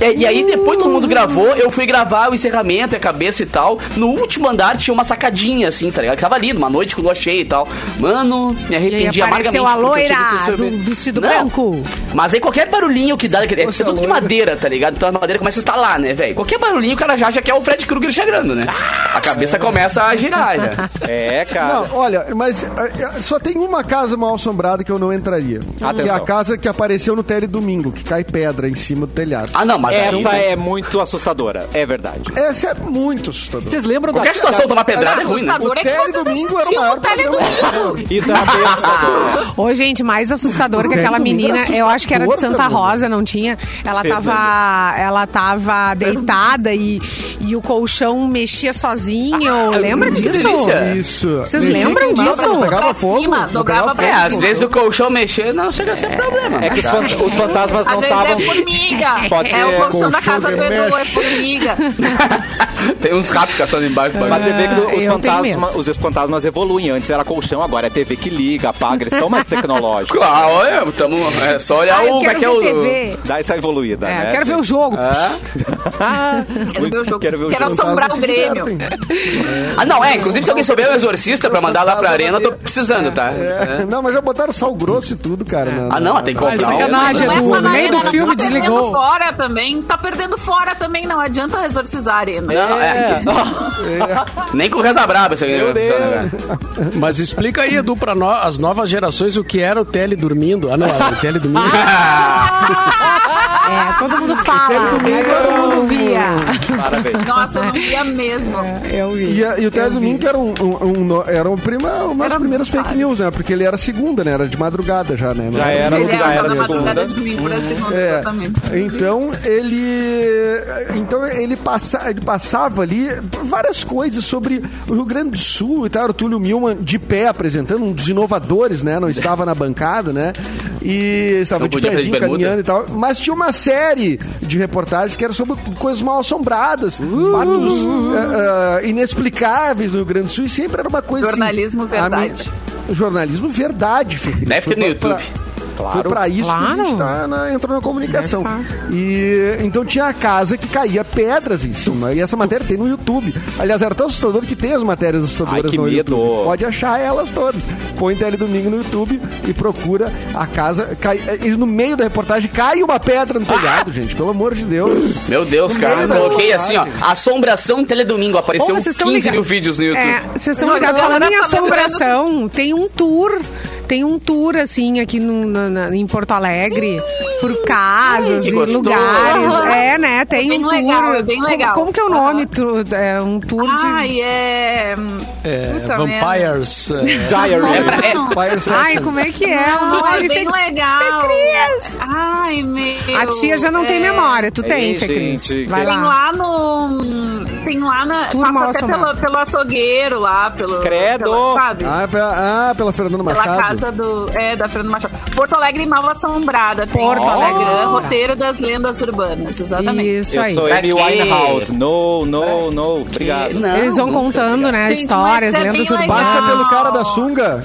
[SPEAKER 3] E, e aí, depois todo mundo gravou, eu fui gravar o encerramento, e a cabeça e tal. No último andar tinha uma sacadinha, assim, tá ligado? Que tava ali, numa noite com lua cheia e tal. Mano, me arrependi
[SPEAKER 2] E aí
[SPEAKER 3] amargamente.
[SPEAKER 2] apareceu a
[SPEAKER 3] porque eu
[SPEAKER 2] loira
[SPEAKER 3] tive que sorver-
[SPEAKER 2] do vestido branco.
[SPEAKER 3] Mas aí qualquer barulhinho que dá, é
[SPEAKER 5] fosse
[SPEAKER 3] tudo de
[SPEAKER 5] a loira.
[SPEAKER 3] madeira, tá ligado? Então a madeira começa a estalar, né, velho? Qualquer barulhinho o cara já acha que é o Fred Krueger chegando, né? A cabeça começa a girar, né? já.
[SPEAKER 1] É, cara.
[SPEAKER 5] Não, olha, mas eh, só tem uma casa mal assombrada que eu não entraria. Que é a casa que apareceu no Tele Domingo, que cai pedra em cima do telhado.
[SPEAKER 3] Ah, não, mas aí-
[SPEAKER 1] Essa é muito assustadora, é verdade.
[SPEAKER 5] Essa é muito assustadora.
[SPEAKER 1] Vocês lembram
[SPEAKER 3] Qualquer situação tomar pedrada é
[SPEAKER 5] Aliás,
[SPEAKER 3] ruim, né?
[SPEAKER 5] O
[SPEAKER 6] Agora é que
[SPEAKER 5] Tele
[SPEAKER 6] vocês
[SPEAKER 5] Domingo era o
[SPEAKER 6] assistiam
[SPEAKER 5] maior
[SPEAKER 6] o Tele
[SPEAKER 5] programa.
[SPEAKER 1] Isso é bem assustador.
[SPEAKER 2] Ô, gente, mais assustador que
[SPEAKER 5] Tem
[SPEAKER 2] aquela
[SPEAKER 5] um livro
[SPEAKER 2] menina, eu acho que era de
[SPEAKER 5] assustador,
[SPEAKER 2] Santa
[SPEAKER 5] Fernanda.
[SPEAKER 2] Rosa, não tinha? Ela tava, ela tava deitada e, e o colchão mexia sozinho. Lembra
[SPEAKER 3] que
[SPEAKER 2] disso?
[SPEAKER 3] delícia.
[SPEAKER 5] Isso.
[SPEAKER 2] Vocês
[SPEAKER 5] Mexia
[SPEAKER 2] lembram
[SPEAKER 5] em nada,
[SPEAKER 2] disso?
[SPEAKER 5] não Pegava
[SPEAKER 6] Pra
[SPEAKER 5] fogo.
[SPEAKER 6] cima,
[SPEAKER 5] não
[SPEAKER 6] dobrava
[SPEAKER 5] pegava
[SPEAKER 3] É,
[SPEAKER 5] fogo.
[SPEAKER 3] às vezes o colchão mexer não chega a ser problema. né?
[SPEAKER 1] É que os, fan- os fantasmas
[SPEAKER 6] Às
[SPEAKER 1] não
[SPEAKER 6] vezes é
[SPEAKER 1] estavam.
[SPEAKER 6] formiga.
[SPEAKER 1] Pode
[SPEAKER 6] é
[SPEAKER 1] ser
[SPEAKER 6] o colchão da
[SPEAKER 5] colchão
[SPEAKER 6] casa
[SPEAKER 5] de
[SPEAKER 6] do Edu, é
[SPEAKER 5] mexe.
[SPEAKER 6] formiga.
[SPEAKER 3] Tem uns ratos caçando embaixo do
[SPEAKER 1] Mas é
[SPEAKER 3] bagulho.
[SPEAKER 1] você vê que os
[SPEAKER 2] É, eu tenho
[SPEAKER 1] fantasma- os fantasmas evoluem. Antes era colchão, agora é TV que liga, apaga. Eles estão mais tecnológicos.
[SPEAKER 3] Ah, olha, tamo, é só olhar
[SPEAKER 2] Ah, eu
[SPEAKER 3] o. Como é
[SPEAKER 2] quero
[SPEAKER 3] que é
[SPEAKER 2] ver
[SPEAKER 3] o.
[SPEAKER 2] TV.
[SPEAKER 1] Dá essa evoluída,
[SPEAKER 2] É,
[SPEAKER 1] né?
[SPEAKER 2] eu quero ver o jogo.
[SPEAKER 6] Quero ver o jogo.
[SPEAKER 1] Quero ver o
[SPEAKER 6] Quero
[SPEAKER 1] jogo.
[SPEAKER 6] assombrar o
[SPEAKER 5] Se
[SPEAKER 6] Grêmio.
[SPEAKER 5] divertem.
[SPEAKER 3] Ah, não, é. Inclusive, se alguém souber o exorcista pra mandar lá pra arena, eu tô precisando, tá?
[SPEAKER 5] É. Não, mas já botaram sal grosso e tudo, cara. na-
[SPEAKER 3] Ah, não,
[SPEAKER 5] na-
[SPEAKER 3] tem que
[SPEAKER 5] na-
[SPEAKER 3] comprar.
[SPEAKER 2] sacanagem,
[SPEAKER 3] um.
[SPEAKER 2] Edu.
[SPEAKER 6] Não é só
[SPEAKER 2] No
[SPEAKER 6] na
[SPEAKER 2] meio do
[SPEAKER 6] arena,
[SPEAKER 2] filme
[SPEAKER 6] não tá vendendo
[SPEAKER 2] desligou.
[SPEAKER 6] fora também. também tá perdendo fora também, não adianta exorcizar a arena.
[SPEAKER 3] Não, é. Nem com reza braba né, esse negócio funciona, cara.
[SPEAKER 4] Mas explica aí, Edu, pra nós, as novas gerações, o que era o tele dormindo. Ah, não, era o tele dormindo.
[SPEAKER 2] É, todo mundo fala, né? todo mundo via.
[SPEAKER 1] Parabéns.
[SPEAKER 6] Nossa, eu não via mesmo.
[SPEAKER 2] Eu vi.
[SPEAKER 5] E, a- e o Tele Domingo que era um, um- um no- era um prima, uma das
[SPEAKER 6] Era
[SPEAKER 5] primeiras fake
[SPEAKER 6] tarde.
[SPEAKER 5] news, né? Porque ele era segunda, né? Era de madrugada já, né? Não
[SPEAKER 1] Já era,
[SPEAKER 5] um
[SPEAKER 6] Ele
[SPEAKER 1] já
[SPEAKER 5] lugar,
[SPEAKER 1] era
[SPEAKER 6] era na
[SPEAKER 5] né?
[SPEAKER 1] segunda.
[SPEAKER 6] madrugada de domingo, por esse
[SPEAKER 5] É.
[SPEAKER 6] exatamente.
[SPEAKER 5] Então ele, então ele, passa, ele passava ali várias coisas sobre o Rio Grande do Sul e tal. Era o Túlio Milman de pé apresentando, um dos inovadores, né? Não estava na bancada, né? E estava
[SPEAKER 3] Não
[SPEAKER 5] de
[SPEAKER 3] podia fazer
[SPEAKER 5] pezinho
[SPEAKER 3] bermuda.
[SPEAKER 5] caminhando e tal. Mas tinha uma série de reportagens que era sobre coisas mal assombradas,
[SPEAKER 6] Uh.
[SPEAKER 5] fatos eh, eh, inexplicáveis no Rio Grande do Sul e sempre era uma coisa. assim,
[SPEAKER 6] Jornalismo verdade.
[SPEAKER 5] a mi- jornalismo verdade, Felipe.
[SPEAKER 3] Deve ter no
[SPEAKER 5] Foi pra-
[SPEAKER 3] YouTube.
[SPEAKER 5] foi pra isso que a
[SPEAKER 2] Claro.
[SPEAKER 5] gente tá na- entrou na comunicação.
[SPEAKER 2] Deve
[SPEAKER 5] E então tinha a casa que caía pedras em cima. E essa matéria tem no YouTube. Aliás, era tão assustador que tem as matérias assustadoras
[SPEAKER 1] Ai, que
[SPEAKER 5] no
[SPEAKER 1] medo.
[SPEAKER 5] YouTube. Pode achar elas todas. Põe Tele Domingo no YouTube e procura a casa. Cai, e no meio da reportagem cai uma pedra no
[SPEAKER 1] Ah!
[SPEAKER 5] telhado, gente. Pelo amor de Deus.
[SPEAKER 3] Meu Deus,
[SPEAKER 5] No
[SPEAKER 3] cara.
[SPEAKER 5] meio
[SPEAKER 3] Eu
[SPEAKER 5] da
[SPEAKER 3] Coloquei assim,
[SPEAKER 5] reportagem.
[SPEAKER 3] ó. Assombração Teledomingo.
[SPEAKER 6] é
[SPEAKER 2] Ou
[SPEAKER 6] um
[SPEAKER 3] Apareceu 15 mil vídeos no YouTube.
[SPEAKER 2] É, vocês estão
[SPEAKER 6] Não,
[SPEAKER 2] ligados.
[SPEAKER 6] a galera
[SPEAKER 2] Falando em
[SPEAKER 6] tá vendo-
[SPEAKER 2] assombração, tem um tour. Tem um tour, assim, aqui no- na- na- em Porto Alegre, por casas
[SPEAKER 3] que
[SPEAKER 2] e
[SPEAKER 3] gostoso.
[SPEAKER 2] lugares. É, né? Tem
[SPEAKER 6] É bem
[SPEAKER 2] um tour.
[SPEAKER 6] legal, é bem
[SPEAKER 2] Como-
[SPEAKER 6] legal.
[SPEAKER 2] Como, que é o nome? Tu- é, um tour de.
[SPEAKER 6] Ai, é.
[SPEAKER 4] É,
[SPEAKER 6] Puta merda.
[SPEAKER 4] vampires. é.
[SPEAKER 1] Diary.
[SPEAKER 3] É pra- é-
[SPEAKER 5] Fire Sessions.
[SPEAKER 2] Ai, como é que é? O
[SPEAKER 6] Não,
[SPEAKER 2] nome
[SPEAKER 6] é bem
[SPEAKER 2] Fê-
[SPEAKER 6] legal.
[SPEAKER 2] Fê Cris.
[SPEAKER 6] Ai, meu.
[SPEAKER 2] A tia já não tem
[SPEAKER 6] é.
[SPEAKER 2] memória. Tu tem,
[SPEAKER 1] Ei,
[SPEAKER 2] Fê Cris.
[SPEAKER 1] gente,
[SPEAKER 2] Vai
[SPEAKER 1] que-
[SPEAKER 6] Tem
[SPEAKER 2] lá.
[SPEAKER 6] lá no. Tem lá na.
[SPEAKER 2] Turma
[SPEAKER 6] passa até
[SPEAKER 2] Assombrada.
[SPEAKER 6] pelo, pelo açougueiro lá, pelo.
[SPEAKER 1] Credo.
[SPEAKER 6] pela- sabe?
[SPEAKER 5] Ah, pela, ah, pela Fernanda
[SPEAKER 6] Pela
[SPEAKER 5] Machado.
[SPEAKER 6] casa do. É, da Fernanda Machado. Porto Alegre Mal Assombrada. Tem
[SPEAKER 2] Porto
[SPEAKER 6] no
[SPEAKER 2] Alegre
[SPEAKER 6] Instagram,
[SPEAKER 2] Assombrada.
[SPEAKER 6] roteiro das lendas urbanas, exatamente.
[SPEAKER 2] Isso
[SPEAKER 1] Eu
[SPEAKER 2] aí.
[SPEAKER 1] sou
[SPEAKER 3] Pra
[SPEAKER 1] Amy
[SPEAKER 3] quê?
[SPEAKER 1] Winehouse. No, no, no. Obrigado.
[SPEAKER 3] Não,
[SPEAKER 2] Eles vão
[SPEAKER 3] nunca.
[SPEAKER 2] contando, né?
[SPEAKER 6] Gente,
[SPEAKER 2] histórias,
[SPEAKER 6] mas é bem
[SPEAKER 2] lendas
[SPEAKER 6] legal.
[SPEAKER 2] urbanas.
[SPEAKER 5] Passa pelo cara da
[SPEAKER 6] Não.
[SPEAKER 5] sunga.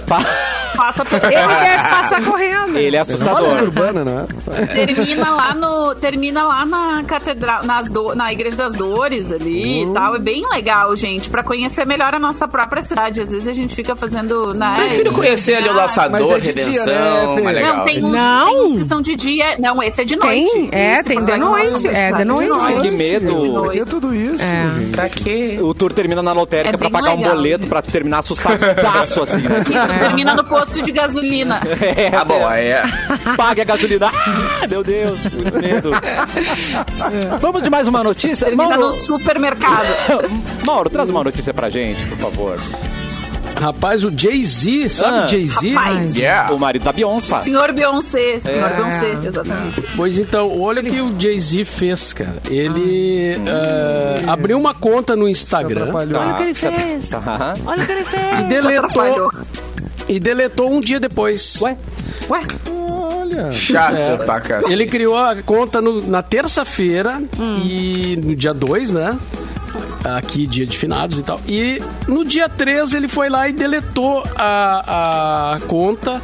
[SPEAKER 6] Passa pelo.
[SPEAKER 2] Ele deve passar correndo.
[SPEAKER 1] Ele é
[SPEAKER 5] Fala
[SPEAKER 1] assustador.
[SPEAKER 5] urbana, não é?
[SPEAKER 6] Termina lá no termina lá na catedral, nas do- na igreja das Dores ali
[SPEAKER 2] Uhum.
[SPEAKER 6] e tal. É bem legal, gente, Pra conhecer melhor a nossa própria cidade. Às vezes a gente fica fazendo né? na
[SPEAKER 3] Prefiro conhecer ali o Laçador,
[SPEAKER 5] Mas é de dia,
[SPEAKER 3] Redenção.
[SPEAKER 5] né, Fê?
[SPEAKER 3] mais legal.
[SPEAKER 6] Não, tem uns,
[SPEAKER 2] Não.
[SPEAKER 6] tem uns que são de dia. Não, esse é de
[SPEAKER 2] Tem,
[SPEAKER 6] noite.
[SPEAKER 2] é,
[SPEAKER 6] Esse
[SPEAKER 2] tem de
[SPEAKER 6] Porto Alegre
[SPEAKER 2] noite,
[SPEAKER 6] Mal
[SPEAKER 2] é, de
[SPEAKER 6] Assombrado,
[SPEAKER 2] noite.
[SPEAKER 1] Ai, que
[SPEAKER 6] De
[SPEAKER 1] medo.
[SPEAKER 5] Por que
[SPEAKER 6] noite.
[SPEAKER 5] tudo isso?
[SPEAKER 2] É.
[SPEAKER 5] gente?
[SPEAKER 3] Pra quê?
[SPEAKER 1] O tour termina na lotérica
[SPEAKER 6] É
[SPEAKER 1] pra
[SPEAKER 6] bem
[SPEAKER 1] pagar um
[SPEAKER 6] legal,
[SPEAKER 1] boleto, pra terminar assustadaço, assim, né?
[SPEAKER 2] É.
[SPEAKER 6] Isso termina no posto de gasolina.
[SPEAKER 1] É,
[SPEAKER 3] Ah, bom, aí é.
[SPEAKER 1] Pague a gasolina. Ah, meu Deus, muito medo. Vamos de mais uma notícia?
[SPEAKER 6] Termina
[SPEAKER 1] Mauro,
[SPEAKER 6] no supermercado.
[SPEAKER 1] Mauro, traz uma notícia pra gente, por favor.
[SPEAKER 4] Rapaz, o Jay-Z, sabe
[SPEAKER 1] Ah.
[SPEAKER 4] o Jay-Z? né?
[SPEAKER 6] Rapaz.
[SPEAKER 3] Yeah.
[SPEAKER 1] O marido da Beyoncé.
[SPEAKER 6] Senhor Beyoncé, senhor
[SPEAKER 2] É.
[SPEAKER 6] Beyoncé, exatamente.
[SPEAKER 4] Pois então, olha o que o Jay-Z fez, cara. Ele ah, abriu uma conta no Instagram
[SPEAKER 5] Atrapalhou.
[SPEAKER 1] Olha
[SPEAKER 7] o que ele fez.
[SPEAKER 1] Aham.
[SPEAKER 7] Olha o que ele
[SPEAKER 4] e
[SPEAKER 7] fez.
[SPEAKER 4] deletou,
[SPEAKER 6] atrapalhou.
[SPEAKER 4] e deletou um dia depois.
[SPEAKER 1] Ué?
[SPEAKER 6] Ué,
[SPEAKER 5] Olha.
[SPEAKER 3] Chato pra cacete.
[SPEAKER 4] Ele criou a conta no- na terça-feira
[SPEAKER 6] Hum.
[SPEAKER 4] e no dia 2, né? Aqui, dia de finados e tal. E no dia 3 ele foi lá e deletou a, a conta,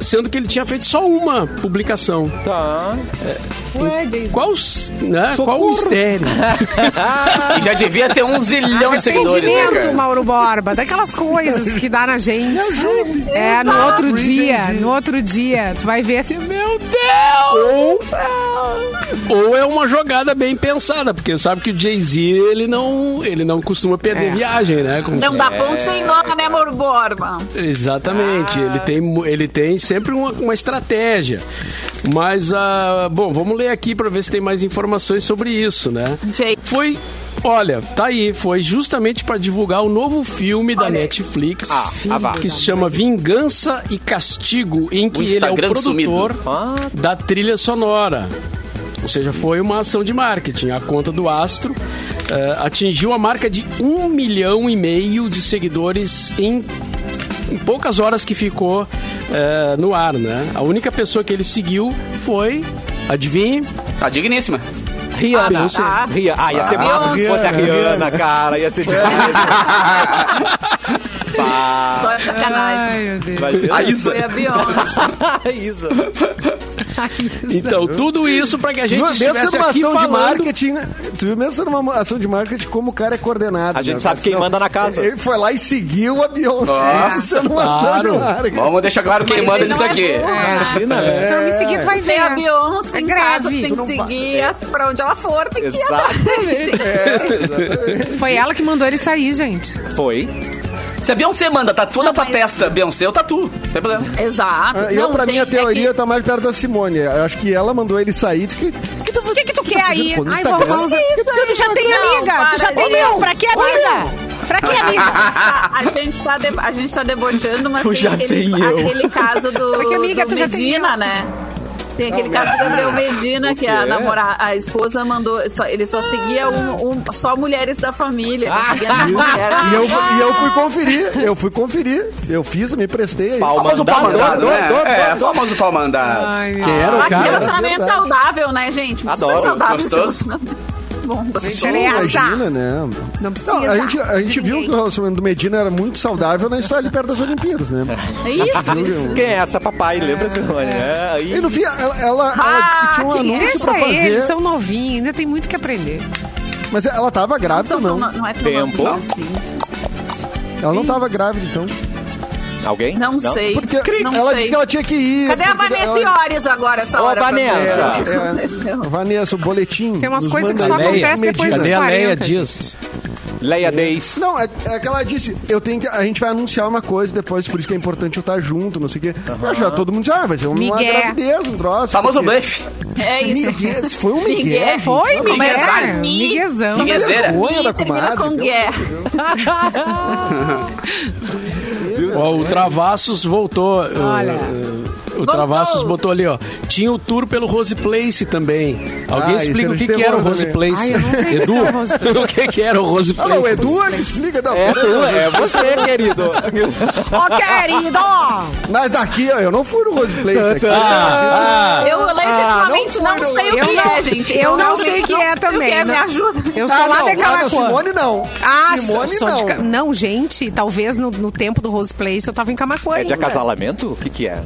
[SPEAKER 4] sendo que ele tinha feito só uma publicação. É,
[SPEAKER 1] Tá.
[SPEAKER 6] ué, gente.
[SPEAKER 4] Qual, os- né? Qual o
[SPEAKER 5] Socorro!
[SPEAKER 4] mistério?
[SPEAKER 3] E já devia ter um zilhão de seguidores, né,
[SPEAKER 2] Ah, Arrependimento,
[SPEAKER 3] cara?
[SPEAKER 2] Mauro Borba, daquelas coisas que dá na gente.
[SPEAKER 5] ajuda.
[SPEAKER 2] É, no outro
[SPEAKER 5] Free
[SPEAKER 2] dia,
[SPEAKER 5] Jay-Z.
[SPEAKER 2] no outro dia, tu vai ver assim, meu Deus!
[SPEAKER 4] ou, ou é uma jogada bem pensada, porque sabe que o Jay-Z ele não, ele não costuma perder
[SPEAKER 2] É.
[SPEAKER 4] viagem, né? Como
[SPEAKER 6] Não
[SPEAKER 4] se-
[SPEAKER 6] dá ponto sem nó, né, Moro Borba? Ah.
[SPEAKER 4] Exatamente, ele, tem, mu- ele tem sempre uma, uma estratégia. Mas, ah, bom, vamos ler aqui para ver se tem mais informações sobre isso, né?
[SPEAKER 6] Jay.
[SPEAKER 4] Foi, olha, tá aí, foi justamente para divulgar o novo filme da Netflix,
[SPEAKER 1] Ah, ah, vá.
[SPEAKER 4] que se chama Vingança e Castigo, em que ele é o
[SPEAKER 3] Instagram
[SPEAKER 4] produtor
[SPEAKER 3] sumido.
[SPEAKER 1] Ah,
[SPEAKER 4] da trilha sonora. Ou seja, foi uma ação de marketing. A conta do Astro eh, atingiu a marca de um milhão e meio de seguidores em, em poucas horas que ficou eh, no ar, né? A única pessoa que ele seguiu foi, adivinhe,
[SPEAKER 3] A Tá digníssima.
[SPEAKER 1] Ah, Rihanna.
[SPEAKER 6] tá.
[SPEAKER 1] Rihanna. Ah, ia ser massa se
[SPEAKER 5] Beyoncé.
[SPEAKER 1] fosse a Rihanna, cara. Ia ser demais.
[SPEAKER 6] Só é sacanagem.
[SPEAKER 2] Ai, meu Deus.
[SPEAKER 1] Imagina.
[SPEAKER 3] A Isa.
[SPEAKER 6] Foi a Beyoncé.
[SPEAKER 1] Isa.
[SPEAKER 4] Então, tudo isso pra que a gente
[SPEAKER 5] Viu? Mesmo
[SPEAKER 4] estivesse
[SPEAKER 5] sendo uma
[SPEAKER 4] aqui
[SPEAKER 5] ação de
[SPEAKER 4] falando...
[SPEAKER 5] marketing, né? tu viu mesmo sendo uma ação de marketing como o cara é coordenado.
[SPEAKER 1] A gente
[SPEAKER 5] né?
[SPEAKER 1] sabe quem
[SPEAKER 5] Não,
[SPEAKER 1] manda na casa.
[SPEAKER 5] Ele foi lá e seguiu a Beyoncé.
[SPEAKER 3] Nossa,
[SPEAKER 5] Isso é uma ação
[SPEAKER 4] claro.
[SPEAKER 5] de marketing. É.
[SPEAKER 3] Vamos deixar claro quem
[SPEAKER 6] Mas
[SPEAKER 3] manda
[SPEAKER 6] ele
[SPEAKER 3] nisso
[SPEAKER 6] não é
[SPEAKER 3] aqui.
[SPEAKER 6] burro, cara.
[SPEAKER 1] Imagina, velho.
[SPEAKER 2] Se não me seguir, tu vai ver.
[SPEAKER 6] Tem a Beyoncé
[SPEAKER 2] É
[SPEAKER 6] em
[SPEAKER 2] grave.
[SPEAKER 6] casa, tu tem
[SPEAKER 2] Tu
[SPEAKER 6] que seguir a- pra onde ela for, tem que ir atrás.
[SPEAKER 1] Exatamente.
[SPEAKER 2] Foi ela que mandou ele sair, gente.
[SPEAKER 1] Foi.
[SPEAKER 3] Se a Beyoncé manda tá tatu na
[SPEAKER 6] Não,
[SPEAKER 3] tua
[SPEAKER 6] mas-
[SPEAKER 3] testa, Beyoncé, eu tatu. Não tem problema.
[SPEAKER 6] Exato.
[SPEAKER 5] Ah, Eu,
[SPEAKER 6] Não,
[SPEAKER 5] pra
[SPEAKER 6] tem-
[SPEAKER 5] mim, a
[SPEAKER 6] é que-
[SPEAKER 5] teoria tá mais perto da Simone. Eu acho que ela mandou ele sair. Disse que, que tu, tá
[SPEAKER 2] O que, que tu quer aí?
[SPEAKER 5] fazendo com o
[SPEAKER 2] Ai, vou
[SPEAKER 5] Instagram?
[SPEAKER 2] arrumar uns...
[SPEAKER 6] Isso aí,
[SPEAKER 2] Tu já tem
[SPEAKER 6] não,
[SPEAKER 2] amiga. Tu já
[SPEAKER 6] para,
[SPEAKER 2] tem
[SPEAKER 6] Leo.
[SPEAKER 2] eu. Pra que amiga? Pra que amiga?
[SPEAKER 6] tá- a gente tá, de- a gente tá debochando, mas
[SPEAKER 3] Tu
[SPEAKER 6] tem,
[SPEAKER 3] já
[SPEAKER 6] aquele,
[SPEAKER 3] tem eu.
[SPEAKER 6] aquele caso do,
[SPEAKER 2] Porque, amiga,
[SPEAKER 6] do
[SPEAKER 2] tu já tem
[SPEAKER 6] Medina,
[SPEAKER 2] eu.
[SPEAKER 6] né? Tem aquele caso do Gabriel Medina, que a namorada, a esposa mandou, só- ele só seguia um, um- só mulheres da família. não seguia nenhuma mulher.
[SPEAKER 5] Ah, E eu, e eu fui conferir, eu fui conferir. Eu fiz, me prestei. aí.
[SPEAKER 3] Famoso pau
[SPEAKER 1] mandado,
[SPEAKER 3] mandado,
[SPEAKER 1] né?
[SPEAKER 3] né? É, famoso pau mandado.
[SPEAKER 2] meu
[SPEAKER 4] Quem era
[SPEAKER 6] Ah,
[SPEAKER 4] o
[SPEAKER 6] que
[SPEAKER 4] cara?
[SPEAKER 6] relacionamento
[SPEAKER 5] verdade.
[SPEAKER 6] saudável, né, gente? Super
[SPEAKER 1] Adoro,
[SPEAKER 6] saudável esse
[SPEAKER 3] gostoso.
[SPEAKER 6] relacionamento. Bom,
[SPEAKER 3] um
[SPEAKER 6] gostoso.
[SPEAKER 2] Gente, ela é azar.
[SPEAKER 5] Imagina, né?
[SPEAKER 2] Não precisa
[SPEAKER 5] a gente, a gente
[SPEAKER 2] de
[SPEAKER 5] viu
[SPEAKER 2] ninguém.
[SPEAKER 5] que é o relacionamento do Medina era muito saudável na história ali perto das Olimpíadas, né?
[SPEAKER 6] É Isso, isso.
[SPEAKER 1] Quem é essa papai? Lembra, Simone? É, aí-
[SPEAKER 5] E no fim, ela, ela, ela
[SPEAKER 6] Ah,
[SPEAKER 5] disse que tinha um
[SPEAKER 6] que
[SPEAKER 5] anúncio
[SPEAKER 2] Deixa
[SPEAKER 5] pra
[SPEAKER 2] eles,
[SPEAKER 5] fazer.
[SPEAKER 2] são novinhos, ainda tem muito que aprender.
[SPEAKER 5] Mas ela tava grávida
[SPEAKER 6] São
[SPEAKER 5] ou Ah, não?
[SPEAKER 6] tão- não é tão
[SPEAKER 1] Tempo.
[SPEAKER 6] novinho assim.
[SPEAKER 5] Ela não tava grávida, então.
[SPEAKER 1] Alguém?
[SPEAKER 6] Não, sei.
[SPEAKER 5] Porque
[SPEAKER 6] não
[SPEAKER 5] ela
[SPEAKER 6] sei.
[SPEAKER 5] disse que ela tinha que ir.
[SPEAKER 6] Cadê a
[SPEAKER 5] porque
[SPEAKER 6] Vanessa
[SPEAKER 5] ela-
[SPEAKER 6] Iores agora, essa
[SPEAKER 1] Ô,
[SPEAKER 6] hora? pra ver
[SPEAKER 1] Vanessa.
[SPEAKER 6] o que
[SPEAKER 5] É, é.
[SPEAKER 6] aconteceu?
[SPEAKER 5] Vanessa, o boletim.
[SPEAKER 2] Tem umas
[SPEAKER 5] nos
[SPEAKER 2] coisas que
[SPEAKER 5] manda
[SPEAKER 2] só
[SPEAKER 5] aí.
[SPEAKER 4] acontece
[SPEAKER 2] acontecem depois dos
[SPEAKER 4] Cadê a Leia
[SPEAKER 2] 40.
[SPEAKER 4] Dias?
[SPEAKER 2] gente.
[SPEAKER 1] Leia Days.
[SPEAKER 5] Não, é, é que ela disse, eu tenho que, a gente vai anunciar uma coisa depois, por isso que é importante eu estar junto, não sei o quê. Eu Já, todo mundo já ah, vai ser uma
[SPEAKER 2] Migué.
[SPEAKER 5] gravidez, um troço.
[SPEAKER 3] Famoso
[SPEAKER 5] porque-
[SPEAKER 3] blefe.
[SPEAKER 6] É isso.
[SPEAKER 5] Migué, isso foi um migué.
[SPEAKER 6] Migué.
[SPEAKER 2] Foi,
[SPEAKER 6] Como é
[SPEAKER 2] Miguel.
[SPEAKER 6] que sabe?
[SPEAKER 2] Miguezão.
[SPEAKER 3] Miguezeira.
[SPEAKER 5] Vergonha da
[SPEAKER 6] E termina
[SPEAKER 5] comadre.
[SPEAKER 6] com
[SPEAKER 5] meu
[SPEAKER 6] guerra.
[SPEAKER 4] Ó, o Travassos voltou.
[SPEAKER 2] Olha.
[SPEAKER 4] uh, o Travassos botou ali, ó. Tinha o tour pelo Rose Place também. Alguém
[SPEAKER 5] Ah, isso
[SPEAKER 4] explica
[SPEAKER 5] era
[SPEAKER 4] o que,
[SPEAKER 5] de
[SPEAKER 4] que era o
[SPEAKER 5] terror
[SPEAKER 4] Rose
[SPEAKER 5] também.
[SPEAKER 4] Place.
[SPEAKER 2] Ai, eu não sei o que
[SPEAKER 4] Edu,
[SPEAKER 2] é o Rose
[SPEAKER 4] o que, que era o Rose
[SPEAKER 5] Ah,
[SPEAKER 4] Place?
[SPEAKER 5] não, o Edu, ele explica. né? Não,
[SPEAKER 1] É tu, é você, querido.
[SPEAKER 2] Ô, querido!
[SPEAKER 5] Mas daqui, ó, eu não fui no Rose Place aqui.
[SPEAKER 4] Ah, ah,
[SPEAKER 6] Eu legitimamente
[SPEAKER 5] não
[SPEAKER 6] não,
[SPEAKER 5] foi, não.
[SPEAKER 6] sei o
[SPEAKER 2] Eu
[SPEAKER 6] que
[SPEAKER 2] não-
[SPEAKER 6] é, gente.
[SPEAKER 2] eu não
[SPEAKER 6] realmente
[SPEAKER 2] sei o que é Tá,
[SPEAKER 6] sei
[SPEAKER 2] também,
[SPEAKER 6] que é,
[SPEAKER 2] não.
[SPEAKER 6] Me ajuda.
[SPEAKER 2] Eu sou
[SPEAKER 5] Ah,
[SPEAKER 2] lá
[SPEAKER 5] não,
[SPEAKER 2] de
[SPEAKER 5] lá na
[SPEAKER 2] Camacuã.
[SPEAKER 5] Simone não.
[SPEAKER 2] Ah, sou,
[SPEAKER 5] Simone
[SPEAKER 2] sou
[SPEAKER 5] não.
[SPEAKER 2] de Ca- Não, gente, talvez no, no tempo do Rose Place eu tava em Camacuã.
[SPEAKER 1] É de
[SPEAKER 2] ainda.
[SPEAKER 1] acasalamento? O que que é?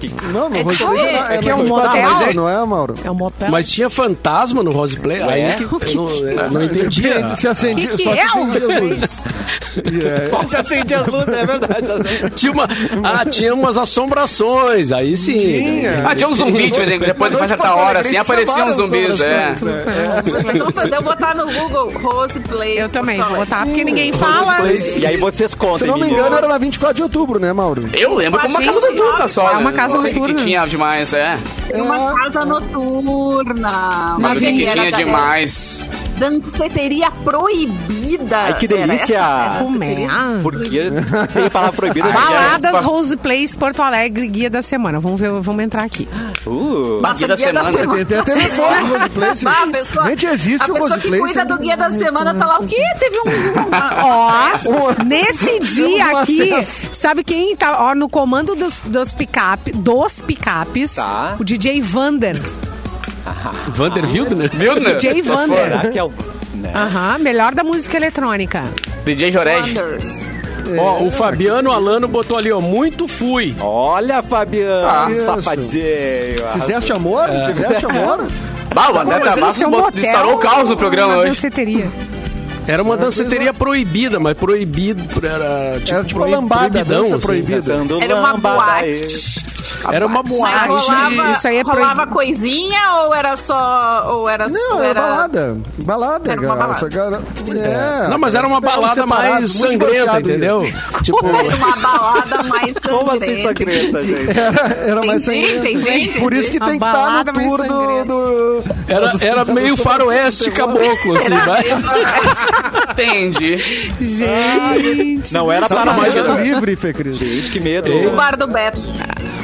[SPEAKER 1] Que-
[SPEAKER 5] Não, no
[SPEAKER 6] É
[SPEAKER 5] Rose
[SPEAKER 6] de
[SPEAKER 5] Place
[SPEAKER 6] comer.
[SPEAKER 5] não,
[SPEAKER 2] É que é
[SPEAKER 5] no
[SPEAKER 2] um
[SPEAKER 5] Rose Place,
[SPEAKER 2] motel.
[SPEAKER 5] Não é, Mauro?
[SPEAKER 2] É um motel.
[SPEAKER 4] mas tinha fantasma no Rose Place? Aí
[SPEAKER 1] É?
[SPEAKER 4] que eu não, eu não entendi.
[SPEAKER 5] Depende, se acendia,
[SPEAKER 2] que que
[SPEAKER 5] só se
[SPEAKER 2] é o
[SPEAKER 5] acendia as
[SPEAKER 2] Rose
[SPEAKER 5] luzes. é. Yeah.
[SPEAKER 1] Se acende as luzes, é
[SPEAKER 5] tá
[SPEAKER 1] verdade.
[SPEAKER 4] Tinha, uma, ah, tinha umas assombrações, aí sim.
[SPEAKER 5] Tinha.
[SPEAKER 3] Ah, tinha um zumbi, de vez em quando. Depois de uma certa hora, assim, apareciam
[SPEAKER 5] apareciam
[SPEAKER 3] uns zumbis,
[SPEAKER 5] né?
[SPEAKER 3] é.
[SPEAKER 6] Mas vamos fazer eu botar no Google Rose Place.
[SPEAKER 2] Eu também
[SPEAKER 6] Porto
[SPEAKER 2] vou botar,
[SPEAKER 5] Sim,
[SPEAKER 2] porque ninguém
[SPEAKER 5] Rose
[SPEAKER 2] fala.
[SPEAKER 1] E aí vocês
[SPEAKER 5] Se
[SPEAKER 1] contam,
[SPEAKER 5] não me
[SPEAKER 1] menino.
[SPEAKER 5] engano, era um- na 24 de outubro, né, Mauro?
[SPEAKER 3] Eu lembro como uma
[SPEAKER 2] Gente,
[SPEAKER 3] casa noturna só.
[SPEAKER 2] é uma
[SPEAKER 3] né?
[SPEAKER 2] casa
[SPEAKER 3] Que-
[SPEAKER 2] noturna.
[SPEAKER 3] Que tinha demais, é.
[SPEAKER 6] Alegre.
[SPEAKER 2] Ah.
[SPEAKER 6] Uma casa noturna.
[SPEAKER 3] Mas o que,
[SPEAKER 6] aí
[SPEAKER 3] que
[SPEAKER 6] era
[SPEAKER 3] tinha
[SPEAKER 6] da-
[SPEAKER 3] demais?
[SPEAKER 6] Danceteria proibida.
[SPEAKER 1] Ai, que
[SPEAKER 6] Era
[SPEAKER 1] delícia.
[SPEAKER 6] essa
[SPEAKER 2] Como é?
[SPEAKER 6] danceteria?
[SPEAKER 1] um
[SPEAKER 2] Ah.
[SPEAKER 1] Porque tem a palavra proibida. né?
[SPEAKER 2] Baladas
[SPEAKER 3] Mas-
[SPEAKER 2] Rose Place Porto Alegre, guia da semana. Vamos ver, vamos entrar aqui.
[SPEAKER 1] Uh,
[SPEAKER 6] Nossa,
[SPEAKER 3] Guia da
[SPEAKER 6] guia da
[SPEAKER 3] semana.
[SPEAKER 6] semana.
[SPEAKER 5] Tem até telefone do Rose Place.
[SPEAKER 6] Bah, a pessoa,
[SPEAKER 5] Nem tinha existe
[SPEAKER 6] Ah, a
[SPEAKER 5] o
[SPEAKER 6] pessoa
[SPEAKER 5] Rose
[SPEAKER 6] que
[SPEAKER 5] Place, né?
[SPEAKER 6] cuida
[SPEAKER 5] ainda
[SPEAKER 6] do guia da
[SPEAKER 5] não
[SPEAKER 6] semana tá lá. O quê? Teve um.
[SPEAKER 1] Ah,
[SPEAKER 6] uma-
[SPEAKER 2] Ó,
[SPEAKER 5] Uma-
[SPEAKER 2] nesse
[SPEAKER 5] Temos
[SPEAKER 2] dia
[SPEAKER 5] um
[SPEAKER 2] aqui,
[SPEAKER 5] acesso.
[SPEAKER 2] sabe quem tá? Ó, no comando dos, dos picape, dos picapes,
[SPEAKER 1] Tá.
[SPEAKER 2] o DJ Vander.
[SPEAKER 4] Vander Wildner?
[SPEAKER 3] Wildner.
[SPEAKER 2] DJ
[SPEAKER 3] Só se for.
[SPEAKER 2] Vander.
[SPEAKER 1] será que é o... né?
[SPEAKER 2] Aham, melhor da música eletrônica.
[SPEAKER 3] DJ Jorege.
[SPEAKER 6] Wonders.
[SPEAKER 5] É,
[SPEAKER 4] Ó, o Fabiano Alano botou ali, ó, muito fui.
[SPEAKER 1] Olha, Fabiano,
[SPEAKER 5] isso.
[SPEAKER 1] Ah, safadinho.
[SPEAKER 5] Fizeste amor? Fizeste amor?
[SPEAKER 3] Bah, o André
[SPEAKER 2] Como assim,
[SPEAKER 3] Travassos
[SPEAKER 2] isso é um
[SPEAKER 3] bot-
[SPEAKER 2] hotel
[SPEAKER 3] estourou o caos no
[SPEAKER 2] ou
[SPEAKER 3] programa
[SPEAKER 2] uma
[SPEAKER 3] hoje.
[SPEAKER 2] danceteria?
[SPEAKER 4] Era
[SPEAKER 5] Ah,
[SPEAKER 4] uma danceteria proibida, mas proibido era tipo,
[SPEAKER 5] Era tipo a
[SPEAKER 4] proib-
[SPEAKER 5] lambada,
[SPEAKER 4] proibidão,
[SPEAKER 5] dança
[SPEAKER 4] assim.
[SPEAKER 5] proibida.
[SPEAKER 1] Dançando
[SPEAKER 6] Era uma
[SPEAKER 1] lambada aí.
[SPEAKER 6] boate.
[SPEAKER 4] Era uma
[SPEAKER 6] Mas
[SPEAKER 4] boate.
[SPEAKER 6] rolava,
[SPEAKER 2] isso aí é
[SPEAKER 6] rolava
[SPEAKER 2] proibido.
[SPEAKER 6] coisinha ou era só. Ou era
[SPEAKER 5] Não, era balada. Balada,
[SPEAKER 6] Era uma
[SPEAKER 5] cara.
[SPEAKER 6] balada.
[SPEAKER 5] Só que era- é.
[SPEAKER 4] Não, mas era uma
[SPEAKER 5] Eles
[SPEAKER 4] balada
[SPEAKER 5] ficavam
[SPEAKER 4] mais
[SPEAKER 5] separados, muito
[SPEAKER 4] sangrenta,
[SPEAKER 5] divorciado
[SPEAKER 4] entendeu? Tipo,
[SPEAKER 6] Uma balada mais
[SPEAKER 1] Como assim,
[SPEAKER 6] sangrenta.
[SPEAKER 1] sangrenta, gente?
[SPEAKER 5] Era, era mais
[SPEAKER 6] Entendi,
[SPEAKER 5] sangrenta.
[SPEAKER 6] entendi.
[SPEAKER 5] Por isso que
[SPEAKER 2] Uma
[SPEAKER 5] tem que estar
[SPEAKER 2] balada
[SPEAKER 5] no
[SPEAKER 2] mais
[SPEAKER 5] tour do,
[SPEAKER 2] sangrenta.
[SPEAKER 5] do-
[SPEAKER 4] era,
[SPEAKER 5] dos-
[SPEAKER 4] era
[SPEAKER 5] dos-
[SPEAKER 4] meio
[SPEAKER 5] dos-
[SPEAKER 4] faroeste caboclo, assim, vai.
[SPEAKER 6] tipo
[SPEAKER 3] Entendi.
[SPEAKER 2] Gente,
[SPEAKER 1] Não era
[SPEAKER 5] Tá
[SPEAKER 1] para
[SPEAKER 5] mais
[SPEAKER 1] mais
[SPEAKER 5] livre, Fê Cris.
[SPEAKER 1] Gente, que medo.
[SPEAKER 6] O bar do Beto.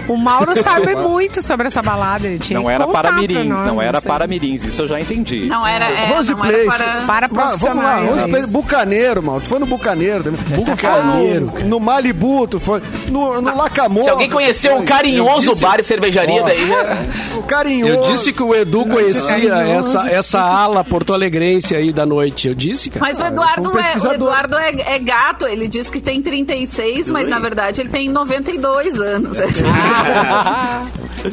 [SPEAKER 2] o Mauro sabe muito sobre essa balada. Ele tinha
[SPEAKER 1] Não
[SPEAKER 2] que
[SPEAKER 1] era
[SPEAKER 2] contar
[SPEAKER 1] para
[SPEAKER 2] pra
[SPEAKER 1] mirins,
[SPEAKER 2] nós
[SPEAKER 1] não era
[SPEAKER 2] isso aí.
[SPEAKER 1] para mirins, isso eu já entendi.
[SPEAKER 6] Não era, é,
[SPEAKER 5] Rose
[SPEAKER 6] não era
[SPEAKER 5] Place.
[SPEAKER 6] para...
[SPEAKER 2] Para
[SPEAKER 5] Mas, vamos lá,
[SPEAKER 2] profissionais.
[SPEAKER 5] hoje
[SPEAKER 2] é
[SPEAKER 5] pra-
[SPEAKER 2] isso.
[SPEAKER 5] Bucaneiro, Mauro. Tu foi no Bucaneiro também.
[SPEAKER 4] Bucaneiro,
[SPEAKER 5] Tu foi no, no Malibu, tu foi no, no Lacamora.
[SPEAKER 3] Se alguém conheceu um carinhoso
[SPEAKER 4] disse-
[SPEAKER 3] bar e cervejaria, daí já...
[SPEAKER 5] O carinhoso.
[SPEAKER 4] Eu disse que o Edu conhecia essa, essa ala porto-alegrense aí da noite. Eu disse, cara.
[SPEAKER 6] Mas o Eduardo,
[SPEAKER 5] sou um
[SPEAKER 6] é, o
[SPEAKER 5] pesquisador.
[SPEAKER 6] Eduardo é, é gato, ele diz que tem 36, mas na verdade ele tem 92 anos.
[SPEAKER 4] É.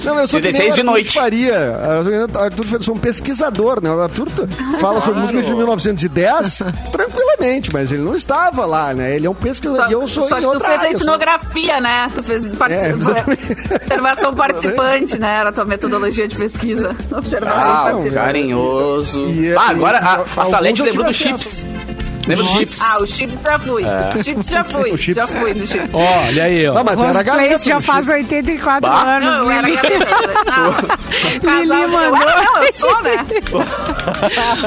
[SPEAKER 5] Não, eu
[SPEAKER 3] 16
[SPEAKER 5] sou 16
[SPEAKER 3] de noite.
[SPEAKER 5] Faria. Eu sou- Arthur Faria, sou um pesquisador, né? O Arthur t- fala sobre música de 1910 tranquilamente, mas ele não estava lá, né? Ele é um pesquisador. e eu sou
[SPEAKER 6] só
[SPEAKER 5] em
[SPEAKER 6] que tu
[SPEAKER 5] outra
[SPEAKER 6] fez a
[SPEAKER 5] área, sou-
[SPEAKER 6] etnografia, né? Tu fez partici-
[SPEAKER 5] É, exatamente.
[SPEAKER 6] observação participante, né? Era a tua metodologia de pesquisa. Observação
[SPEAKER 3] Ah,
[SPEAKER 5] então,
[SPEAKER 3] o
[SPEAKER 6] participante.
[SPEAKER 3] carinhoso.
[SPEAKER 5] e- e-
[SPEAKER 3] ah, agora a, a
[SPEAKER 5] alguns
[SPEAKER 3] Salete
[SPEAKER 5] eu
[SPEAKER 3] lembrou do
[SPEAKER 5] tive
[SPEAKER 3] Chips.
[SPEAKER 5] acesso.
[SPEAKER 3] Lembra do Chips?
[SPEAKER 6] Ah, o Chips já fui. O Chips já fui.
[SPEAKER 5] O Chips.
[SPEAKER 6] Já fui no Chips.
[SPEAKER 4] Olha aí, ó.
[SPEAKER 5] Não, Ah, mas tu
[SPEAKER 2] Rose
[SPEAKER 5] era né? galera.
[SPEAKER 2] Place já faz 84
[SPEAKER 3] Bah.
[SPEAKER 2] anos.
[SPEAKER 6] Não, eu era Ah,
[SPEAKER 2] Lili.
[SPEAKER 6] galera.
[SPEAKER 2] Lili mandou.
[SPEAKER 6] Não, eu sou, né?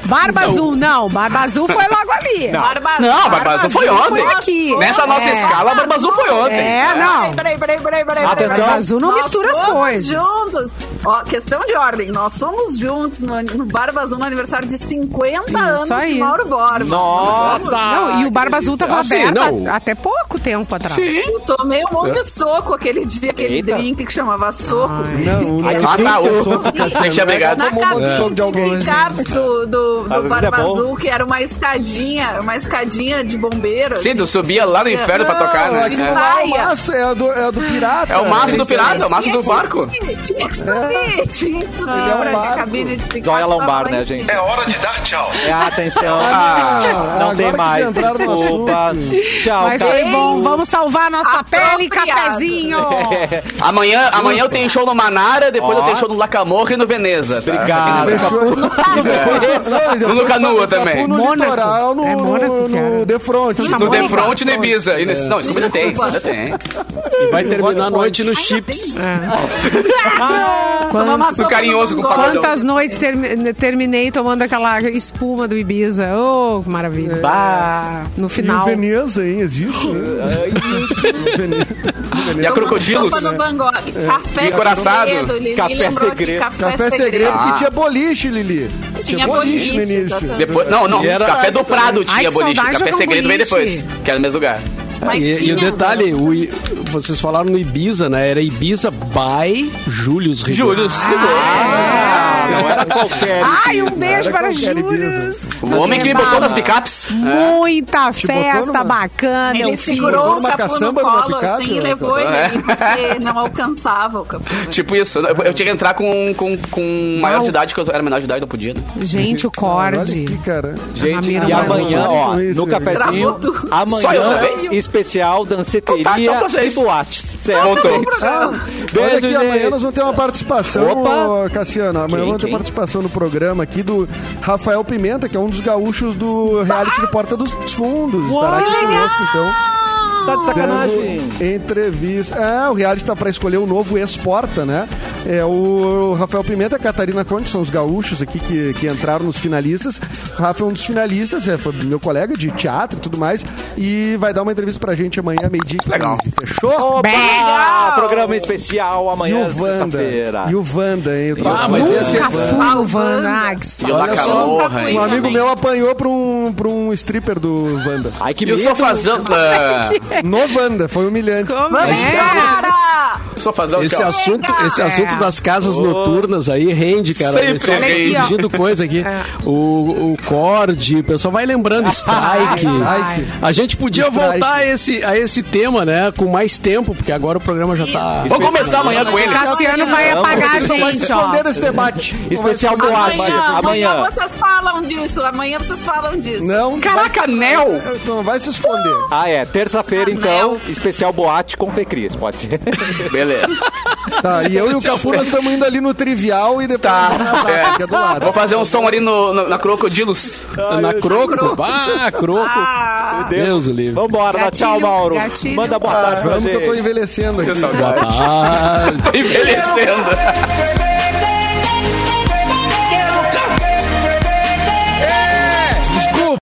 [SPEAKER 2] Barba Azul, não. Barba Azul foi logo ali.
[SPEAKER 6] Barba-
[SPEAKER 3] Não, Barba Azul foi
[SPEAKER 2] Barba Azul
[SPEAKER 3] ontem.
[SPEAKER 2] foi aqui.
[SPEAKER 3] Nessa nossa
[SPEAKER 2] É.
[SPEAKER 3] escala, a Barba Azul foi ontem.
[SPEAKER 2] É, não.
[SPEAKER 6] Peraí, peraí, peraí, peraí.
[SPEAKER 1] Atenção.
[SPEAKER 6] peraí, peraí.
[SPEAKER 2] Azul não
[SPEAKER 6] Nós
[SPEAKER 2] mistura as
[SPEAKER 6] fomos
[SPEAKER 2] coisas.
[SPEAKER 6] juntos. Ó, questão de ordem. Nós fomos juntos no, no Barba Azul no aniversário de 50 anos
[SPEAKER 2] aí.
[SPEAKER 6] de Mauro Borba.
[SPEAKER 1] Nossa!
[SPEAKER 2] Não, e o Barba Azul tava
[SPEAKER 4] Assim,
[SPEAKER 2] aberto
[SPEAKER 4] não.
[SPEAKER 2] a- até pouco tempo atrás.
[SPEAKER 6] Eu tomei um monte de soco aquele dia, aquele
[SPEAKER 1] Eita.
[SPEAKER 6] drink que chamava soco.
[SPEAKER 5] Não, não,
[SPEAKER 3] Ai,
[SPEAKER 5] eu
[SPEAKER 3] mata
[SPEAKER 5] sei que eu
[SPEAKER 3] o-
[SPEAKER 5] sou do Cassiano.
[SPEAKER 3] Tem que ser é obrigado.
[SPEAKER 5] Tomou um
[SPEAKER 6] É.
[SPEAKER 5] monte de soco de alguém.
[SPEAKER 6] Capes do, do, do
[SPEAKER 1] Às vezes
[SPEAKER 6] Barba
[SPEAKER 1] é bom.
[SPEAKER 6] Azul, que era uma escadinha, uma escadinha de bombeiro.
[SPEAKER 3] Sim, tu subia lá no inferno pra tocar,
[SPEAKER 5] Não,
[SPEAKER 3] né?
[SPEAKER 5] aquilo
[SPEAKER 3] É.
[SPEAKER 5] lá é o
[SPEAKER 6] Praia.
[SPEAKER 5] maço, é a do, é a do pirata.
[SPEAKER 3] É o maço do pirata, é o maço
[SPEAKER 6] Tinha
[SPEAKER 3] do
[SPEAKER 6] que
[SPEAKER 3] barco.
[SPEAKER 6] subir, Tinha que subir, tinha que subir
[SPEAKER 5] é um
[SPEAKER 6] pra que a
[SPEAKER 5] barco.
[SPEAKER 6] cabine de ficar
[SPEAKER 1] Dóia
[SPEAKER 6] só
[SPEAKER 1] lombar,
[SPEAKER 6] lá
[SPEAKER 1] né,
[SPEAKER 6] em
[SPEAKER 1] gente?
[SPEAKER 7] É hora de dar tchau.
[SPEAKER 1] É, atenção.
[SPEAKER 5] Ah,
[SPEAKER 1] Ah, não
[SPEAKER 5] agora
[SPEAKER 1] tem
[SPEAKER 5] que
[SPEAKER 1] mais.
[SPEAKER 5] vocês entraram no
[SPEAKER 1] Desculpa. Tchau,
[SPEAKER 3] tá.
[SPEAKER 2] Mas é-
[SPEAKER 1] cara.
[SPEAKER 2] foi bom. Vamos salvar a nossa pele,
[SPEAKER 6] Apropriado.
[SPEAKER 2] cafezinho.
[SPEAKER 3] É. Amanhã, amanhã eu tenho show no Manara, depois
[SPEAKER 1] Ó.
[SPEAKER 3] eu tenho show no Lacamorra e no Veneza. tá?
[SPEAKER 1] Obrigado.
[SPEAKER 5] Ah, Fechou.
[SPEAKER 3] É. No Canoa também.
[SPEAKER 5] tá No
[SPEAKER 2] Mônaco.
[SPEAKER 5] litoral, no,
[SPEAKER 2] É Mônaco,
[SPEAKER 5] no,
[SPEAKER 2] cara.
[SPEAKER 5] no The Front.
[SPEAKER 2] Santa
[SPEAKER 3] No
[SPEAKER 2] Mônica.
[SPEAKER 3] Defront e no Ibiza. E nesse- Não, isso ainda tem, isso ainda tem.
[SPEAKER 4] E vai terminar a noite no
[SPEAKER 6] Ainda tem?
[SPEAKER 4] Chips.
[SPEAKER 6] Tomar uma
[SPEAKER 2] Quantas,
[SPEAKER 6] sopa
[SPEAKER 3] carinhoso
[SPEAKER 6] no
[SPEAKER 3] com o
[SPEAKER 6] Mongol.
[SPEAKER 2] quantas noites termi- terminei tomando aquela espuma do Ibiza. Oh, que maravilha. Bah. No
[SPEAKER 5] E o
[SPEAKER 2] final.
[SPEAKER 5] Veneza, hein? Existe? O Veneza.
[SPEAKER 3] E a Crocodilos? É.
[SPEAKER 6] Sopa no Van Gogh. Café
[SPEAKER 3] E coraçado.
[SPEAKER 6] segredo. Lili
[SPEAKER 1] Café
[SPEAKER 6] lembrou aqui,
[SPEAKER 1] segredo.
[SPEAKER 6] Café,
[SPEAKER 5] É. Café segredo
[SPEAKER 3] Ah.
[SPEAKER 5] que tinha boliche, Lili.
[SPEAKER 6] Tinha boliche,
[SPEAKER 5] no início.
[SPEAKER 6] exatamente.
[SPEAKER 3] Depois, não, não,
[SPEAKER 4] E era-
[SPEAKER 3] Café do Prado
[SPEAKER 2] Ai,
[SPEAKER 3] tinha
[SPEAKER 2] que
[SPEAKER 3] boliche.
[SPEAKER 2] saudade de
[SPEAKER 3] Café
[SPEAKER 2] jogar um
[SPEAKER 3] Segredo veio
[SPEAKER 2] boliche.
[SPEAKER 3] depois, que era no mesmo lugar.
[SPEAKER 6] Mas
[SPEAKER 4] E, e
[SPEAKER 6] tinha, um
[SPEAKER 4] o detalhe, o I- vocês falaram no Ibiza, né? Era Ibiza by Július Ribeiro.
[SPEAKER 3] Júlio, é segura.
[SPEAKER 1] Não era qualquer.
[SPEAKER 2] Ai, um beijo
[SPEAKER 5] Era
[SPEAKER 2] para
[SPEAKER 5] qualquer
[SPEAKER 2] Július.
[SPEAKER 3] O homem que me botou nas picapes.
[SPEAKER 2] Muita festa
[SPEAKER 5] botou numa- Ah,
[SPEAKER 2] bacana, eu
[SPEAKER 6] Ele
[SPEAKER 2] fiz.
[SPEAKER 6] segurou o
[SPEAKER 5] Uma
[SPEAKER 6] capô no
[SPEAKER 5] caçamba numa
[SPEAKER 6] colo,
[SPEAKER 5] picape,
[SPEAKER 6] assim, e
[SPEAKER 5] né?
[SPEAKER 6] levou ele ali, porque não alcançava o capô.
[SPEAKER 3] Tipo isso, eu, eu tinha que entrar com, com, com maior de idade, que eu era menor de idade, não podia. Né?
[SPEAKER 2] Gente, o
[SPEAKER 5] Olha
[SPEAKER 2] corde.
[SPEAKER 5] que cara.
[SPEAKER 1] Gente,
[SPEAKER 2] Ramiro
[SPEAKER 1] e
[SPEAKER 2] vai
[SPEAKER 1] amanhã,
[SPEAKER 5] voltar.
[SPEAKER 1] ó,
[SPEAKER 5] Com isso,
[SPEAKER 1] no
[SPEAKER 5] né?
[SPEAKER 1] cafezinho,
[SPEAKER 6] Travou tudo.
[SPEAKER 3] Só eu
[SPEAKER 1] amanhã,
[SPEAKER 3] também.
[SPEAKER 1] especial danceteria
[SPEAKER 3] Então tá, tchau pra
[SPEAKER 1] e
[SPEAKER 3] vocês.
[SPEAKER 1] boates. é Certo?
[SPEAKER 3] Voltou.
[SPEAKER 5] Ah, olha aqui,
[SPEAKER 1] gente.
[SPEAKER 5] amanhã nós vamos ter uma participação,
[SPEAKER 1] Opa!
[SPEAKER 5] ô, Cassiano. Amanhã
[SPEAKER 3] Quem,
[SPEAKER 5] vamos ter
[SPEAKER 3] quem?
[SPEAKER 5] participação no programa aqui do Rafael Pimenta, que é um dos gaúchos do reality de Porta dos Fundos. Estará aqui conosco, então.
[SPEAKER 1] Tá de sacanagem.
[SPEAKER 5] Dando entrevista. É, o reality tá pra escolher o novo ex-porta, né? É o Rafael Pimenta e a Catarina Conte, são os gaúchos aqui que, que entraram nos finalistas. O Rafa é um dos finalistas, é, foi meu colega de teatro e tudo mais. E vai dar uma entrevista pra gente amanhã, meio-dia. e
[SPEAKER 3] Legal.
[SPEAKER 5] 15. Fechou?
[SPEAKER 1] Opa!
[SPEAKER 6] Legal!
[SPEAKER 1] Programa especial
[SPEAKER 5] E
[SPEAKER 1] amanhã,
[SPEAKER 5] o Wanda.
[SPEAKER 1] sexta-feira.
[SPEAKER 5] E o Wanda, hein? Eu tô-
[SPEAKER 4] Ah, mas esse-
[SPEAKER 2] Nunca fui no Van Ax.
[SPEAKER 3] E o Lacamorra,
[SPEAKER 5] Um
[SPEAKER 3] hein?
[SPEAKER 5] amigo meu apanhou pra um, pra um stripper do Wanda.
[SPEAKER 1] Ai, que
[SPEAKER 3] E o
[SPEAKER 1] medo.
[SPEAKER 3] sofazão. ah,
[SPEAKER 5] No Wanda, foi humilhante.
[SPEAKER 2] É.
[SPEAKER 6] Cara!
[SPEAKER 3] Sofazão,
[SPEAKER 4] Esse
[SPEAKER 3] tchau.
[SPEAKER 4] assunto, esse
[SPEAKER 2] É.
[SPEAKER 4] assunto das casas noturnas aí rende, cara.
[SPEAKER 3] Sempre
[SPEAKER 4] Pessoal vai
[SPEAKER 3] rende.
[SPEAKER 4] pedindo coisa aqui. O, o Cord, o pessoal vai lembrando Strike.
[SPEAKER 5] Ai, que-
[SPEAKER 4] A gente podia
[SPEAKER 5] Strike.
[SPEAKER 4] voltar a esse, a esse tema, né? Com mais tempo, porque agora o programa já tá.
[SPEAKER 3] Vou começar amanhã com ele.
[SPEAKER 2] Cassiano vai apagar a
[SPEAKER 5] Não vai se
[SPEAKER 2] gente, ó.
[SPEAKER 5] esconder desse debate. Não vai se
[SPEAKER 1] Especial
[SPEAKER 5] esconder.
[SPEAKER 1] boate.
[SPEAKER 6] Amanhã, amanhã
[SPEAKER 1] Amanhã.
[SPEAKER 6] vocês falam disso. Amanhã vocês falam disso.
[SPEAKER 5] Não.
[SPEAKER 3] Caraca, Nel!
[SPEAKER 5] vai- Tu não vai se esconder.
[SPEAKER 1] Ah, é. Terça-feira, então, especial boate com Fecris, pode ser.
[SPEAKER 3] Beleza.
[SPEAKER 5] Tá, e eu e o Capu nós estamos indo ali no trivial e depois
[SPEAKER 3] Tá.
[SPEAKER 5] no Nazar, que é do lado.
[SPEAKER 3] Vou fazer um som ali no, no- na Crocodilos.
[SPEAKER 4] Na Croco. Ah, Croco.
[SPEAKER 6] Ah,
[SPEAKER 4] Deus o livre.
[SPEAKER 1] Vambora, dá tchau,
[SPEAKER 2] Gatilho,
[SPEAKER 1] Mauro.
[SPEAKER 2] gatilho.
[SPEAKER 1] Manda
[SPEAKER 5] Ah,
[SPEAKER 1] boa tarde pra
[SPEAKER 5] Vamos que eu tô
[SPEAKER 1] gente.
[SPEAKER 5] envelhecendo aqui.
[SPEAKER 4] Ah,
[SPEAKER 3] Tô envelhecendo.